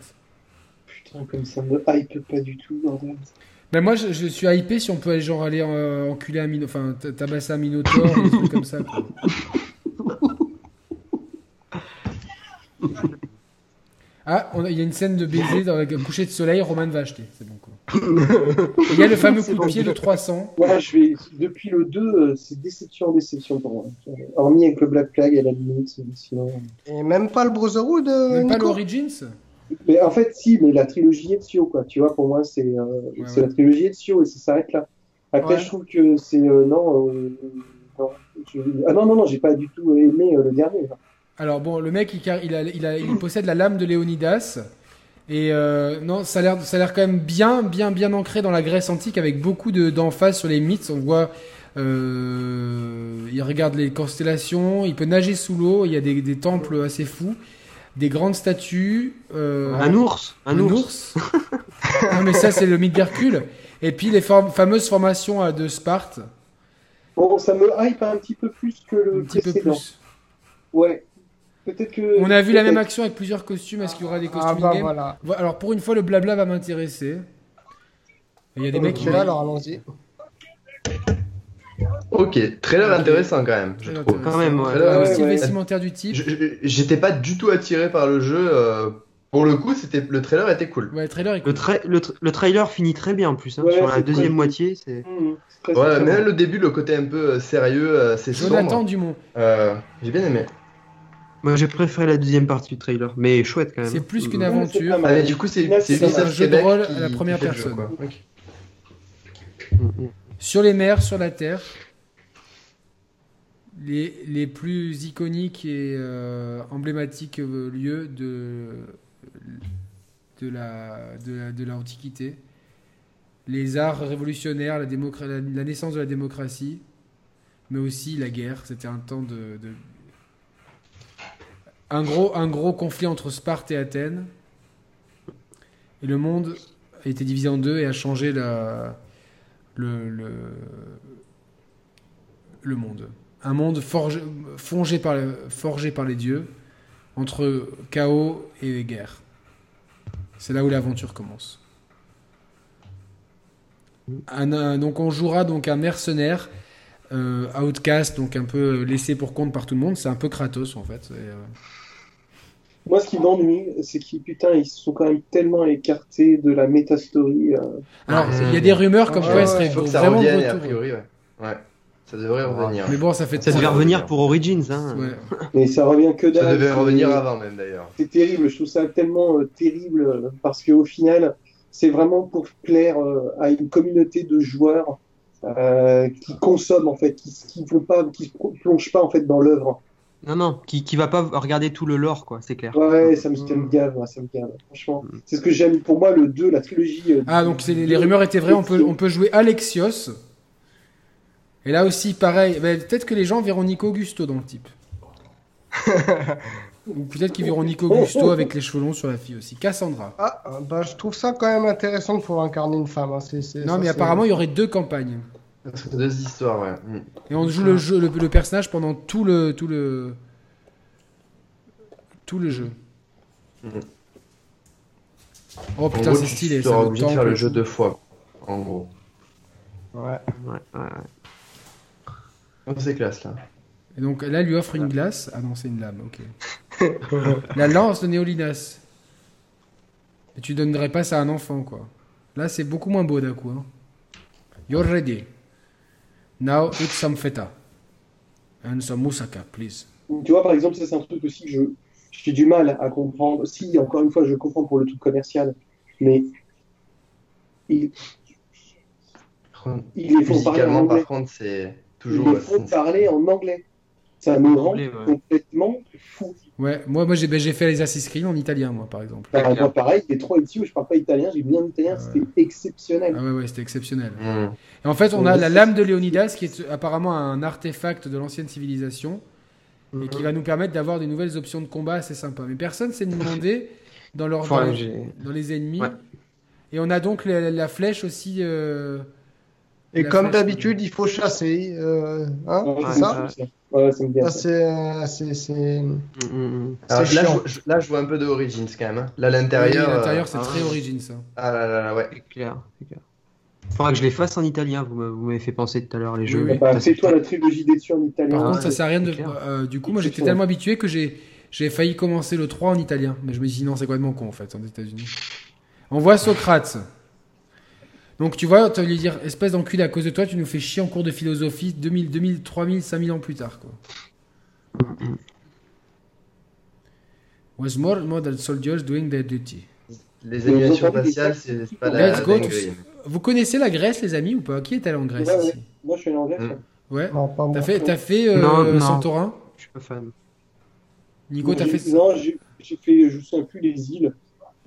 B: Putain, comme ça me hype pas du tout, bordel.
A: Ben moi je, je suis hypé si on peut aller genre aller euh, enculer un mino, enfin t- tabasser un minotaure, des trucs comme ça. quoi. Ah, on a- il y a une scène de baiser dans la coucher de soleil, Roman va acheter, c'est bon quoi. Et Il y a le fameux coup de pied de 300.
B: Ouais, je vais... Depuis le 2, euh, c'est déception en déception pour moi. Euh, Hormis avec le Black Flag, à la limite, sinon... euh.
D: Et même pas le Brotherhood. euh,
A: Même pas
D: Nico
A: l'Origins
B: Mais en fait, si, mais la trilogie Ezio, quoi. Tu vois, pour moi, c'est euh,
A: Ouais,
B: c'est
A: ouais.
B: la trilogie Ezio et ça s'arrête là. Après,
A: Ouais.
B: je trouve que c'est. euh, non, euh, non. Je- Ah non, non, non, j'ai pas du tout aimé euh, le dernier. là.
A: Alors bon, le mec il, car- il, a- il, a- il possède la lame de Léonidas. Et euh, non, ça a l'air, ça a l'air quand même bien, bien, bien ancré dans la Grèce antique avec beaucoup de, d'emphase sur les mythes. On voit, euh, il regarde les constellations, il peut nager sous l'eau. Il y a des, des temples assez fous, des grandes statues. euh,
F: Un ours, un, ours.
A: non mais ça c'est le mythe d'Hercule. Et puis les form- fameuses formations euh, de Sparte,
B: Bon, ça me hype un petit peu plus que le
A: un petit peu
B: précédent.
A: plus.
B: Ouais. Peut-être que.
A: On a vu la même
B: peut-être-
A: action avec plusieurs costumes. Est-ce qu'il y aura des costumes
D: Ah bah
A: in-game
D: voilà.
A: Bon, Alors pour une fois, le blabla va m'intéresser. Et
E: Oh,
A: Il y a des mecs qui
D: Ok, alors allons-y.
E: Ok, trailer intéressant quand même, je
A: Très
E: trouve.
A: intéressant.
F: Quand même, ouais.
A: Le
E: Ouais,
A: style
B: ouais.
A: vestimentaire du type.
E: Je- je- J'étais pas du tout attiré par le jeu. euh, pour le coup, c'était le trailer était cool.
A: Ouais, trailer. est cool.
F: Le, trai- le, tra- le trailer finit très bien en plus, hein,
B: Ouais,
F: sur la
B: c'est
F: deuxième
B: cool.
F: moitié. C'est...
B: Mmh, c'est très
E: Ouais,
B: surprenant.
E: mais le début, le côté un peu euh, sérieux, euh, c'est
A: Jonathan
E: sombre.
A: Dumont.
E: Euh, J'ai bien aimé.
F: Moi j'ai préféré la deuxième partie du trailer, mais chouette quand même.
A: C'est plus qu'une
F: Mm.
B: Ouais, c'est
A: aventure.
B: pas
E: Ah, mais
B: mal.
E: du coup, c'est
B: Là,
E: c'est
B: c'est
A: un
E: Ubisoft
A: jeu de
E: Québec
A: rôle
E: qui-
A: à la
E: qui
A: première
E: fait le jeu,
A: personne.
E: quoi. Ok.
F: Mm, mm.
A: Sur les mers, sur la terre. les, les plus iconiques et euh, emblématiques euh, lieux de, de, la, de, la, de l'Antiquité. Les arts révolutionnaires, la, démocra- la, la naissance de la démocratie, mais aussi la guerre. C'était un temps de. de- Un, gros, un gros conflit entre Sparte et Athènes. Et le monde a été divisé en deux et a changé la, le, le, le monde un monde forgé, fongé par, forgé par les dieux, entre chaos et guerre. C'est là où l'aventure commence. Un- un- donc on jouera donc un mercenaire, euh, outcast, donc un peu laissé pour compte par tout le monde. C'est un peu Kratos en fait. Et, euh,
B: Moi, ce qui m'ennuie, c'est qu'ils, putain, ils se sont quand même tellement écartés de la métastory. euh.
A: Alors
E: Ah, c'est
A: il y a
E: bien.
A: des rumeurs comme
D: Ah,
A: quoi
D: ouais,
A: il serait
E: Il faut que ça
A: vraiment de
E: revienne, et a
A: retour.
E: priori, ouais. Ouais, ça devrait revenir.
A: Mais bon, ça fait
F: Ça devait
A: trois-
F: revenir pour Origins. Hein.
A: Ouais.
B: Mais ça revient que dalle.
E: Ça devait
B: c'est-
E: revenir avant même d'ailleurs.
B: C'est terrible, je trouve ça tellement euh, terrible euh, parce qu'au final, c'est vraiment pour plaire euh, à une communauté de joueurs euh, qui consomment en fait, qui qui vont pas, qui se pro- plongent pas en fait dans l'œuvre.
F: Non, non, qui, qui va pas regarder tout le lore, quoi, c'est clair.
B: Ouais, ça me, ça me gave, ouais, ça me gave. Franchement, c'est ce que j'aime. Pour moi, le 2, la trilogie. euh,
A: Mm. Ah, donc c'est- les, les rumeurs étaient vraies, on peut, on peut jouer Alexios. Et là aussi, pareil, ben, peut-être que les gens verront Nico Gusto dans le type. Ou peut-être qu'ils verront Nico Gusto avec les cheveux longs sur la fille aussi. Cassandra.
D: Ah, euh, bah, je trouve ça quand même intéressant de pouvoir incarner une femme. hein. C'est- c'est-
A: Non,
D: ça,
A: mais
D: c'est-
A: apparemment, il y aurait deux campagnes.
E: C'est deux histoires, ouais. Mm.
A: Et on joue
D: Ah.
A: le, jeu, le, le personnage pendant tout le, tout le, tout le jeu.
D: Mm-hmm.
E: Mhm.
A: Oh
E: En
A: putain,
E: gros,
A: c'est
E: tu
A: stylé. Ça
E: seras
A: me
E: obligé de faire
A: tente.
E: le jeu deux fois, en gros.
D: Ouais.
F: Ouais, ouais, ouais.
E: Oh, c'est classe là.
A: Et donc là, elle lui offre une glace. Ah non, c'est une lame, ok. la lance de Néolinas. Et tu donnerais pas ça à un enfant, quoi. Là, c'est beaucoup moins beau d'un coup. hein. You're ready. Now eat some feta. And some moussaka, please.
B: Tu vois, par exemple, ça, c'est un truc aussi que je j'ai du mal à comprendre. Si, encore une fois, je comprends pour le truc commercial, mais ils, ils les font parler en
E: Musicalement,
B: anglais.
E: par contre, c'est
B: Ils
E: toujours.
B: les font parler en anglais. Ça me rend
F: Anglais, ouais.
B: complètement fou.
A: Ouais, moi, moi j'ai ben, j'ai fait les Assassin's Creed en italien, moi, par exemple.
B: Bah, moi, pareil, les trois ici où je parle pas italien, j'ai bien italien, c'était exceptionnel.
A: Ah ouais, ouais, c'était exceptionnel.
E: Mm.
A: Et en fait, on
B: Ouais,
A: a
B: mais
A: la
B: c'est-
A: lame de Léonidas qui est euh, apparemment un artefact de l'ancienne civilisation et qui va nous permettre d'avoir des nouvelles options de combat assez sympas. Mais personne s'est demandé dans, leur, dans,
F: Enfin,
A: les,
F: j'ai-
A: dans les ennemis.
F: Ouais.
A: Et on a donc la, la flèche aussi. euh,
D: Et
A: la
D: comme
A: flèche-
D: d'habitude, il faut chasser. euh, hein,
B: Ouais,
F: Ouais,
B: c'est
D: ça,
B: fou, ça. Ouais, ça me vient.
D: ça c'est, euh, c'est, c'est-
F: Mm, mm, mm.
E: Alors,
D: C'est
E: là,
D: chiant.
E: je, je- là, je vois un peu de Origins quand même. hein. Là,
A: l'intérieur,
E: l'intérieur. euh,
A: c'est
F: ah
A: très
F: ouais.
A: origine ça.
E: Ah là là là, ouais.
F: C'est clair, c'est clair. Faudra que je les fasse en italien, vous m'avez vous m'avez fait penser tout à l'heure les jeux.
A: Oui, oui.
B: Bah,
F: Ça,
B: Fais-toi la trilogie des tueurs en italien.
A: Par
F: Ah,
A: contre, ça
B: Ouais.
A: sert à rien de.
F: c'est clair.
A: euh, du coup, moi j'étais
B: Exceptionnel.
A: tellement habitué que j'ai j'ai failli commencer le 3 en italien. Mais je me suis dit non, c'est complètement con en fait, en États-Unis. On voit Socrate. Donc tu vois, tu vas lui dire espèce d'enculé à cause de toi, tu nous fais chier en cours de philosophie 2000, 2000, 3000, 5000 ans plus tard. Quoi. Was more modern soldiers doing their duty.
E: Les animations
B: Ils ont pas mis
E: faciales,
B: des
E: c'est c'est pas la
A: Let's go,
E: dinguerie.
A: Vous connaissez la Grèce, les amis, ou pas Qui est allé en Grèce
B: Ouais,
A: ici
B: Moi, je suis allé en Grèce.
E: Mm.
A: Ouais.
D: Non, pas moi.
A: T'as fait, t'as fait euh,
F: Non, non.
A: Santorin
F: Je suis pas fan.
A: Nico, t'as
B: J'ai-
A: fait ça
B: Non, j'ai j'ai fait, je sais plus, les îles.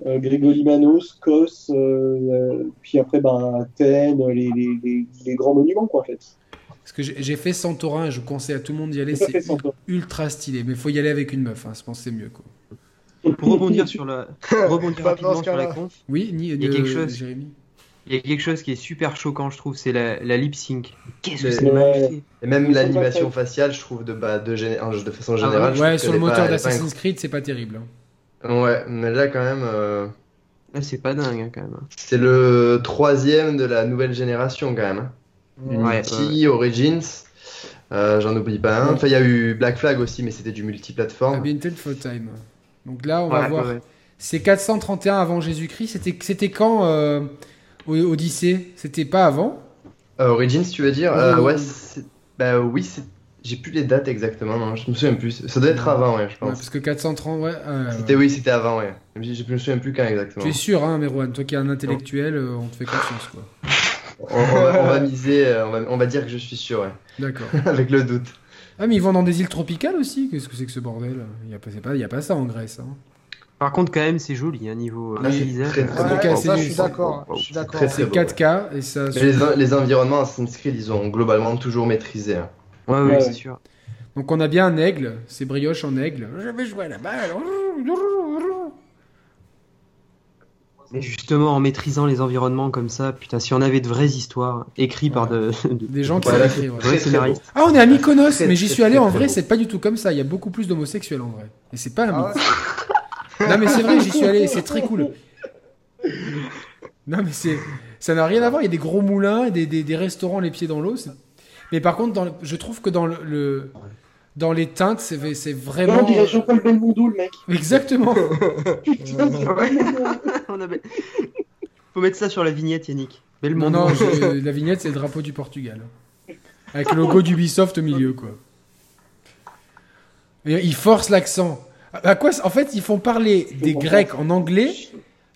B: Euh, Grégolimanos, Kos, euh, euh, puis après, ben, Athènes, les, les, les, les grands monuments, quoi, en fait.
A: Parce que j'ai j'ai fait Santorin et je vous conseille à tout le monde d'y aller,
B: Ça fait
A: c'est
B: sympa.
A: ultra stylé, mais faut y aller avec une meuf, hein, je pense que c'est mieux. Quoi.
F: Pour rebondir sur la, pour rebondir
D: Pas dans
F: rapidement
D: ce
F: sur la
D: cas-là.
F: conf,
A: Oui, ni,
F: Il y a
A: de-
F: quelque chose.
A: Jérémy.
F: il y a quelque chose qui est super choquant, je trouve, c'est la, la lip sync. Qu'est-ce que
E: Mais-
F: c'est mal
B: Ouais.
F: fait
E: Et même
B: Ils sont
E: l'animation
B: pas
E: faciale, je trouve, de, bah, de, gé- en- de façon générale. je
A: Ah, Ouais,
E: trouve
A: sur le
E: qu'elle est
A: moteur
E: pas- elle est pas
A: d'Assassin's Creed, c'est pas terrible. hein.
E: incroyable. Ouais, mais là, quand même, euh,
F: Là, c'est pas dingue hein, quand même.
E: c'est le troisième de la nouvelle génération, quand même. hein.
F: Ouais,
E: Unity,
F: ouais,
E: Origins, euh, j'en oublie pas un. Enfin, il y a eu Black Flag aussi, mais c'était du multiplateforme.
A: Until for Time. Donc là, on
F: Ouais,
A: va voir.
F: ouais.
A: C'est 431 avant Jésus-Christ. C'était c'était quand euh, au- Odyssée C'était pas avant
E: Euh, Origins, tu veux dire Euh,
A: Oui.
E: Ouais, c'est- bah oui, c'est- j'ai plus les dates exactement, non, je me souviens plus. Ça doit être avant, ouais, je
A: Ouais,
E: pense.
A: Parce que 430, ouais. euh,
E: C'était oui, c'était avant, ouais. Je je me souviens plus quand exactement.
A: Tu es sûr, hein, Merwan Toi qui es un intellectuel, euh, on te fait confiance, quoi.
E: On, on va, on va miser, euh, on va, on va dire que je suis sûr, ouais.
A: D'accord.
E: avec le doute.
A: Ah, mais ils vont dans des îles tropicales aussi Qu'est-ce que c'est que ce bordel Il n'y a, pas- c'est pas- il y a pas ça en Grèce. hein.
F: Par contre, quand même, c'est joli, hein, niveau euh,
E: Ah, c'est
F: paysage.
E: très, très
A: Ouais,
E: beau.
A: ok, c'est
D: ça, je
A: du-
D: suis d'accord.
F: wow,
D: Je suis
F: c'est
D: d'accord.
E: très, très-
A: C'est
E: beau,
A: 4K et ça.
E: Mais les, en- les environnements Assassin's Creed, ils ont globalement toujours maîtrisé. hein.
F: Ouais, ouais,
B: Ouais.
F: c'est sûr.
A: Donc on a bien un aigle, c'est brioche en aigle. Je vais jouer à la balle.
F: Mais justement, en maîtrisant les environnements comme ça, putain, si on avait de vraies histoires écrites par de, de
A: Des gens qui
E: Voilà,
A: savent écrire, ouais.
E: Très,
F: vrais
E: très beau.
F: scénaristes.
A: Ah, on est à Mykonos,
E: Très,
A: mais j'y
E: très,
A: suis allé
E: très,
A: en
E: très
A: vrai,
E: beau.
A: c'est pas du tout comme ça. Il y a beaucoup plus d'homosexuels en vrai. Et c'est pas un mythe.
D: Ah ouais.
A: Non, mais c'est vrai, j'y suis allé, c'est très cool. Non, mais c'est, ça n'a rien à voir. Il y a des gros moulins, et des, des, des restaurants les pieds dans l'eau. c'est- Mais par contre, dans le- je trouve que dans le, le- dans les teintes, c'est, c'est
B: Non,
A: vraiment.
B: il a Jean-Paul Belmondo, le mec.
A: Exactement.
B: Putain, c'est vraiment-
F: On avait- Faut mettre ça sur la vignette, Yannick. Belle
A: Non, non, je- la vignette, c'est le drapeau du Portugal. Avec le logo d'Ubisoft au milieu, quoi. Et ils forcent l'accent. À à quoi ça- En fait, ils font parler des Grecs en anglais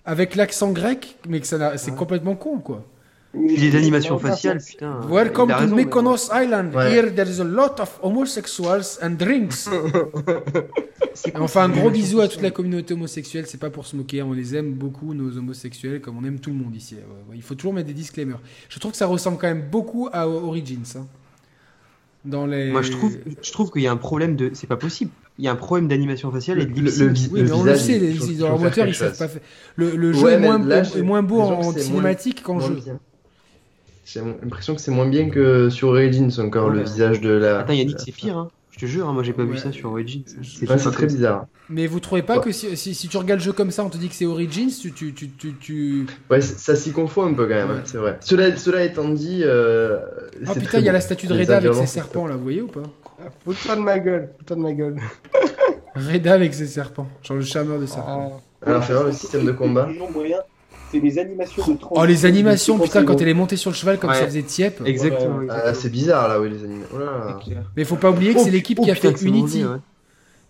A: avec l'accent grec, mais que ça n'a- c'est
F: Ouais.
A: complètement con, quoi.
F: Puis les animations
D: Comment ça,
F: faciales, putain.
A: Welcome
F: Il a
A: to
F: raison, mais-
A: Mykonos Island.
E: Ouais.
A: Here there is a lot of homosexuals and drinks. Et on fait un gros bisou à toute la communauté homosexuelle. C'est pas pour se moquer. hein. On les aime beaucoup, nos homosexuels, comme on aime tout le monde ici. Ouais, ouais. Il faut toujours mettre des disclaimers. Je trouve que ça ressemble quand même beaucoup à Origins. hein. Dans les.
F: Moi, je trouve, je trouve qu'il y a un problème de. C'est pas possible. Il y a un problème d'animation faciale et de
E: Le-
F: lip sync.
E: le- vi-
A: Oui, mais on le
E: visage,
A: sait,
E: il
A: les,
E: faut-
A: ils-
E: faut
A: dans leur
E: faire
A: moteur, ils
E: quelque
A: savent
E: chose.
A: pas faire. Le, le jeu
E: Ouais,
A: est
E: mais
A: moins,
E: là,
A: est
E: j'ai-
A: moins beau
E: disons que
A: en
E: c'est moins-
A: cinématique qu'en
E: moins
A: jeu.
E: bien. J'ai l'impression que c'est moins bien que sur Origins encore le
F: Ouais.
E: visage de la.
F: Attends, Yannick, c'est pire, hein. Je te jure, hein, moi j'ai pas
A: Ouais.
F: vu ça sur Origins. C'est
E: Ouais, c'est très
F: bien.
E: bizarre.
A: Mais vous trouvez pas
E: Ouais.
A: que si, si- si tu regardes le jeu comme ça, on te dit que c'est Origins, tu, tu, tu, tu, tu-
E: Ouais, c- ça s'y confond un peu quand même,
A: Ouais.
E: hein, c'est vrai. Cela, cela étant dit, euh,
A: Ah
E: c'est
A: putain,
E: très
A: il y a
E: beau.
A: la statue de
E: Les
A: Reda avec ses
E: environnements, c'est
A: serpents là, vous voyez ou pas
D: Fous-toi de ma gueule. Fous-toi de ma gueule.
A: Reda avec ses serpents, genre le charmeur de serpents.
D: Ah.
E: Alors, fais voir le système de combat.
B: Les gens moyens, C'est les animations de
A: Oh, les animations, putain, quand elle est montée sur le cheval comme
F: Ouais.
A: ça faisait Tiep. Euh,
F: Exactement.
B: Ouais,
E: Ah, c'est bizarre là, oui, les animaux. Oh là là.
A: Mais faut pas oublier que
F: Oh,
A: c'est l'équipe qui a fait Unity.
F: Unity.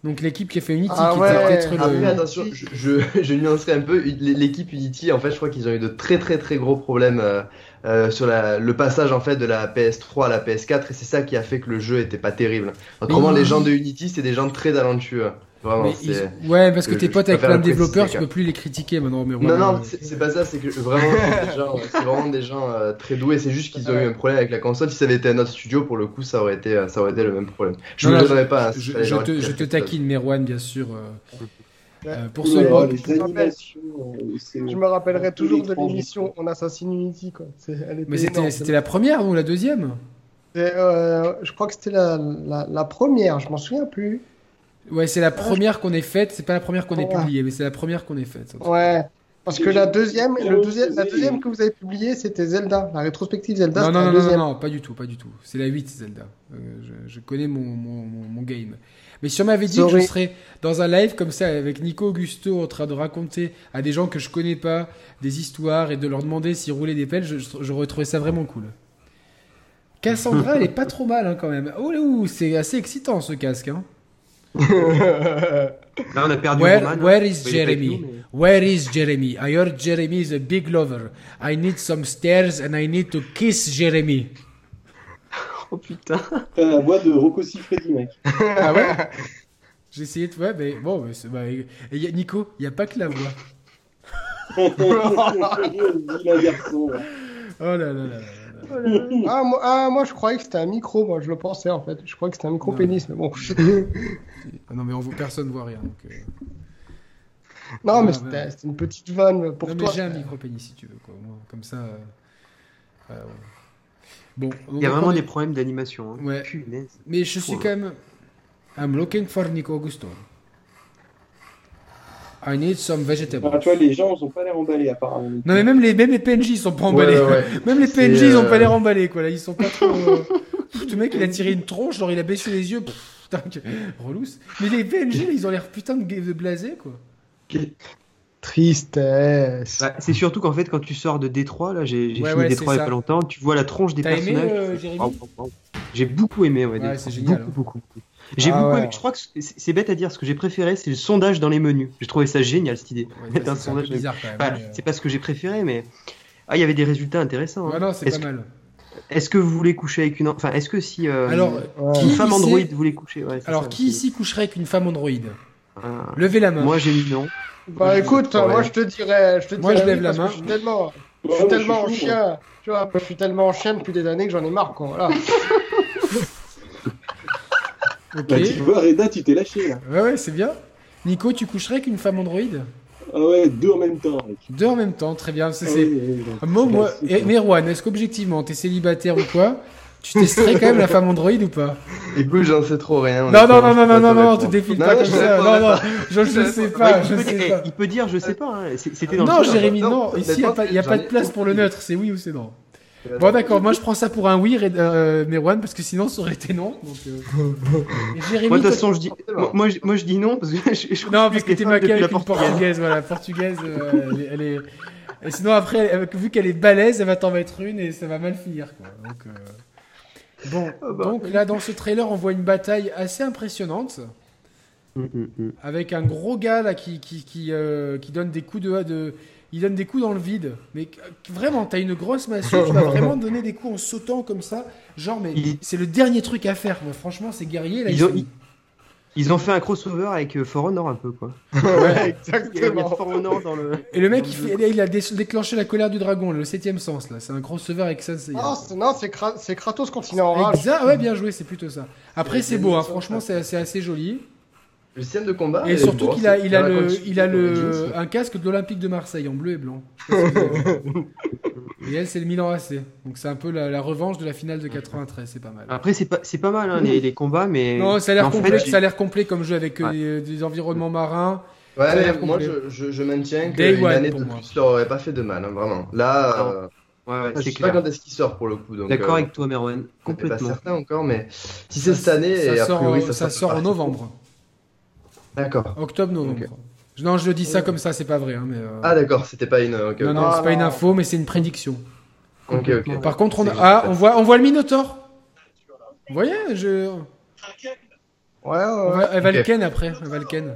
A: Donc l'équipe qui a fait Unity,
D: Ah
A: qui
D: ouais.
A: était peut-être
E: Après,
A: le.
E: attention, je, je, je nuancerai un peu. L'équipe Unity, en fait, je crois qu'ils ont eu de très très très gros problèmes euh, euh, sur la, le passage en fait de la PS3 à la PS4, et c'est ça qui a fait que le jeu était pas terrible. Autrement,
A: Mais-
E: les gens de Unity, c'est des gens très talentueux. Vraiment,
A: Mais
E: c'est.
A: ils- Ouais, parce que
E: je-
A: t'es
E: je
A: pote avec
E: préfère
A: plein
E: le
A: de développeurs, tu
E: préciser,
A: peux plus les critiquer maintenant. Mais
E: Non,
A: voilà.
E: non, c'est c'est pas ça, c'est que vraiment, c'est des gens- c'est vraiment des gens euh, très doués, c'est juste qu'ils ont eu un problème avec la console. Si ça avait été un autre studio, pour le coup, ça aurait été, euh, ça aurait été le même problème. Je
A: Non,
E: ne
A: non,
E: le savais pas. hein,
A: Je,
E: fallait
A: je
E: leur
A: te,
E: expliquer
A: je te
E: quelque chose.
A: taquine, Merwan, bien sûr. euh, euh, pour
B: Oh
A: ce
B: là là,
A: mois.
B: les animations, euh, c'est-
D: Je me rappellerai toujours de
B: L'étranger.
D: l'émission On assassine Unity. Quoi. C'est- elle était
A: Mais c'était
D: énorme.
A: c'était la première ou la deuxième
D: C'est, euh, je crois que c'était la, la, la première, je m'en souviens plus.
A: Ouais, c'est la première qu'on ait faite. C'est pas la première qu'on ait
D: Ouais.
A: publiée, mais c'est la première qu'on ait faite.
D: Ouais. Parce que la deuxième,
B: Et
D: le
B: on
D: deuxième, la
B: faisait-
D: deuxième que vous avez publiée, c'était Zelda. La rétrospective Zelda,
A: Non,
D: c'était
A: non,
D: la
A: non, non,
D: deuxième.
A: non, pas du tout, pas du tout. C'est la 8, Zelda. Euh, je, je connais mon, mon, mon, mon game. Mais si on m'avait dit que
D: Sorry.
A: je serais dans un live comme ça avec Nico Augusto en train de raconter à des gens que je connais pas des histoires et de leur demander s'ils roulaient des pelles, je, je retrouvais ça vraiment cool. Cassandra, elle est pas trop mal hein, quand même. Oh, ouh, c'est assez excitant ce casque. Hein.
F: Là, on a perdu
A: Where-
F: Roman.
A: where is
F: Bah, il est pas avec
A: Jeremy
F: nous, mais-
A: Where is Jeremy? I heard Jeremy is a big lover. I need some stairs and I need to kiss Jeremy.
F: Oh putain.
B: Putain, la voix de Rocco Siffredi, mec.
A: Ah ouais J'ai essayé de. Ouais, mais bon, mais c'est- bah, et y a- Nico, il n'y a pas que la voix.
B: Le vilain garçon. là.
A: Oh là là là là là.
D: Ah, moi, ah, moi, je croyais que c'était un micro, moi, je le pensais en fait. Je croyais que c'était un micro pénis, mais bon.
A: Ah non, mais on voit- personne voit rien. donc, euh.
D: non,
A: Ouais,
D: mais c'était
A: ouais.
D: c'était une petite vanne pour
A: non,
D: toi.
A: mais j'ai un micro-pénis si tu veux, quoi. Moi, comme ça. euh, euh, ouais. Bon.
F: Il y a vraiment des problèmes d'animation. hein.
A: Ouais.
F: Punaise.
A: Mais je suis
F: Oh là.
A: quand même. I'm looking for Nico Augusto. I need some
B: Enfin,
A: vegetables.
B: tu vois, les gens n'ont pas l'air emballés, apparemment.
A: Non, mais même les, même les PNJ, ils sont pas emballés.
E: Ouais, ouais, ouais.
A: Même les
E: C'est,
A: PNJ, ils ont
E: euh,
A: pas l'air emballés, quoi. Là, ils sont pas trop. euh, Pff, Le mec, il a tiré une tronche, genre, il a baissé les yeux. Pff, putain, que- relousse. Mais les PNJ, là, ils ont l'air putain de, ga- de blasés, quoi.
D: Tristesse.
F: Bah, c'est surtout qu'en fait, quand tu sors de Détroit, là, j'ai j'ai
A: Ouais,
F: fini
A: ouais,
F: Détroit
A: c'est
F: il y a
A: ça.
F: pas longtemps, tu vois la tronche des
A: T'as aimé,
F: personnages.
A: euh, Jérémy
F: Waouh, waouh, waouh. J'ai beaucoup aimé, ouais,
A: Ouais,
F: Détroit.
A: c'est génial,
F: Beaucoup,
A: hein.
F: beaucoup, beaucoup. J'ai
D: Ah
F: beaucoup
D: ouais.
F: aimé. Je crois que c'est- c'est bête à dire, ce que j'ai préféré, c'est le sondage dans les menus. J'ai trouvé ça génial cette idée.
A: Ouais,
F: Mettre
A: ça,
F: un
A: c'est un peu
F: sondage.
A: bizarre, quand même.
F: Enfin,
A: mais, euh,
F: c'est pas ce que j'ai préféré, mais Ah, il y avait des résultats intéressants. hein.
A: Ah non, c'est
F: Est-ce
A: pas mal.
F: Est-ce que vous voulez coucher avec une. Enfin, est-ce que si. euh,
A: Alors,
F: une
A: qui
F: femme
A: ici-
F: android voulait coucher ouais, c'est
A: Alors,
F: ça,
A: qui
F: c'est-
A: ici coucherait avec une femme androïde
F: Ah,
A: Levez la main.
F: Moi, j'ai mis non.
D: Bah écoute,
E: Ouais.
D: moi je te dirais, je te
A: Moi,
D: dirais
A: je lève
D: oui,
A: la
D: parce que
A: main.
D: Je suis tellement, je
B: Ouais,
D: suis
B: moi,
D: tellement en
B: chaud, moi.
D: chien, tu vois, je suis tellement en chien depuis des années que j'en ai marre quoi. Voilà.
A: Ok.
B: Bah, tu vois, Reda, tu t'es lâché là.
A: Ouais, ouais, c'est bien. Nico, tu coucherais avec une femme androïde
B: Ah ouais, deux en même temps. mec.
A: Deux en même temps, très bien. C'est,
B: Ah
A: c'est-
B: ouais, ouais, ouais.
A: Moi, moi,
B: Merci,
A: et
B: quoi.
A: Merwan, est-ce qu'objectivement, t'es célibataire ou quoi Tu testerais quand même la femme androïde ou pas
E: Écoute, j'en sais trop rien.
A: Non, non,
E: honnêtement,
A: non,
E: je
A: non,
E: sais
A: non, non,
E: pas te
A: non, tu
E: répondre.
A: défiles
E: Non,
A: pas
E: non,
A: comme
E: je
A: ça.
E: réponds,
A: Non, non,
E: d'accord.
A: je ne sais
F: Ouais,
A: pas,
F: il
A: Ah, je
F: peut
A: sais
F: dire-
A: pas.
F: eh, Il peut dire, je sais pas. hein, c'est- C'était dans
A: Non,
F: le jeu,
A: Jérémy,
E: non,
A: non,
E: non,
A: ici,
E: honnêtement,
A: il n'y a
E: j'en
A: pas
E: ai
A: de place pour le
E: aucune
A: neutre, c'est oui ou c'est non. Bon, d'accord, moi je prends ça pour un oui, Red- euh, Merwan, parce que sinon ça aurait été non. Donc, euh, et Jérémy,
F: Moi, de
A: toi,
F: toute façon, je dis.
E: C'est
F: Moi,
E: bon.
F: moi, je, moi, je dis non parce que je, je
A: Non,
F: trouve
A: parce que
F: les
A: t'es
F: femmes
A: maquée
F: depuis
A: avec
F: la
A: une
F: porte-
A: portugaise, voilà, portugaise, euh, elle, est, elle est- Et sinon après, elle- vu qu'elle est balèze, elle va t'en mettre une et ça va mal finir, quoi. Donc, euh, Bon,
F: Ah bah.
A: donc là dans ce trailer, on voit une bataille assez impressionnante,
F: Mm, mm, mm.
A: avec un gros gars là qui, qui, qui, euh, qui donne des coups de, de... Il donne des coups dans le vide. Mais euh, vraiment, t'as une grosse massue, tu vas vraiment donner des coups en sautant comme ça. Genre, mais
F: Il-
A: c'est le dernier truc à faire. Moi, franchement, c'est guerrier. Là,
F: Ils
A: ils
F: ont-
A: sont-
F: ils- Ils ont fait un crossover avec euh, For Honor un peu quoi.
D: ouais,
F: Il y a il y a
D: exactement.
F: For Honor dans le.
A: Et le mec,
F: dans
A: il, fait- il a dé- déclenché la colère du dragon, le septième sens, là. C'est un crossover avec ça. c'est-
D: Non, c'est- Non, c'est Kra- c'est Kratos quand il est en rage.
A: Exa- ouais, bien joué, c'est plutôt ça. Après, c'est beau, hein, franchement, c'est c'est assez joli.
E: Le système de combat.
A: Et
E: Ah, elle est
A: surtout
E: bourre,
A: qu'il a,
E: c'est-
A: il a,
E: dans la
A: le, Ah,
E: continuité
A: il a
E: d'Origins.
A: le, un casque de l'Olympique de Marseille en bleu et blanc. Et elle, c'est le Milan AC. Donc c'est un peu la, la revanche de la finale de 93, c'est pas mal.
F: Après c'est pas c'est pas mal hein, les, les combats Ah, mais.
A: Non, ça a l'air
F: mais en
A: complet,
F: fait,
A: ça a l'air complet comme jeu avec euh,
F: Ouais.
A: des, des environnements marins. Ça a
E: Ouais,
A: l'air
E: mais moi
A: complet.
E: je, je, je maintiens que
A: Day
E: une
A: one,
E: année
A: pour
E: de
A: moi.
E: plus leur aurait pas fait de mal, hein, vraiment. Là, euh,
F: Ouais,
A: Ah,
F: ouais,
E: je
F: c'est
E: sais pas
F: clair.
E: quand est-ce qu'il sort pour le coup. donc,
F: D'accord
E: euh,
F: avec toi Merwan,
E: on n'est pas
F: complètement.
E: certain encore, mais si c'est
A: Ça-
E: cette année,
A: ça
E: et a
A: sort,
E: priori,
A: en-
E: ça,
A: ça sort en novembre.
E: D'accord.
A: Octobre-novembre.
E: Ok.
A: Non, je le dis ça comme ça, c'est pas vrai. hein, mais, euh,
E: Ah, d'accord, c'était pas une. ok,
A: non,
E: ok.
A: non, c'est
D: Ah,
A: pas une
D: non.
A: info, mais c'est une prédiction.
E: Ok, ok.
A: Par contre, on, a...
E: C'est
A: ah,
E: juste-
A: on, voit, on voit le Minotaur. Vous voyez je...
D: Ouais, ouais,
A: on
D: ouais.
A: va- Elle va le
E: Ok.
A: ken après. Elle va le ken.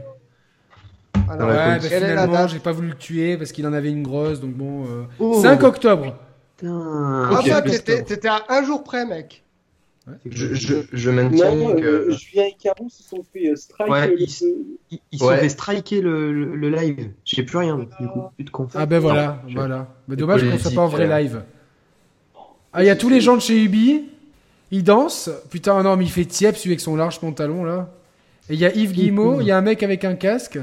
D: Alors,
E: Ouais,
A: Ouais, bah,
E: cool.
D: Quelle est la
A: finalement,
D: date
A: j'ai pas voulu le tuer parce qu'il en avait une grosse. Donc bon. euh,
F: Oh,
A: 5 octobre.
F: putain.
D: Ah
E: Ok.
D: bah, t'étais t'étais à un jour près, mec.
E: Je, je, je maintiens
B: Non,
E: que.
B: euh, Julien et Caro se sont fait euh, strike.
F: Ouais,
B: euh,
F: ils-
B: le-
F: Ils, ils
E: Ouais.
F: sont fait striker le, le, le live. J'ai plus rien du coup, plus de conf.
A: Ah ben voilà,
F: je-
A: voilà. Mais
E: c'est
A: dommage qu'on soit pas en vrai
E: politique, euh.
A: live. Ah, il y a tous les gens de chez Ubi. Ils dansent. Putain, oh non, mais il fait tiep celui avec son large pantalon là. Et il y a Yves Guillemot, il y a un mec avec un casque.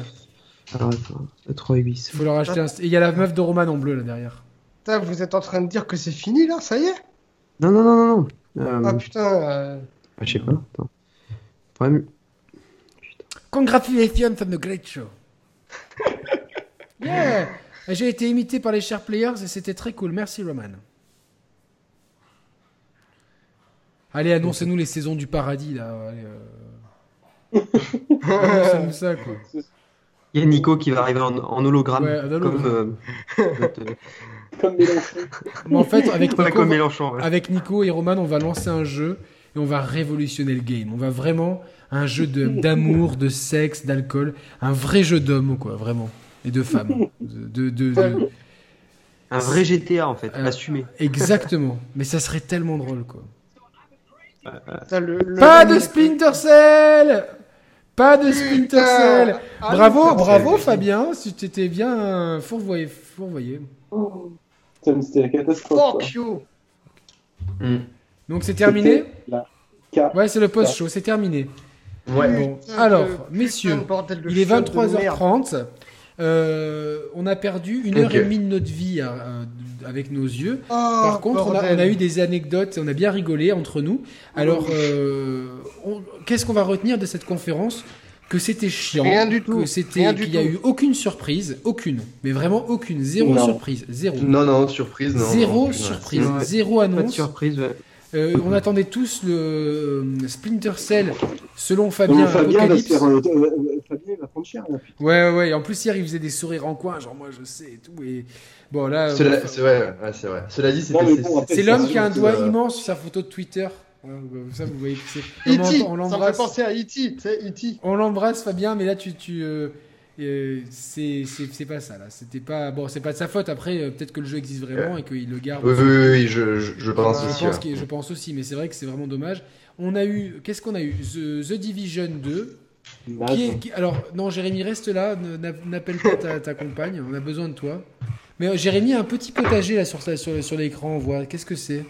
F: Alors, Ah, attends, 3 et 8.
A: Il faut leur acheter un. Et il y a la meuf de Roman en bleu là derrière.
D: Putain, vous êtes en train de dire que c'est fini là, ça y est
F: Non non non non non. Euh,
D: Ah
A: Mm.
D: putain. euh,
A: Ah.
F: je sais pas. Attends. Problème-
A: Congratulations from the great show. yeah! J'ai été imité par les chers players et c'était très cool. Merci, Roman. Allez, annoncez-nous les saisons du paradis, là. Allez, euh. Annoncez-nous ça, quoi.
F: Il y a Nico qui va arriver en, en hologramme.
A: Ouais, en hologramme.
F: Comme, euh, notre-
B: Comme Mélenchon.
A: Mais en fait, avec
F: Ouais,
A: Nico,
F: comme Mélenchon. ouais.
A: avec Nico et Roman, on va lancer un jeu et on va révolutionner le game. On va vraiment un jeu de- d'amour, de, sexe, d'alcool, un vrai jeu d'hommes, quoi, vraiment, et de femmes, de, de- de, de,
F: Un vrai GTA en fait,
A: Euh,
F: assumé.
A: Exactement. Mais ça serait tellement drôle, quoi.
D: putain, le- le-
A: Pas
D: le-
A: de Splinter Cell Pas de Splinter Cell
D: Ah oui,
A: Bravo,
D: c'est vrai.
A: bravo Fabien, si tu t'étais bien euh, fourvoyé. fourvoyé.
B: Putain, mais C'était la catastrophe. quoi.
D: Fuck you.
A: Donc c'est terminé
B: K.
A: Ouais, c'est le post-show, c'est terminé.
E: Ouais.
A: Bon,
D: Putain,
A: alors,
D: le- putain,
A: messieurs,
D: le bordel de
A: il est
D: chiottes de merde.
A: 23h30. Euh, on a perdu une
E: Ok.
A: heure et demie de notre vie à- à- avec nos yeux.
D: Oh,
A: Par contre, on a,
D: bordel.
A: on a eu des anecdotes, on a bien rigolé entre nous. Alors, euh, on- qu'est-ce qu'on va retenir de cette conférence Que c'était chiant.
D: Rien du
A: Que
D: tout.
A: c'était
D: Rien du
A: qu'il n'y a
D: tout.
A: eu aucune surprise, aucune, mais vraiment aucune, zéro
B: Non.
A: surprise, zéro.
E: Non, non, surprise, non.
A: Zéro
E: non,
A: surprise,
F: Ouais.
A: zéro
F: Pas de
A: annonce.
F: surprise. ouais.
A: Euh, on attendait tous le euh, Splinter Cell, selon
B: Non,
A: Fabien,
B: mais Fabien va se
A: Apocalypse.
B: faire. euh, euh, euh, Fabien va prendre cher. là.
A: Ouais, ouais, et en plus hier il faisait des sourires en coin, genre moi je sais et tout. Et bon là, euh,
E: Cela,
A: enfin,
E: c'est vrai, ouais, c'est vrai. Cela dit,
B: Non,
E: c'était.
B: mais bon, après,
A: c'est l'homme qui a un
B: surtout,
A: doigt
E: euh,
A: immense sur sa photo de Twitter. Ouais, bah, ça vous
D: E
A: voyez que c'est.
D: E.T.
A: On l'embrasse- on
D: Ça me fait
A: l'embrasse.
D: penser à E.T. Tu sais, E.T.
A: On l'embrasse, Fabien, mais là, tu, tu, euh, Euh, c'est c'est- c'est pas ça là. C'était pas bon, c'est pas de sa faute. Après, euh, peut-être que le jeu existe vraiment et qu'il le garde.
E: Oui, oui, oui, oui, je, je, je pense
A: je,
E: aussi. hein.
A: pense
E: ouais.
A: qu'il- je pense aussi, mais c'est vrai que c'est vraiment dommage. On a eu, qu'est-ce qu'on a eu The, The Division 2.
B: Naze.
A: Qui est- qui- alors, non, Jérémy, reste là, ne- n'a- n'appelle pas ta, ta compagne, on a besoin de toi. Mais euh, Jérémy a un petit potager là sur, sa- sur, sur l'écran, on voit. Qu'est-ce que c'est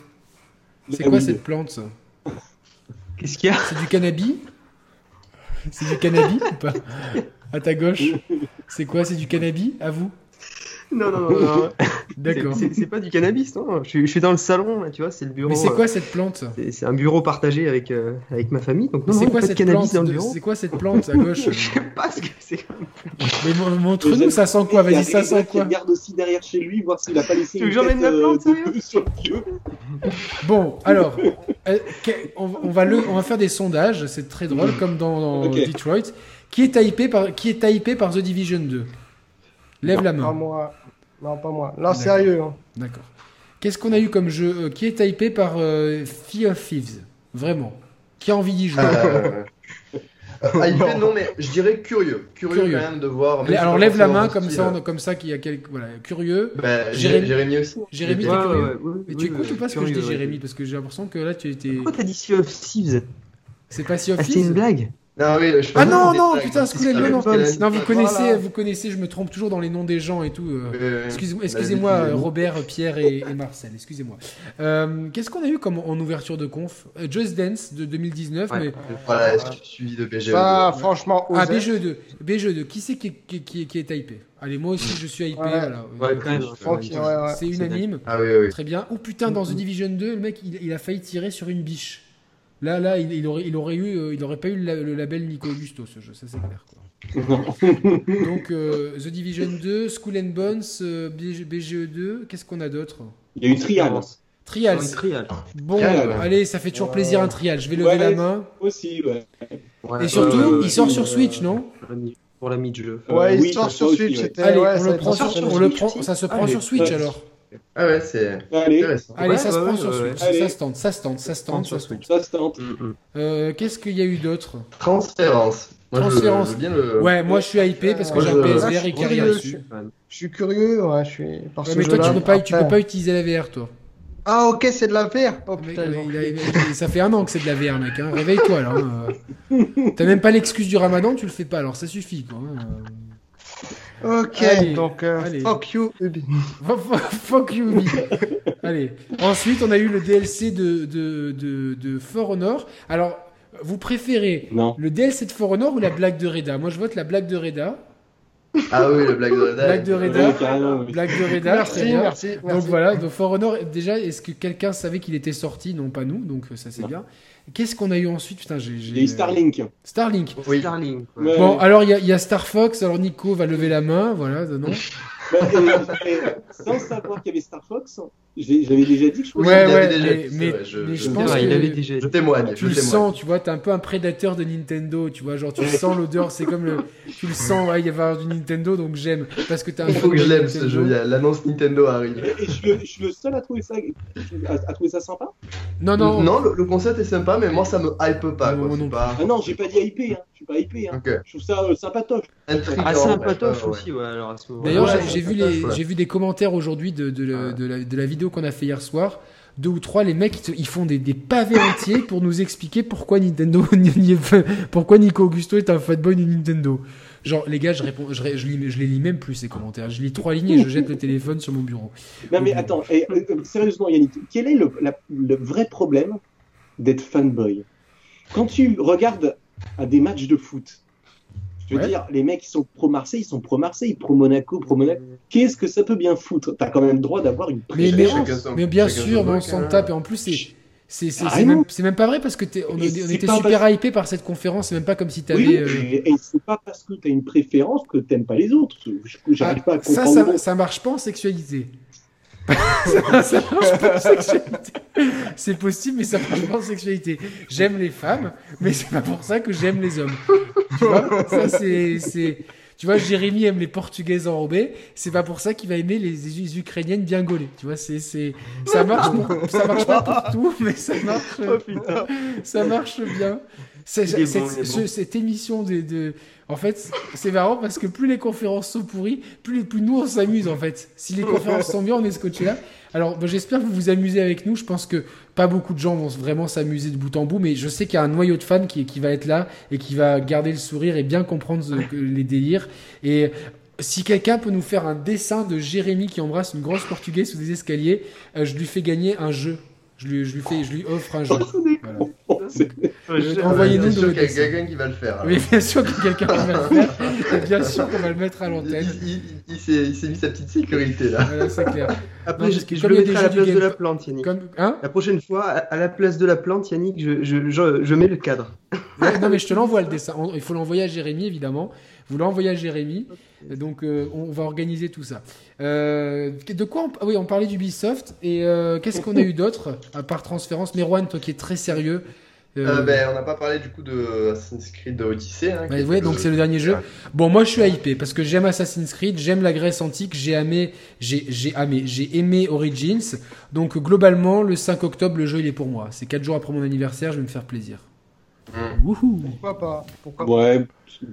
A: C'est
B: Ah
A: quoi
B: oui.
A: cette plante ça
F: Qu'est-ce qu'il y a
A: C'est du cannabis C'est du cannabis ou pas À ta gauche C'est quoi C'est du cannabis À vous
F: Non, non, non, non.
A: D'accord.
F: C'est- C'est c'est pas du cannabis, non. Je, suis- je suis dans le salon, là, tu vois, c'est le bureau.
A: Mais c'est
F: euh,
A: quoi cette plante
F: c'est- C'est un bureau partagé avec, euh, avec ma famille, donc non,
A: C'est
F: non,
A: quoi
F: pas de
A: cette
F: cannabis
A: plante
F: dans le
A: de-
F: bureau.
A: C'est quoi cette plante à gauche
F: Je sais pas ce que c'est.
A: Mais mon- montre-nous, ça sent quoi
B: Il y a
A: Vas-y, ça
B: Reza
A: sent
B: qui
A: quoi
B: regarde aussi derrière chez lui, voir s'il a pas laissé
F: Tu veux
B: une
F: que j'emmène
B: tête, euh,
F: la plante,
B: de
F: sérieux
B: queue sur le vieux.
A: Bon, alors, euh, que- on, on va le, on va faire des sondages, c'est très
F: Mm.
A: drôle, comme dans, dans
B: Ok.
A: Detroit. Qui est, typé par, qui est typé par The Division 2 Lève la
D: Pas
A: main.
D: moi. Non, pas moi. Là,
A: D'accord.
D: sérieux. hein.
A: D'accord. Qu'est-ce qu'on a eu comme jeu euh, Qui est typé par euh, Fear of Thieves Vraiment. Qui a envie d'y jouer
E: Euh, ah, il fait, non, mais je dirais curieux. curieux.
A: Curieux.
E: quand même de voir. même
A: Lè-
E: si
A: Alors
E: pas
A: lève la
E: forcément
A: main
E: mon
A: comme
E: style.
A: ça, on- comme ça qu'il y a quelques voilà curieux.
E: Bah,
A: Jérémy-
E: Jérémy. Jérémy aussi.
A: Jérémy, t'es
F: Ouais,
A: curieux.
F: ouais, ouais,
A: Mais
F: ouais,
A: tu
F: ouais,
A: écoutes ou pas ce que je
F: curieux,
A: dis,
F: ouais.
A: Jérémy Parce que j'ai l'impression que là, tu étais.
F: Pourquoi t'as dit Sea of Thieves
A: C'est pas Sea of
F: Ah, c'était une
A: Thieves
F: blague
E: Non, oui, je
A: Ah
E: pense
A: non,
E: que
A: non,
E: c'est des
A: putain,
E: blagues.
A: Skull and
E: Parce
A: Bones.
E: que la-
A: Non, vous
E: Voilà.
A: connaissez, vous connaissez, je me trompe toujours dans les noms des gens et tout. euh.
E: Euh,
A: Excuse-
E: la
A: Excusez-moi,
F: Bah,
E: bêtise,
A: euh, Robert, Pierre et, et Marcel, excusez-moi. Euh, Qu'est-ce qu'on a eu comme en ouverture de conf Euh, Just Dance de 2019,
F: Ouais.
A: mais...
E: Voilà, su- suivi de E PGE.
D: Ça, franchement,
A: Ah,
D: osé.
A: BGE2, BGE2, qui c'est qui, qui, qui, qui est hypé Allez, moi aussi je suis hypé,
D: Ouais.
A: voilà.
F: Ouais, quand même.
D: Tranquille, ouais, ouais.
A: C'est unanime,
E: Ah oui, oui.
A: très bien. Oh putain, dans The Division 2, le mec, il, il a failli tirer sur une biche. Là, là, il, il aurait, il aurait eu, euh, il aurait pas eu le, la- le label Nico Augusto, ce jeu, ça c'est clair. quoi. Donc, euh, The Division 2, School and Bones, euh, BG- BGE2, qu'est-ce qu'on a d'autre
B: Il y a eu trial.
A: Trials.
F: Sur une trial.
A: Bon,
B: Trial, ouais.
A: allez, ça fait toujours plaisir un trial. Je vais lever
B: Ouais.
A: la main.
B: Aussi, ouais.
F: Ouais,
A: Et surtout,
F: ouais, ouais, ouais.
A: il sort sur Switch, non
F: Pour la mi-jeu.
B: Euh,
D: ouais,
B: oui,
D: histoire
B: ça,
D: sur
B: ça
D: Switch,
B: aussi, ouais.
D: c'était.
A: Allez,
D: ouais,
A: on
D: ça a
A: le
D: été
A: prend
D: sur
A: sur,
D: Switch.
A: on le prend, ça se prend
F: Allez.
A: sur Switch
B: Ouais.
A: alors.
E: Ah ouais, c'est
B: Allez,
E: intéressant.
A: Allez, ça
F: ouais,
A: se prend
F: ouais,
A: sur
F: ouais,
A: Switch.
B: ouais.
A: Ça se tente, ça se tente, ça se tente.
F: sur
A: ça se tente.
F: Switch.
B: ça se tente.
F: Mm,
A: Euh, Qu'est-ce qu'il y a eu d'autre
E: Transférence. Moi, je-
A: Transférence.
E: Je, veux bien le...
A: Ouais, moi je suis hypé parce que
E: Moi,
A: j'ai
E: Euh, je-
A: un PSVR
D: je
A: et
D: suis
A: qui a rien
D: curieux,
A: dessus.
D: Je suis curieux, ouais, je suis. Par
A: Ouais,
D: ce
A: mais toi,
D: jeu-là.
A: tu peux, pas, tu peux
D: Après-
A: pas utiliser la VR, toi.
D: Ah, ok, c'est de la VR. Oh
A: Mais-
D: putain, ils ont-
A: il a- il a- ça fait un an que c'est de la VR, mec. hein. Réveille-toi là. hein. Euh, T'as même pas l'excuse du ramadan, tu le fais pas, alors ça suffit quoi. hein.
D: Ok,
A: Allez,
D: donc euh,
A: allez.
D: fuck you, Ubi.
A: Fuck you, Ubi. Allez. Ensuite, on a eu le DLC de, de, de, de For Honor. Alors, vous préférez
B: Non.
A: le DLC de For Honor ou la blague de Reda Moi, je vote la blague de Reda.
E: Ah oui, le Black de Reda.
A: Blague de Reda.
B: Ouais, carrément, oui.
A: Blague de Reda. très
D: Merci,
A: bien.
D: merci,
A: Donc
D: merci.
A: voilà, donc For Honor, déjà, est-ce que quelqu'un savait qu'il était sorti Non, pas nous, donc euh, ça c'est
B: Non.
A: bien. Qu'est-ce qu'on a eu ensuite Putain, j'ai.
B: Il y a eu Starlink.
A: Starlink.
E: Oui.
F: Starlink. quoi.
B: Ouais.
A: Bon, alors il y, a- il y a Star Fox, alors Nico va lever la main, voilà, non
B: Bah, et- et sans savoir qu'il y avait Star Fox, j'ai- j'avais déjà dit que je
E: Oui,
B: trouvais
A: Ouais,
E: il l'avait
A: ouais,
E: déjà
A: mais-
E: dit,
A: mais-
E: c'est vrai, je,
A: mais
E: je, Ah,
A: je
F: C'est
A: pense
F: vrai,
A: que-
F: il avait déjà.
E: je témoigne.
A: Tu
E: je
A: le
E: témoigne.
A: sens, tu vois, t'es un peu un prédateur de Nintendo, tu vois, genre tu sens l'odeur, c'est comme le... Tu le sens, ouais, il y avoir du Nintendo, donc j'aime, parce que t'es un
E: Il faut
A: fan
E: que
A: de
E: je l'aime
A: Nintendo.
E: ce jeu. Il y a- L'annonce Nintendo arrive.
B: Et je suis le- je suis le seul à trouver ça, à, à trouver ça sympa.
A: Non, non,
E: le, le concept est sympa, mais moi ça me hype pas.
A: Non, non.
E: quoi. c'est pas...
B: Ah non, j'ai pas dit hypé, hein. je suis pas hypé. Hein.
E: Ok.
B: Je trouve ça euh, sympatoche.
E: Intriguant,
F: Ah, c'est un patoche
E: ouais.
F: aussi, ouais, alors à ce moment-là.
A: D'ailleurs,
E: Ouais,
A: j'ai-
E: ouais,
A: j'ai vu,
E: ouais,
A: les-
E: ouais.
A: j'ai vu des commentaires aujourd'hui de, de, la-
E: Ouais.
A: de la, de la vidéo qu'on a fait hier soir. Deux ou trois, les mecs, ils te- ils font des, des pavés entiers pour nous expliquer pourquoi Nintendo, n'y est pas- pourquoi Nico Augusto est un fanboy de Nintendo. Genre, les gars, je, réponds, je, ré- je lis, je les lis même plus, ces commentaires. Je lis trois lignes et je jette le téléphone sur mon bureau.
B: Non mais attends, et, euh, euh, sérieusement Yannick, quel est le, la- le vrai problème d'être fanboy Quand tu regardes à des matchs de foot, je veux
A: Ouais.
B: dire, les mecs qui sont pro-Marseille, ils sont pro-Marseille, pro-Monaco, pro-Monaco, qu'est-ce que ça peut bien foutre T'as quand même le droit d'avoir une
A: Mais, mais-
B: préférence.
E: chacun son-
A: mais bien
E: chacun
A: sûr,
E: son
A: on
E: truc,
A: s'en
E: hein.
A: tape. Et en plus, c'est. C'est c'est- c'est
B: Carrément.
A: même, c'est même pas vrai parce que t'es- on,
B: Et
A: on
B: c'est
A: était
B: pas
A: super hypé par cette conférence, c'est même pas comme si t'avais.
B: Oui,
A: euh,
B: et, et c'est pas parce que t'as une préférence que t'aimes pas les autres. Je- J'arrive pas à
A: Ah, ça,
B: comprendre.
A: ça, ça marche pas en sexualité. ça, ça marche pas en sexualité. C'est possible, mais ça marche pas en sexualité. J'aime les femmes, mais c'est pas pour ça que j'aime les hommes. Tu vois, ça c'est, c'est, tu vois, Jérémy aime les Portugaises enrobées, c'est pas pour ça qu'il va aimer les, les Ukrainiennes bien gaulées. Tu vois, c'est, c'est, ça marche, euh, pour- ça marche pas pour tout, mais ça marche,
F: Oh putain.
A: ça marche bien. C'est-
F: Il est
A: c'est-
F: bon, il est
A: ce-
F: bon.
A: cette émission des- de, En fait, c'est marrant parce que plus les conférences sont pourries, plus, plus nous on s'amuse en fait. Si les conférences sont bien, on est scotché là. Alors ben, j'espère que vous vous amusez avec nous. Je pense que pas beaucoup de gens vont vraiment s'amuser de bout en bout, mais je sais qu'il y a un noyau de fans qui, qui va être là et qui va garder le sourire et bien comprendre ce que- les délires. Et si quelqu'un peut nous faire un dessin de Jérémy qui embrasse une grosse portugaise sous des escaliers, euh, je lui fais gagner un jeu. Je lui, je lui, fais, je lui offre un jeu. Voilà.
B: C'est-
A: Euh, Envoyez-nous
E: Je suis
A: de vos
E: sûr qu'il y a
A: dessins.
E: quelqu'un qui va le faire. alors.
A: Oui, bien sûr que quelqu'un va le faire. Et bien sûr qu'on va le mettre à
E: Il,
A: l'antenne.
E: il- il- il s'est il s'est mis sa petite sécurité là.
A: Voilà, c'est clair.
F: Après,
A: Non,
F: je,
A: parce que
F: je
A: comme
F: le
A: il y a
F: mettrai à la
A: des jeux
F: place
A: du
F: de la
A: Game-
F: plante, Yannick.
A: Comme... Hein
F: La prochaine fois, à, à la place de la plante, Yannick, je, je, je, je mets le cadre.
A: Ouais, Non, mais je te l'envoie le dessin. On- Il faut l'envoyer à Jérémy, évidemment. Vous l'envoyez à Jérémy. Donc, euh, on va organiser tout ça. Euh, de quoi on... ah Oui, on parlait d'Ubisoft. Et euh, qu'est-ce qu'on a eu d'autre, à part transférence Merwan, toi qui es très sérieux. euh,
E: Euh, ben, on n'a pas parlé du coup de Assassin's Creed Odyssey. Hein, qui
A: Ouais,
E: était
A: Bah, ouais,
E: le-
A: donc c'est le dernier jeu.
E: Ouais.
A: Bon, moi je suis hypé parce que j'aime Assassin's Creed, j'aime la Grèce antique, j'ai aimé, j'ai, j'ai aimé, j'ai aimé Origins. Donc globalement, le 5 octobre, le jeu il est pour moi. C'est 4 jours après mon anniversaire, je vais me faire plaisir.
E: Mm.
A: Wouhou.
D: Pourquoi pas Pourquoi pas
B: Ouais,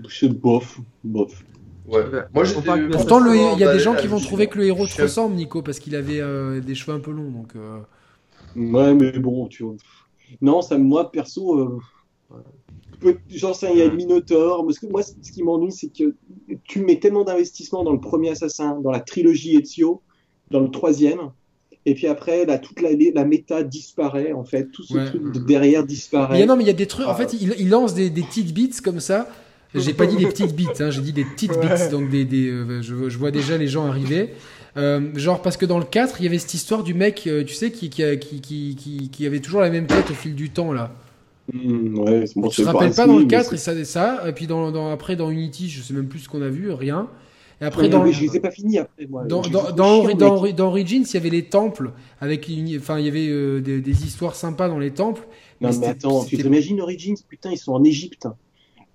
B: c'est bof, bof.
E: Ouais. Moi, j'étais-
F: Faut pas que-
E: moi,
A: Pourtant, le,
E: sincèrement,
A: il y a des
E: emballé
A: gens
E: à
A: qui vont
E: l'issue.
A: trouver que le héros
E: Je
A: te
E: suis-
A: ressemble, Nico, parce qu'il avait euh, des cheveux un peu longs. Donc, euh,
B: Ouais, mais bon, tu vois. Non, ça, moi, perso, euh, peut- genre, ça, il y a le Minotaur. Parce que moi, ce ce qui m'ennuie, c'est que tu mets tellement d'investissement dans le premier Assassin, dans la trilogie Ezio, dans le troisième. Et puis après, là, toute la, la méta disparaît, en fait. Tout ce
A: Ouais.
B: truc de derrière
A: Il y a-
B: disparaît.
A: non, mais il y a des trucs. En
B: Ah.
A: fait, il, il lance des, des petites bits comme ça. J'ai pas dit des petites bits, hein, j'ai dit des petites bits. Donc, des, des, euh, je, je vois déjà les gens arriver. Euh, genre, parce que dans le 4, il y avait cette histoire du mec, euh, tu sais, qui, qui, a- qui, qui, qui, qui avait toujours la même quête au fil du temps, là.
B: Hmm, ouais, c'est bon,
A: tu
B: c'est
A: te rappelles pas dans
B: Rasmi,
A: le
B: mais
A: 4,
B: c'est-
A: et ça, et ça. Et puis, dans, dans, après, dans Unity, je sais même plus ce qu'on a vu, rien. Et après,
B: Ouais,
A: dans,
B: mais je les ai pas finis après, moi.
A: dans,
B: Je les ai
A: dans,
B: fait
A: dans,
B: chier,
A: Ori- dans
B: mec.
A: Ori- dans Origins, il y avait les temples. Avec une- enfin, il y avait euh, des, des histoires sympas dans les temples.
B: Non, mais
A: c'était-
B: attends, tu
A: c'était-
B: t'imagines Origins, putain, ils sont en Égypte.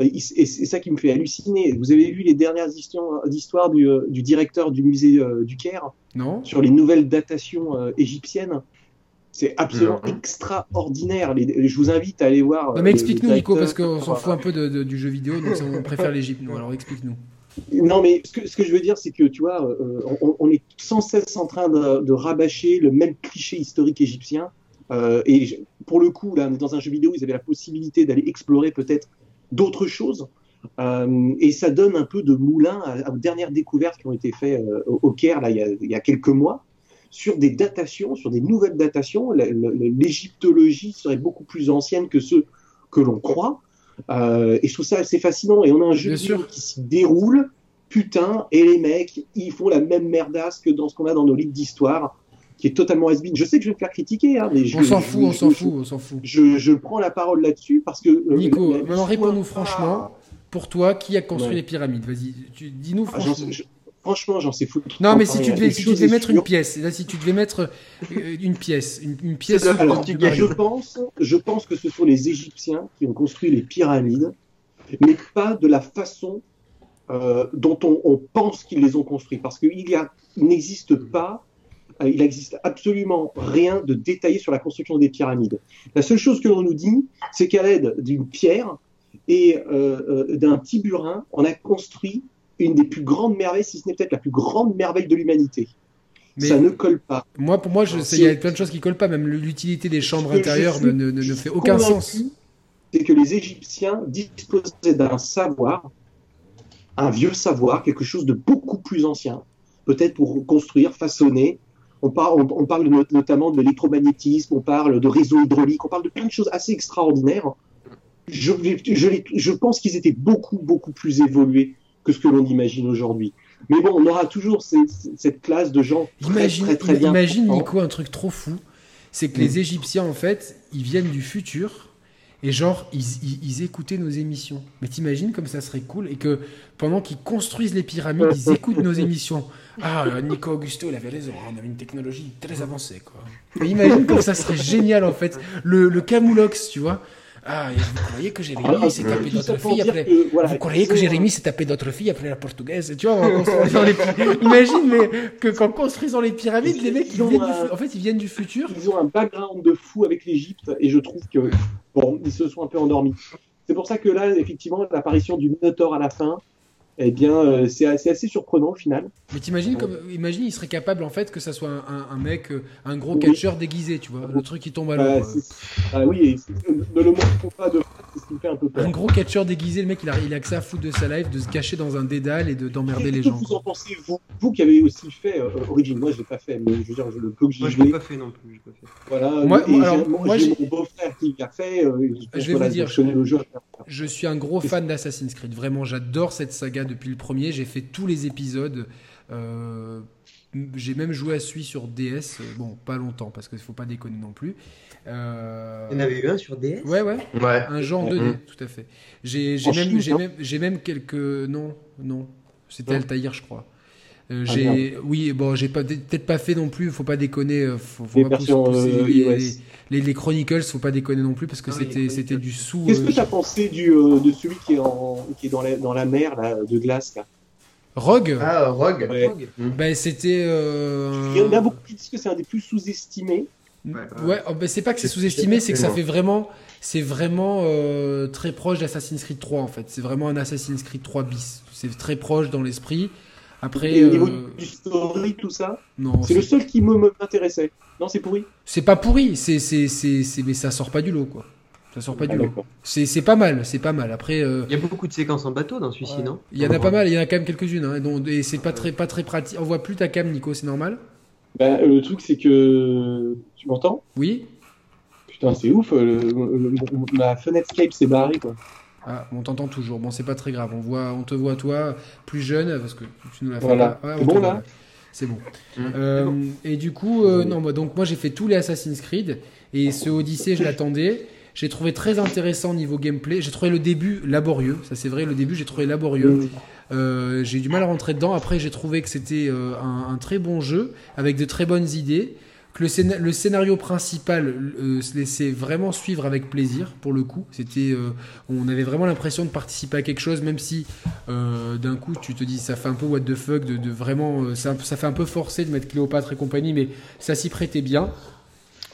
B: Euh, ils- Et c'est ça qui me fait halluciner. Vous avez vu les dernières histo- histoires du, euh, du directeur du musée euh, du Caire
A: Non
B: sur les nouvelles datations euh, égyptiennes C'est absolument extraordinaire. Les- les- je vous invite à aller voir. euh,
A: Non mais
B: le-
A: explique-nous
B: le
A: Nico parce
B: directeur.
A: qu'on s'en fout un peu de, de- du jeu vidéo donc ça, on préfère l'Égypte nous alors explique-nous.
B: Non, mais ce que, ce que je veux dire, c'est que tu vois, euh, on, on est sans cesse en train de, de rabâcher le même cliché historique égyptien. Euh, et je- pour le coup, là, on est dans un jeu vidéo, ils avaient la possibilité d'aller explorer peut-être d'autres choses. Euh, et ça donne un peu de moulin à- aux dernières découvertes qui ont été faites euh, au au Caire là, il, y a, il y a quelques mois sur des datations, sur des nouvelles datations. La- la- la- L'égyptologie serait beaucoup plus ancienne que ceux que l'on croit. Euh, et je trouve ça assez fascinant. Et on a un jeu
A: Bien
B: vidéo
A: sûr.
B: qui s'y déroule. Putain, et les mecs, ils font la même merdasse que dans ce qu'on a dans nos livres d'histoire, qui est totalement has Je sais que je vais me faire critiquer, hein, mais je,
A: On s'en
B: je-
A: fout, on
B: je-
A: s'en
B: je-
A: fout, on s'en fout.
B: je, je prends la parole là-dessus parce que. euh,
A: Nico,
B: la- la-
A: maintenant réponds-nous franchement. Pour toi, qui a construit
B: Ouais.
A: les pyramides Vas-y, tu- dis-nous
B: Ah, j'en
A: franchement.
B: sais- je- Franchement, j'en sais foutre.
A: Non mais si tu
B: Il y a
A: devais,
B: des
A: si tu
B: choses
A: devais mettre
B: sûres.
A: une pièce, là, si tu devais mettre euh, une pièce, une, une pièce.
F: C'est la
A: de-
B: Alors,
A: de-
B: je pense, je pense que ce sont les Égyptiens qui ont construit les pyramides, mais pas de la façon euh, dont on, on pense qu'ils les ont construits. Parce qu'il y a- il n'existe pas, euh, il n'existe absolument rien de détaillé sur la construction des pyramides. La seule chose que l'on nous dit, c'est qu'à l'aide d'une pierre et euh, euh, d'un petit burin, on a construit une des plus grandes merveilles, si ce n'est peut-être la plus grande merveille de l'humanité.
A: Mais
B: Ça ne colle pas.
A: moi, pour moi, je- c'est- il y a plein de choses qui collent pas. Même l'utilité des chambres
B: Je- je
A: intérieures
B: suis-
A: ne, ne- ne- ne fait aucun
B: convaincu,
A: sens.
B: C'est que les Égyptiens disposaient d'un savoir, un vieux savoir, quelque chose de beaucoup plus ancien, peut-être pour construire, façonner. On parle, on, on parle not- notamment de l'électromagnétisme, on parle de réseaux hydrauliques, on parle de plein de choses assez extraordinaires. Je, les- je les- je pense qu'ils étaient beaucoup, beaucoup plus évolués que ce que l'on imagine aujourd'hui. Mais bon, on aura toujours ces- cette classe de gens très,
A: Imagine,
B: très, très
A: im-
B: bien Mm.
A: imagine
B: pensants.
A: Nico, un truc trop fou, c'est que les Égyptiens, en fait, ils viennent du futur et genre, ils, ils- ils écoutaient nos émissions. Mais t'imagines comme ça serait cool et que pendant qu'ils construisent les pyramides, ils écoutent nos émissions. Ah, euh, Nico Augusto, il avait raison, hein, on avait une technologie très avancée, quoi. Mais imagine comme ça serait génial, en fait. Le, le camoulox, tu vois. Ah, et vous croyez que Jérémy
B: Ah,
A: s'est
B: ah,
A: tapé
B: tout ça
A: d'autres
B: pour
A: filles
B: dire
A: après
B: que, voilà,
A: vous croyez que
B: ils ont-
A: Jérémy s'est tapé d'autres filles après la portugaise Tu vois, en construisant hein. les pyramides. Imagine mais, que qu'en construisant les pyramides, les mecs, ils viennent du, fu- en fait, ils viennent du futur.
B: ils ont un background de fou avec l'Égypte et je trouve que bon, ils se sont un peu endormis. C'est pour ça que là, effectivement, l'apparition du Minotaur à la fin, eh bien, euh, c'est assez, assez surprenant au final.
A: Mais t'imagines, comme, imagine, il serait capable en fait que ça soit un, un- un mec, euh, un gros catcheur déguisé, tu vois, le truc qui tombe à
B: Bah,
A: l'eau.
B: c'est- ah oui, et c'est- ne le montrons pas de face, c'est ce qui me fait un peu
A: Un
B: peur.
A: gros catcheur déguisé, le mec il a, il a que ça à foutre de sa life, de se cacher dans un dédale et de- d'emmerder les
B: Qu'est-ce que
A: gens.
B: vous en pensez, vous, vous qui avez aussi fait euh, Origin Moi, je l'ai pas fait, mais je veux dire, je- le peu que
F: Moi,
B: j'y
F: je l'ai
B: joué,
F: pas fait non plus. j'ai pas fait.
B: voilà.
A: Moi-
B: et
A: moi,
B: j'ai-
A: alors,
B: moi,
A: moi,
B: j'ai
A: j'ai-
B: mon beau-frère qui l'a fait. euh,
A: vais
B: voilà,
A: vous dire,
B: je connais le jeu.
A: Je suis un gros fan d'Assassin's Creed, vraiment j'adore cette saga depuis le premier, j'ai fait tous les épisodes, euh, j'ai même joué à celui sur DS, euh, bon pas longtemps parce qu'il faut pas déconner non plus. Euh,
F: Il y en avait eu un sur DS
A: Ouais ouais,
E: Ouais.
A: un genre 2D,
E: Mhm.
A: tout à fait. J'ai j'ai
B: En
A: même,
B: Chine,
A: j'ai
B: non
A: même, j'ai même quelques... Non, non, c'était
B: Non.
A: Altaïr je crois. Euh,
B: Ah,
A: j'ai oui bon j'ai pas peut-être pas fait non plus faut pas déconner euh, faut, faut
B: Les
A: pas pousser-
B: versions
A: pousser
B: euh,
A: les, les-
B: US.
A: les- les Chronicles faut pas déconner non plus parce que
F: Ah oui, les
A: c'était c'était
F: Chronicles.
A: du sous
B: Qu'est-ce que
A: euh,
B: tu as pensé du, euh, de celui qui est, en, qui est dans, la, dans la mer là, de glace là
A: Rogue
E: Ah, Rogue.
B: Ouais.
A: Ben, c'était. euh,
B: Il y en a beaucoup qui disent que c'est un des plus sous-estimés.
A: Ouais, oh, ben, c'est pas que c'est sous-estimé, c'est que ça fait vraiment. C'est vraiment euh, très proche d'Assassin's Creed 3, en fait. C'est vraiment un Assassin's Creed 3 bis. C'est très proche dans l'esprit. Après.
B: Et au niveau
A: euh,
B: du story, tout ça,
A: Non,
B: c'est le
A: c'est-
B: seul qui me- me- m'intéressait. Non, c'est pourri.
A: c'est pas pourri, c'est, c'est, c'est, c'est- mais ça sort pas du lot, quoi. Ça sort pas
B: Ah,
A: du lot.
B: d'accord.
A: C'est, c'est pas mal, c'est pas mal. Après. euh,
F: Il y a beaucoup de séquences en bateau dans celui-ci, non
A: Il y en a pas mal, il y en a quand même quelques-unes, hein, et donc- et c'est pas très, pas très pratique. On voit plus ta cam, Nico, c'est normal
B: Bah, euh, le truc, c'est que. Tu m'entends
A: Oui
B: Putain, c'est ouf. euh, le- le- le- ma fenêtre Skype s'est barrée. Quoi.
A: Ah, on t'entend toujours. Bon, c'est pas très grave. On voit, on te voit toi plus jeune parce que tu nous l'as fait.
B: Voilà.
A: pas. Ouais,
B: C'est
A: on te
B: bon,
A: voit,
B: là Mmh.
A: C'est bon.
E: Mm.
A: Euh, Et du coup, euh, non, moi, donc moi j'ai fait tous les Assassin's Creed et ce Odyssey, je l'attendais. J'ai trouvé très intéressant niveau gameplay. J'ai trouvé le début laborieux. Ça c'est vrai, le début j'ai trouvé laborieux. Euh, j'ai eu du mal à rentrer dedans. Après, j'ai trouvé que c'était euh, un, un très bon jeu avec de très bonnes idées. Que le, scéna- le scénario principal euh, se laissait vraiment suivre avec plaisir pour le coup. C'était, euh, on avait vraiment l'impression de participer à quelque chose, même si euh, d'un coup tu te dis ça fait un peu what the fuck, de, de vraiment euh, ça, ça fait un peu forcé de mettre Cléopâtre et compagnie, mais ça s'y prêtait bien.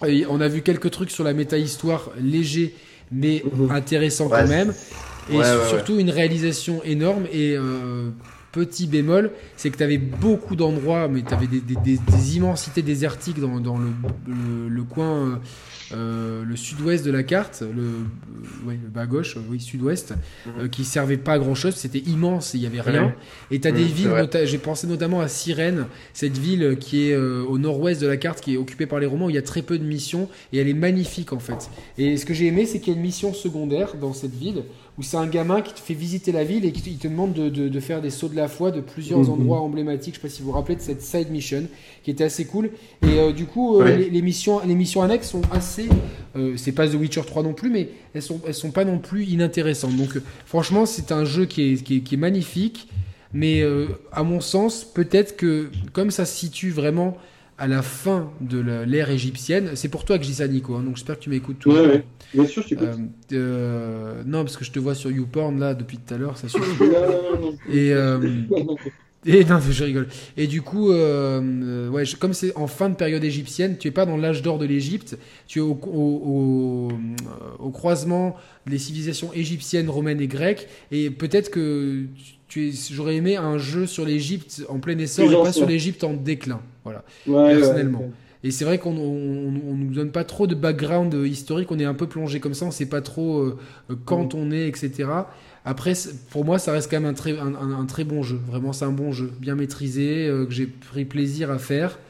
A: Et on a vu quelques trucs sur la méta-histoire léger, mais intéressant
E: Ouais,
A: quand même et
E: Ouais,
A: sur-
E: ouais,
A: surtout une réalisation énorme et euh, petit bémol c'est que tu avais beaucoup d'endroits mais tu avais des, des- des- des immensités désertiques dans, dans le, le- le coin euh, euh, le sud-ouest de la carte le, euh, ouais, le bas gauche euh, oui sud-ouest euh, qui servait pas à grand chose c'était immense il y avait rien
E: Mhm. Ouais.
A: et tu as des
E: Mhm, c'est
A: villes
E: vrai.
A: nota- j'ai pensé notamment à Sirène cette ville qui est euh, au nord-ouest de la carte qui est occupée par les romans où il y a très peu de missions et elle est magnifique en fait et ce que j'ai aimé c'est qu'il y a une mission secondaire dans cette ville où c'est un gamin qui te fait visiter la ville et qui te, il te demande de, de- de faire des sauts de la foi de plusieurs
B: Mhm.
A: endroits emblématiques. Je sais pas si vous vous rappelez de cette side mission qui était assez cool. Et euh, du coup, euh,
E: Ouais.
A: les, les missions, les missions annexes sont assez. euh, c'est pas The Witcher 3 non plus, mais elles sont, elles sont pas non plus inintéressantes. Donc, euh, franchement, c'est un jeu qui est, qui est, qui est magnifique. Mais euh, à mon sens, peut-être que comme ça se situe vraiment à la fin de la- l'ère égyptienne, c'est pour toi que je dis ça, Nico. hein, donc j'espère que tu m'écoutes toujours.
B: Ouais, ouais. Bien sûr, je t'écoute.
A: Euh, euh, non, parce que je te vois sur YouPorn là depuis tout à l'heure, ça suffit.
B: Non, non, non,
A: Et, euh,
B: non.
A: et non, je rigole. Et du coup, euh, euh, ouais, je- comme c'est en fin de période égyptienne, tu es pas dans l'âge d'or de l'Égypte, tu es au, au, au, euh, au croisement des civilisations égyptiennes, romaines et grecques, et peut-être que tu es- j'aurais aimé un jeu sur l'Égypte en plein essor
B: Plus
A: et pas
B: ancien.
A: sur l'Égypte en déclin. Voilà.
B: Ouais,
A: personnellement.
B: ouais.
A: Et c'est vrai qu'on on, on- on nous donne pas trop de background euh, historique, on est un peu plongé comme ça, on sait pas trop euh, euh,
B: Mm.
A: quand on est, etc. Après, c'est- pour moi, ça reste quand même un très, un, un- un très bon jeu. Vraiment, c'est un bon jeu, bien maîtrisé, euh, que j'ai pris plaisir à faire.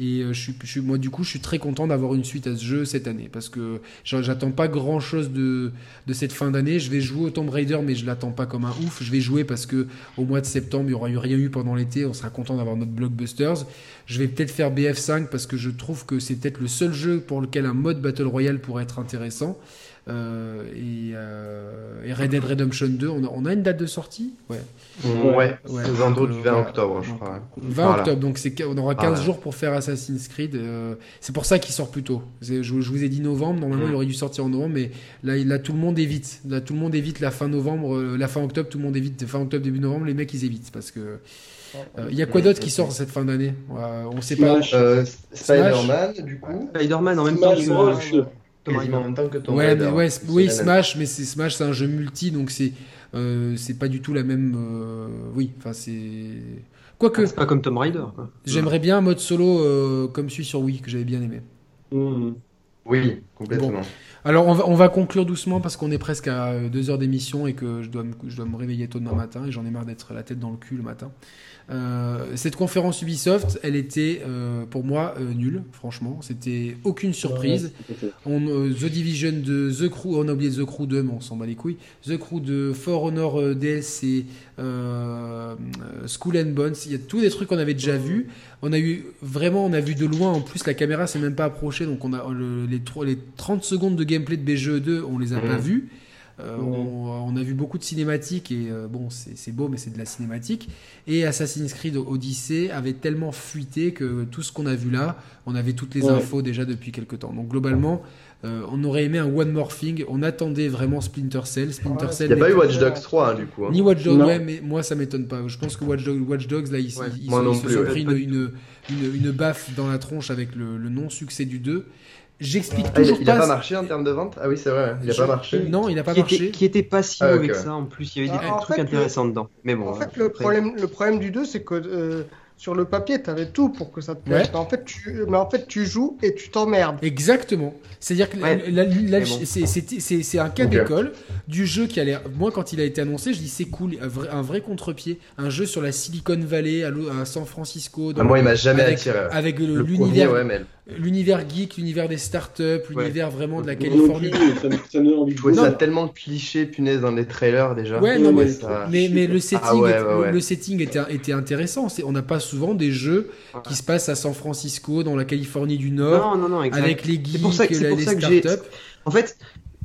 A: Et euh, je suis, je suis- moi, du coup, je suis très content d'avoir une suite à ce jeu cette année, parce que j'a- j'attends pas grand chose de, de cette fin d'année. Je vais jouer au Tomb Raider, mais je l'attends pas comme un ouf. Je vais jouer parce que au mois de septembre, il y aura eu rien eu pendant l'été. On sera content d'avoir notre blockbusters. Je vais peut-être faire BF5 parce que je trouve que c'est peut-être le seul jeu pour lequel un mode Battle Royale pourrait être intéressant. Euh, et, euh, et Red Dead Redemption 2, on a, on a une date de sortie Ouais.
E: Ouais.
A: Ouais.
E: Aux Indos du 20
A: Voilà.
E: octobre, je crois. hein.
A: 20
E: Voilà.
A: octobre, donc c'est, qu- on aura 15
E: Voilà.
A: jours pour faire Assassin's Creed. euh, c'est pour ça qu'il sort plus tôt. C'est- Je, je vous ai dit novembre, normalement
E: Mm.
A: il aurait dû sortir en novembre, mais là, il- là tout le monde évite. Là tout le monde évite la fin novembre, euh, la fin octobre, tout le monde évite. Fin octobre, début novembre, les mecs ils évitent parce que. euh, Il y a quoi d'autre qui sort cette fin d'année Euh, On sait pas.
B: Smash,
E: Euh, Spider-Man, du coup.
F: Spider-Man en même temps
A: euh,
B: Smash
F: que. euh,
B: Bros.
E: quasiment
F: Exactement.
E: en même temps que ton
A: Ouais,
E: Raider. hein.
A: mais ouais,
E: C'est
A: oui,
E: la même.
A: Smash, mais c'est Smash, c'est un jeu multi, donc c'est euh, c'est pas du tout la même. euh, oui, enfin c'est.
E: Ah,
A: Quoique,
F: C'est pas comme Tomb Raider. quoi.
A: j'aimerais bien un mode solo euh, comme celui sur Wii que j'avais bien aimé.
B: Hmm.
E: Oui, complètement.
A: Alors on va, on va conclure doucement parce qu'on est presque à euh, deux heures d'émission et que je dois, me, je dois me réveiller tôt demain matin et j'en ai marre d'être la tête dans le cul le matin. Euh, cette conférence Ubisoft, elle était euh, pour moi euh, nulle, franchement. C'était aucune surprise. On, euh, The Division de The Crew, on a oublié The Crew 2, mais on s'en bat les couilles. The Crew de For Honor euh, DLC, euh, euh, School and Bones, il y a tous des trucs qu'on avait déjà vus. On a eu vraiment, on a vu de loin. En plus, la caméra s'est même pas approchée, donc on a le- les, trois- les 30 secondes de gameplay de BGE 2, on les a pas
E: Mhm.
A: vus. Euh,
B: Mhm.
A: on, on a vu beaucoup de cinématiques et euh, bon, c'est c'est beau, mais c'est de la cinématique. Et Assassin's Creed Odyssey avait tellement fuité que tout ce qu'on a vu là, on avait toutes les
B: Ouais.
A: infos déjà depuis quelques temps. Donc globalement, euh, on aurait aimé un One More Thing. On attendait vraiment Splinter Cell. Splinter
D: Ouais.
A: Cell
E: Il n'y a pas eu
A: n'était-
E: Watch Dogs 3, hein, du coup. hein.
A: Ni Watch Dogs,
B: Non.
A: ouais, mais moi ça m'étonne pas. Je pense que Watch Dogs, Watch Dogs là, ils,
F: Ouais,
A: ils-
E: moi
A: ils
E: non
A: se
E: plus,
A: sont
E: ouais.
A: pris
F: Pas
A: une,
F: du
A: une, une- une baffe dans la tronche avec le, le non-succès du 2. J'explique
E: Ah, il,
A: toujours
E: il a
A: pas.
E: pas marché en termes de vente Ah oui, c'est vrai, hein, il a
A: Je-
E: pas marché.
A: Non, il n'a pas
F: qui,
A: marché.
F: était, qui était pas si
E: Ah,
F: mauvais
E: ok,
F: que
E: ouais.
F: ça en plus, il y avait des
D: Ah, en
F: trucs
D: fait,
F: intéressants dedans. Mais bon. hein.
D: En fait,
F: après,
D: le problème, le problème du 2, c'est que euh, sur le papier, t'avais tout pour que ça te plaise.
A: Ouais.
D: Mais en fait, tu, mais en fait, tu joues et tu t'emmerdes.
A: Exactement. C'est-à-dire que la-
F: Ouais,
A: la- la-
F: mais bon.
A: c'est- c'est c'est- c'est un cas
E: Ok.
A: d'école du jeu qui a l'air. Moi, quand il a été annoncé, je dis c'est cool, un vrai, un vrai contre-pied, un jeu sur la Silicon Valley, à, l'o- à San Francisco, dans-
E: Ah, moi, il m'a jamais
A: avec-
E: attiré. ouais.
A: avec le-
E: Le premier,
A: l'univers
E: ouais, mais
A: l'univers geek, l'univers des startups, l'univers vraiment de la
B: Moi non
A: Californie.
B: plus, ça me- ça me donne envie
E: je
B: de
E: trouvais
A: Non,
E: ça
A: mais-
E: tellement cliché, punaise, dans les trailers déjà.
A: Ouais, non,
B: Ouais,
A: mais,
E: ça-
A: mais, mais le setting,
E: Ah ouais,
A: était-
E: ouais,
A: le-
E: ouais.
A: Le setting était, était intéressant. C'est- On n'a pas souvent des jeux qui se passent à San Francisco, dans la Californie du Nord,
F: Non, non, non, exact.
A: avec les geeks,
F: C'est pour ça que- c'est
A: la-
F: pour
A: les
F: ça que j'ai-
A: startups.
F: En fait,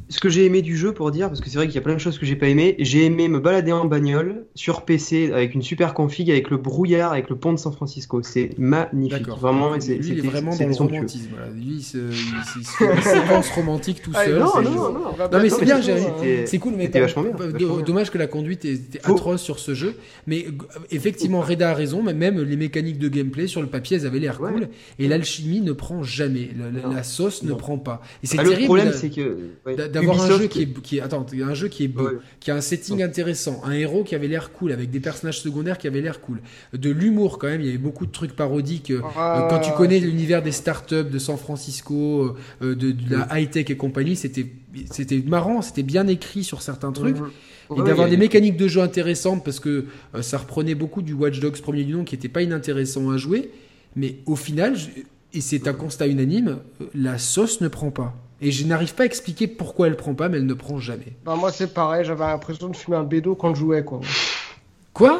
F: ce que j'ai aimé du jeu pour dire, parce que c'est vrai qu'il y a plein de choses que j'ai pas aimé, j'ai aimé me balader en bagnole sur PC avec une super config, avec le brouillard, avec le pont de San Francisco. C'est magnifique.
A: D'accord.
F: Vraiment, et c'est-
A: Lui, il est
F: c'était-
A: vraiment dans
F: c'était
A: le
F: somptueux.
A: romantisme. voilà. Lui, il se, il- il se- il se pense romantique tout
D: Ah,
A: seul.
F: non,
A: c'est-
F: non,
A: c'est-
F: non.
D: on va
A: Non, mais
D: mettre
A: c'est
D: un
A: bien,
D: peu,
A: j'ai-
D: hein.
F: C'était-
A: C'est cool, mais
F: C'était
A: t'as-
F: vachement bien,
A: bah,
F: vachement
A: do-
F: bien.
A: dommage que la conduite était
F: Faut-
A: atroce sur ce jeu. Mais euh, effectivement, Reda a raison. Mais même les mécaniques de gameplay sur le papier, elles avaient l'air
F: Ouais.
A: cool. Et l'alchimie ne prend jamais. La, la-
F: Non.
A: la sauce ne prend pas. Et c'est
F: Bah,
A: terrible.
F: le problème,
A: d'a-
F: c'est que ouais,
A: d'a- d'avoir un
F: Ubisoft,
A: jeu qui est, qui est- attends, un jeu qui est beau,
F: Ouais.
A: qui a un setting intéressant, un héros qui avait l'air cool, avec des personnages secondaires qui avaient l'air cool, de l'humour quand même. Il y avait beaucoup de trucs parodiques. euh, euh, Quand tu connais l'univers des startups de San Francisco, euh, de, de la high-tech et compagnie, c'était c'était marrant, c'était bien écrit sur certains trucs.
F: Ouais,
A: Et
F: ouais,
A: d'avoir
F: il y
A: des
F: a-
A: mécaniques de jeu intéressantes parce que euh, ça reprenait beaucoup du Watch Dogs premier du nom qui n'était pas inintéressant à jouer. Mais au final, je- et c'est un constat unanime, euh, la sauce ne prend pas. Et je n'arrive pas à expliquer pourquoi elle prend pas, mais elle ne prend jamais.
D: Bah, moi, c'est pareil, j'avais l'impression de fumer un bédo quand je jouais, quoi.
A: Quoi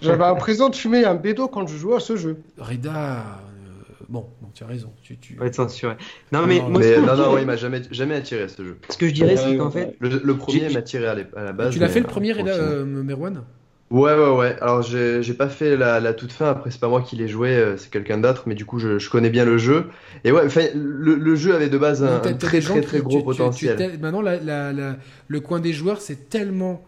D: J'avais l'impression de fumer un bédo quand je jouais à ce jeu.
A: Reda. euh, bon, bon, tu as raison. Tu, tu...
F: va être censuré. Non, mais,
A: Non,
F: moi,
E: Mais
F: ce que
E: non,
F: je
E: non,
F: dirais-
E: il m'a jamais, jamais attiré ce jeu.
F: ce que je dirais, c'est
B: Ouais,
F: qu'en
B: ouais.
F: fait,
E: Le, le premier
F: J'ai-
E: m'a attiré à, l'é- à la base.
A: tu l'as
E: mais,
A: fait le
E: euh,
A: premier, Reda,
E: continue.
A: euh, Merwan
E: Ouais, ouais, ouais. Alors, j'ai j'ai pas fait la, la toute fin. Après, c'est pas moi qui l'ai joué, euh, c'est quelqu'un d'autre. Mais du coup, je, je connais bien le jeu. Et ouais, enfin, le, le jeu avait de base un,
A: Non, t'as-
E: un
A: t'as
E: très,
A: des gens
E: très,
A: qui-
E: très
A: tu-
E: gros
A: tu- tu-
E: potentiel.
A: t'as- maintenant, la- la- la- le coin des joueurs, c'est tellement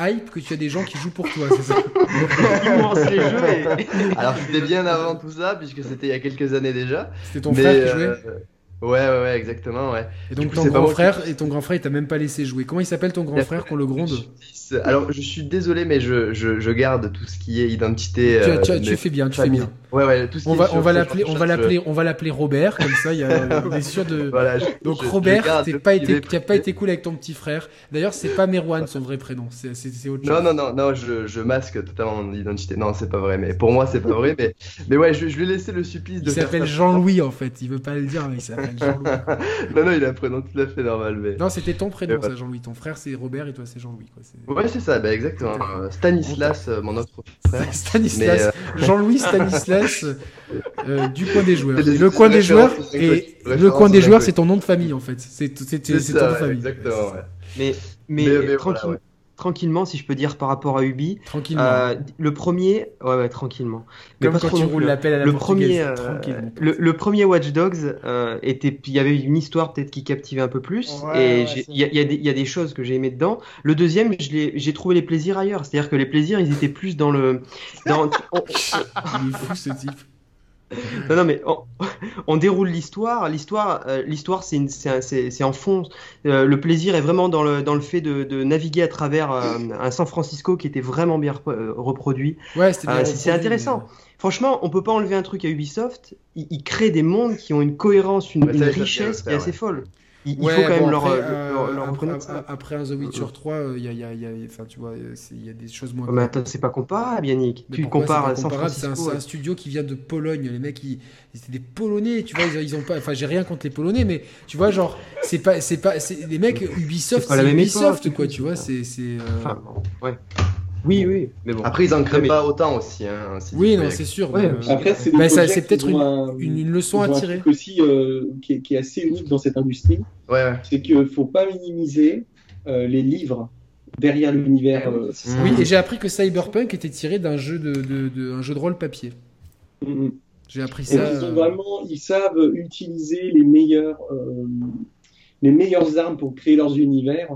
A: hype que tu as des gens qui jouent pour toi, c'est ça
F: ils commencent les jeux et-
E: Alors, c'était bien avant tout ça, puisque c'était il y a quelques années déjà.
A: C'était ton
E: mais,
A: frère qui jouait
E: euh, Ouais, ouais, ouais, exactement, ouais.
A: Et donc
E: coup,
A: ton
E: c'est pas
A: grand
E: moi qui-
A: frère et ton grand frère il t'a même pas laissé jouer. Comment il s'appelle ton grand
E: La-
A: frère qu'on le gronde
E: Alors, je suis désolé, mais je, je, je garde tout ce qui est identité.
A: Tu-
E: euh,
A: tu, tu
E: mais-
A: fais bien, tu fais
E: famille.
A: bien.
E: Ouais, ouais, tout ce qui
A: On
E: est
A: va
E: sur-
A: on va
E: sur-
A: l'appeler on va
E: je-
A: l'appeler on va l'appeler Robert comme ça il, y a, il est sûr de
E: Voilà, je-
A: Donc
E: je- je
A: Robert,
E: garde
A: t'es
E: le
A: pas
E: privé
A: été t'as pas
E: privé.
A: été cool avec ton petit frère. D'ailleurs, c'est pas Merwan son vrai prénom, c'est c'est- c'est autre chose.
E: Non, non, non, non, je, je masque totalement mon identité. Non, c'est pas vrai, mais pour moi, c'est pas vrai. Mais, mais ouais, je, je lui ai laissé le supplice de
A: Il
E: faire
A: s'appelle
E: ça.
A: Jean-Louis en fait, il veut pas le dire mais il s'appelle Jean-Louis.
E: Non, non, il a un prénom tout à fait normal. Mais...
A: Non, c'était ton prénom
E: Et voilà.
A: ça Jean-Louis, ton frère c'est Robert et toi c'est Jean-Louis quoi. c'est-
E: Ouais, c'est ça, bah, exactement. Euh, Stanislas, euh, mon autre frère. Mais,
A: Stanislas,
E: euh,
A: Jean-Louis Stanislas euh, du coin des joueurs.
E: C'est des-
A: le coin
E: des
A: des joueurs
E: références
A: et
E: inconnus.
A: le coin
E: Références
A: des joueurs,
E: inconnus.
A: c'est ton nom de famille en fait. C'est c'est- c'est-
E: c'est
A: c'est ton
E: ça,
A: nom de
E: ouais,
A: famille.
E: Exactement, ouais.
F: Mais, mais,
E: Mais- mais voilà,
F: tranquille-
E: ouais.
F: tranquillement, si je peux dire par rapport à Ubi,
A: Tranquillement.
F: euh, le premier, ouais, ouais, tranquillement. Mais
A: Comme
F: pas
A: quand
F: trop
A: tu
F: non plus,
A: roules
F: hein.
A: l'appel à la
F: le
A: portugaise,
F: premier, euh,
A: tranquillement.
F: le, le premier Watch Dogs euh, était, il y avait une histoire peut-être qui captivait un peu plus,
D: Ouais, ouais,
F: et j'ai-
D: c'est-
F: il y, a- il y a des- il y a des choses que j'ai aimé dedans. Le deuxième, je l'ai- j'ai trouvé les plaisirs ailleurs, c'est-à-dire que les plaisirs, ils étaient plus dans le, dans, on-
A: Il est fou ce type.
F: Non, non, mais on, on déroule l'histoire. L'histoire, euh, l'histoire, c'est, une- c'est, un- c'est- c'est en fond. Euh, le plaisir est vraiment dans le, dans le fait de, de naviguer à travers euh, un San Francisco qui était vraiment bien rep- euh, reproduit.
A: Ouais, c'était bien
F: Ah, c'est- c'est
A: reproduit,
F: intéressant. Franchement, on peut pas enlever un truc à Ubisoft. Ils, ils créent des mondes qui ont une cohérence, une,
E: Ouais, Bah, ça,
F: une
E: ils savent bien
F: richesse
E: le
F: qui
E: faire,
F: est assez
E: ouais.
F: folle. Il, il
A: Ouais,
F: faut quand même
A: bon,
F: leur,
A: après,
F: leur- leur-
A: euh,
F: leur
A: après-
F: reconnaître ça.
A: Après un The Witcher 3, euh, il y a, il y a- il y a- enfin, tu vois, euh, c'est- il y a des choses moins.
F: Ouais, Oh, Mais attends, c'est pas comparable, Yannick.
A: Mais
F: tu
A: pourquoi c'est pas
F: compares à San
A: comparable C'est un,
F: Francisco. hein.
A: c'est un studio qui vient de Pologne. Les mecs, ils, ils étaient des Polonais, tu vois. Ils, ils ont pas. Enfin, j'ai rien contre les Polonais, mais tu vois, genre, c'est pas, c'est pas, c'est les mecs Ubisoft,
F: C'est pas la
A: c'est
F: même
A: Ubisoft,
F: époque.
A: quoi, tu vois. C'est, c'est. euh,
F: Enfin, ouais. Oui, oui. Mais bon.
E: Après, ils en créent
F: Mais-
E: pas autant aussi. Hein, ainsi
A: oui,
E: dit,
A: non,
E: mais-
A: c'est sûr.
F: Ouais,
A: mais,
F: parce
A: euh,
B: Après, c'est des
A: Bah, ça-
B: projets
A: c'est
B: qui
A: peut-être
B: ont un-
A: une, une leçon à
B: ils ont un
A: tirer.
B: truc aussi euh, qui, est, qui est assez unique dans cette industrie,
E: Ouais, ouais.
B: c'est qu'il faut pas minimiser euh, les livres derrière l'univers. euh,
A: Oui, et j'ai appris que Cyberpunk était tiré d'un jeu de, de, de- un jeu de rôle papier.
B: mm, mm.
A: J'ai appris
B: Et
A: ça.
B: ils, ont
A: euh,
B: vraiment, ils savent utiliser les meilleurs, euh, les meilleures armes pour créer leurs univers.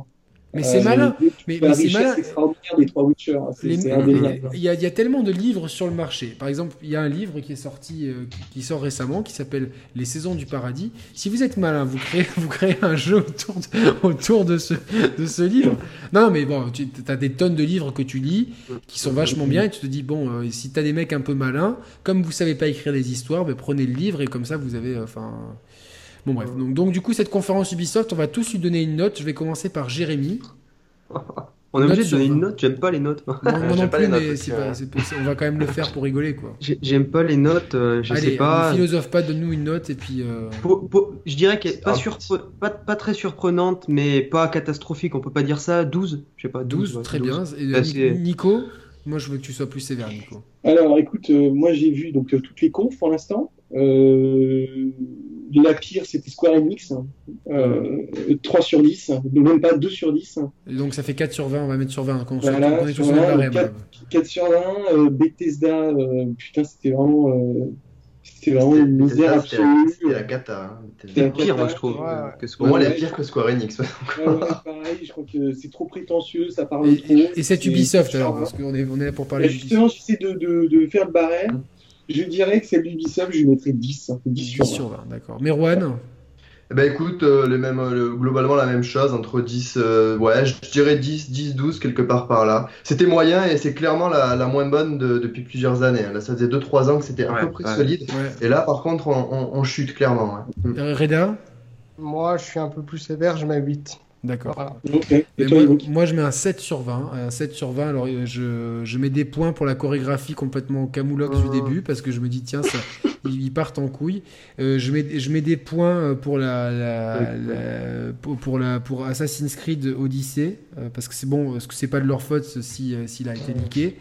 A: Mais c'est
B: Euh,
A: malin.
B: j'ai vu toute
A: Mais-
B: la
A: mais c'est
B: richesse
A: malin.
B: extraordinaire des trois Witcher. hein. C'est
A: Les-
B: c'est
A: les-
B: indéniable.
A: Il y, a- il y a tellement de livres sur le marché. Par exemple, il y a un livre qui est sorti, euh, qui, qui sort récemment, qui s'appelle Les Saisons du Paradis. Si vous êtes malin, vous créez, vous créez un jeu autour de, autour de ce, de ce livre. Non, non, mais bon, tu as des tonnes de livres que tu lis qui sont vachement bien et tu te dis, bon, euh, si tu as des mecs un peu malins, comme vous savez pas écrire des histoires, ben, prenez le livre et comme ça vous avez. euh, Enfin. Bon, bref. Donc, donc, du coup, cette conférence Ubisoft, on va tous lui donner une note. Je vais commencer par Jérémy.
F: On est obligé
A: Note
F: de
A: sur
F: donner une
A: vingt.
F: note. J'aime Euh, pas les notes. moi.
A: Moi, moi
E: J'ai
A: non
E: pas
A: plus,
E: les notes
A: mais
E: aussi,
A: c'est pas-
E: ouais.
A: c'est pas- on va quand même le faire pour rigoler, quoi.
F: J'ai- J'aime pas les notes. euh, je
A: Allez,
F: sais pas.
A: ne philosophe pas, donne-nous une note et puis. euh,
F: Po- po- je dirais qu'elle est pas,
E: Ah.
F: surpre- pas, pas très surprenante, mais pas catastrophique, on peut pas dire ça. 12, je sais pas,
A: 12,
F: 12, ouais,
A: très
F: 12.
A: bien. Et,
F: Bah,
A: euh,
F: c'est-
A: Nico, moi je veux que tu sois plus sévère, Nico.
B: Alors, écoute, euh, moi j'ai vu donc euh, toutes les confs pour l'instant. Euh, la pire, c'était Square Enix. hein. Euh, 3 sur 10, hein. même pas 2 sur 10. hein.
A: Et donc ça fait 4 sur 20, on va mettre sur 20. Quand on se
B: Voilà,
A: on est tous dans
B: sur
A: la
B: 20,
A: même
B: quatre. 4 sur 1, euh, Bethesda, euh, putain, c'était vraiment, euh, c'était vraiment
E: C'était-
B: une
E: c'était
B: misère
E: ça, c'était la-
B: absolue.
E: C'était la cata. hein.
B: C'était la
F: Pire, moi je trouve.
D: Ouais, ouais.
F: euh, que ce
E: Pour moi,
F: soit.
E: elle est pire que Square Enix. ouais.
B: Ouais, ouais, pareil, je crois que c'est trop prétentieux, ça parle
A: Et,
B: trop.
A: et- et c'est Ubisoft
B: c'est- hein.
A: alors, parce qu'on est, on est là pour
B: Et
A: parler d'Ubisoft.
B: justement, j'essaie de, de, de faire le barème. Je dirais que celle d'Ubisoft, je lui mettrais 10. hein, 10 sur
A: 10
B: 20.
A: sur 20, d'accord. Merwan,
E: Eh Ben écoute, euh, les mêmes, euh, le- globalement la même chose, entre 10, euh, ouais, je dirais 10, 10, 12, quelque part par là. C'était moyen et c'est clairement la, la moins bonne de- depuis plusieurs années. hein. Là, ça faisait 2-3 ans que c'était à
F: Ouais,
E: peu près
F: ouais.
E: solide.
A: ouais.
E: Et là, par contre, on, on- on chute clairement. hein. ouais.
F: Mm.
A: Euh, Reda,
D: Moi, je suis un peu plus sévère, je mets 8.
A: d'accord.
D: Voilà.
B: Ok. Et
A: Mais
B: toi,
A: moi,
B: Yvon
A: moi, je mets un 7 sur 20. Un 7 sur 20, alors euh, je, je mets des points pour la chorégraphie complètement camoulox du
B: Ah.
F: Oh.
A: début parce que je me dis, tiens, ça, ils, ils partent en couille. Euh, je, mets, je mets des points euh, pour, la, la-
B: Ah,
A: la- pour, pour la, pour Assassin's Creed Odyssey euh, parce que c'est bon, parce que c'est pas de leur faute ce- si, euh, s'il a été
B: Ah.
A: niqué.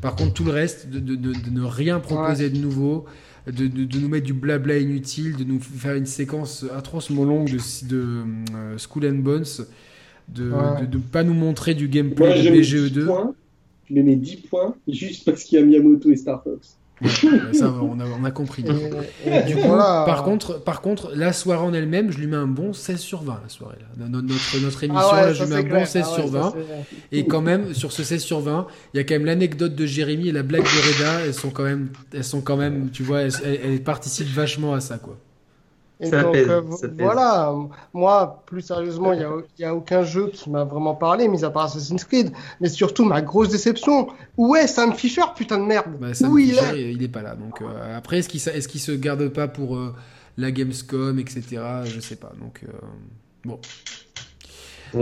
A: Par contre, tout le reste, de, de- de- de ne rien proposer de nouveau. De, de- de nous mettre du blabla inutile, de nous faire une séquence atrocement longue de, de euh, School and Bones, de,
D: Ouais.
A: de, de pas nous montrer du
B: Moi,
A: gameplay de
B: je
A: E
B: mets 10
A: BGE2.
B: points. Je lui mets 10 points juste parce qu'il y a Miyamoto et Star Fox.
A: Ouais, ça, on a, on a compris.
D: Et, et
A: Du coup,
D: voilà.
A: par, contre, par contre, la soirée en elle-même, je lui mets un bon 16 sur 20, la soirée. Là. No- no- Notre, notre émission,
D: Ah ouais,
A: là, je
D: ça,
A: lui mets
D: c'est
A: un bon
D: clair.
A: 16
D: Ah ouais,
A: sur
D: ça,
A: 20.
D: c'est-
A: Et quand même, sur ce 16 sur 20, il y a quand même l'anecdote de Jérémy et la blague de Reda. Elles sont quand même, elles sont quand même tu vois, elles, elles- elles participent vachement à ça, quoi.
D: Et
F: Ça
D: donc,
F: pèse,
D: euh, vo-
F: ça pèse.
D: voilà, moi, plus sérieusement, il n'y a, il y a aucun jeu qui m'a vraiment parlé, mis à part Assassin's Creed. Mais surtout, ma grosse déception, où est Sam Fisher, putain de merde?
A: Bah, Sam
D: Où il
A: Fisher,
D: est?
A: il est pas là. Donc, euh, après, est-ce qu'il sa- est-ce qu'il se garde pas pour euh, la Gamescom, etc. Je sais pas. Donc. euh,
E: Ouais,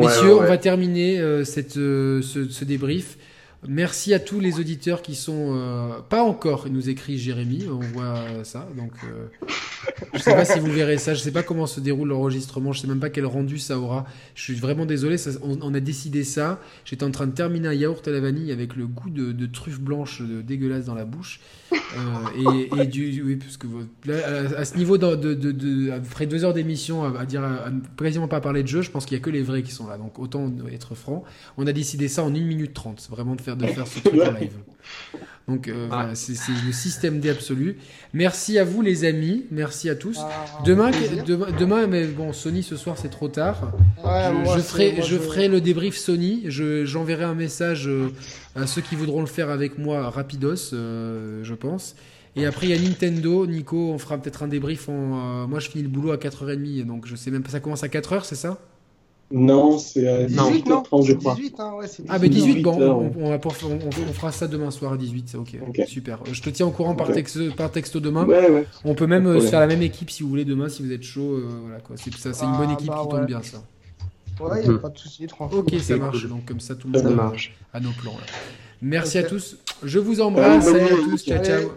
A: Messieurs,
E: ouais,
A: on
E: ouais.
A: va terminer euh, cette, euh, ce, ce débrief. Merci à tous les auditeurs qui sont euh, pas encore, nous écrit Jérémy, on voit euh, ça. Donc, euh, je sais pas si vous verrez ça, je sais pas comment se déroule l'enregistrement, je sais même pas quel rendu ça aura. Je suis vraiment désolé, ça- on, on a décidé ça. J'étais en train de terminer un yaourt à la vanille avec le goût de, de truffe blanche euh, dégueulasse dans la bouche. Euh, et, et du, oui, parce que vous- là, à, à ce niveau, de, de, de- de- après deux heures d'émission, à, à dire, à, à ne quasiment pas parler de jeu, je pense qu'il y a que les vrais qui sont là. Donc autant être franc. On a décidé ça en 1 minute 30, vraiment de faire, de faire ce truc en live. Donc euh, voilà, c'est c'est le système D absolu. Merci à vous les amis, merci à tous. Demain,
D: Ah, plaisir.
A: demain, demain, mais bon, Sony ce soir c'est trop tard. Je-
D: Ouais, Ah, moi,
A: je
D: c'est-
A: ferai,
D: moi,
A: je ferai le débrief Sony. Je- J'enverrai un message euh, à ceux qui voudront le faire avec moi rapidos, euh, je pense. Et après, il y a Nintendo. Nico, on fera peut-être un débrief. en, euh, moi, je finis le boulot à 4h30, donc je sais même pas. Ça commence à 4h, c'est ça
B: Non, c'est à 18h30, je crois.
D: 18, hein, ouais, c'est
A: Ah, mais 18,
B: 18,
A: bon,
B: heures,
A: on, on va pour- on- on- on fera ça demain soir à 18. Ok,
B: Ok.
A: super. Je te tiens au courant par,
B: Ok.
A: texte, par texto demain.
B: Ouais, ouais.
A: On peut même
B: Pas
A: euh,
B: de
A: se
B: problème.
A: faire la même équipe si vous voulez demain, si vous êtes chaud. euh, voilà, quoi. C'est ça, c'est une bonne
D: Ah,
A: équipe
D: bah
A: qui
D: ouais.
A: tombe bien, ça.
D: Ouais,
F: Mm.
D: y a pas de souci, tranquille.
A: Ok, ça
F: cool.
A: marche. Donc, comme ça, tout le
B: Ça
A: monde
F: Ça
A: a-
F: marche.
A: à nos plans. là. Merci
D: Ok.
A: à tous. Je vous embrasse.
B: Allez,
A: Salut à
B: bonne
A: tous. Ciao,
D: nuit.
A: ciao.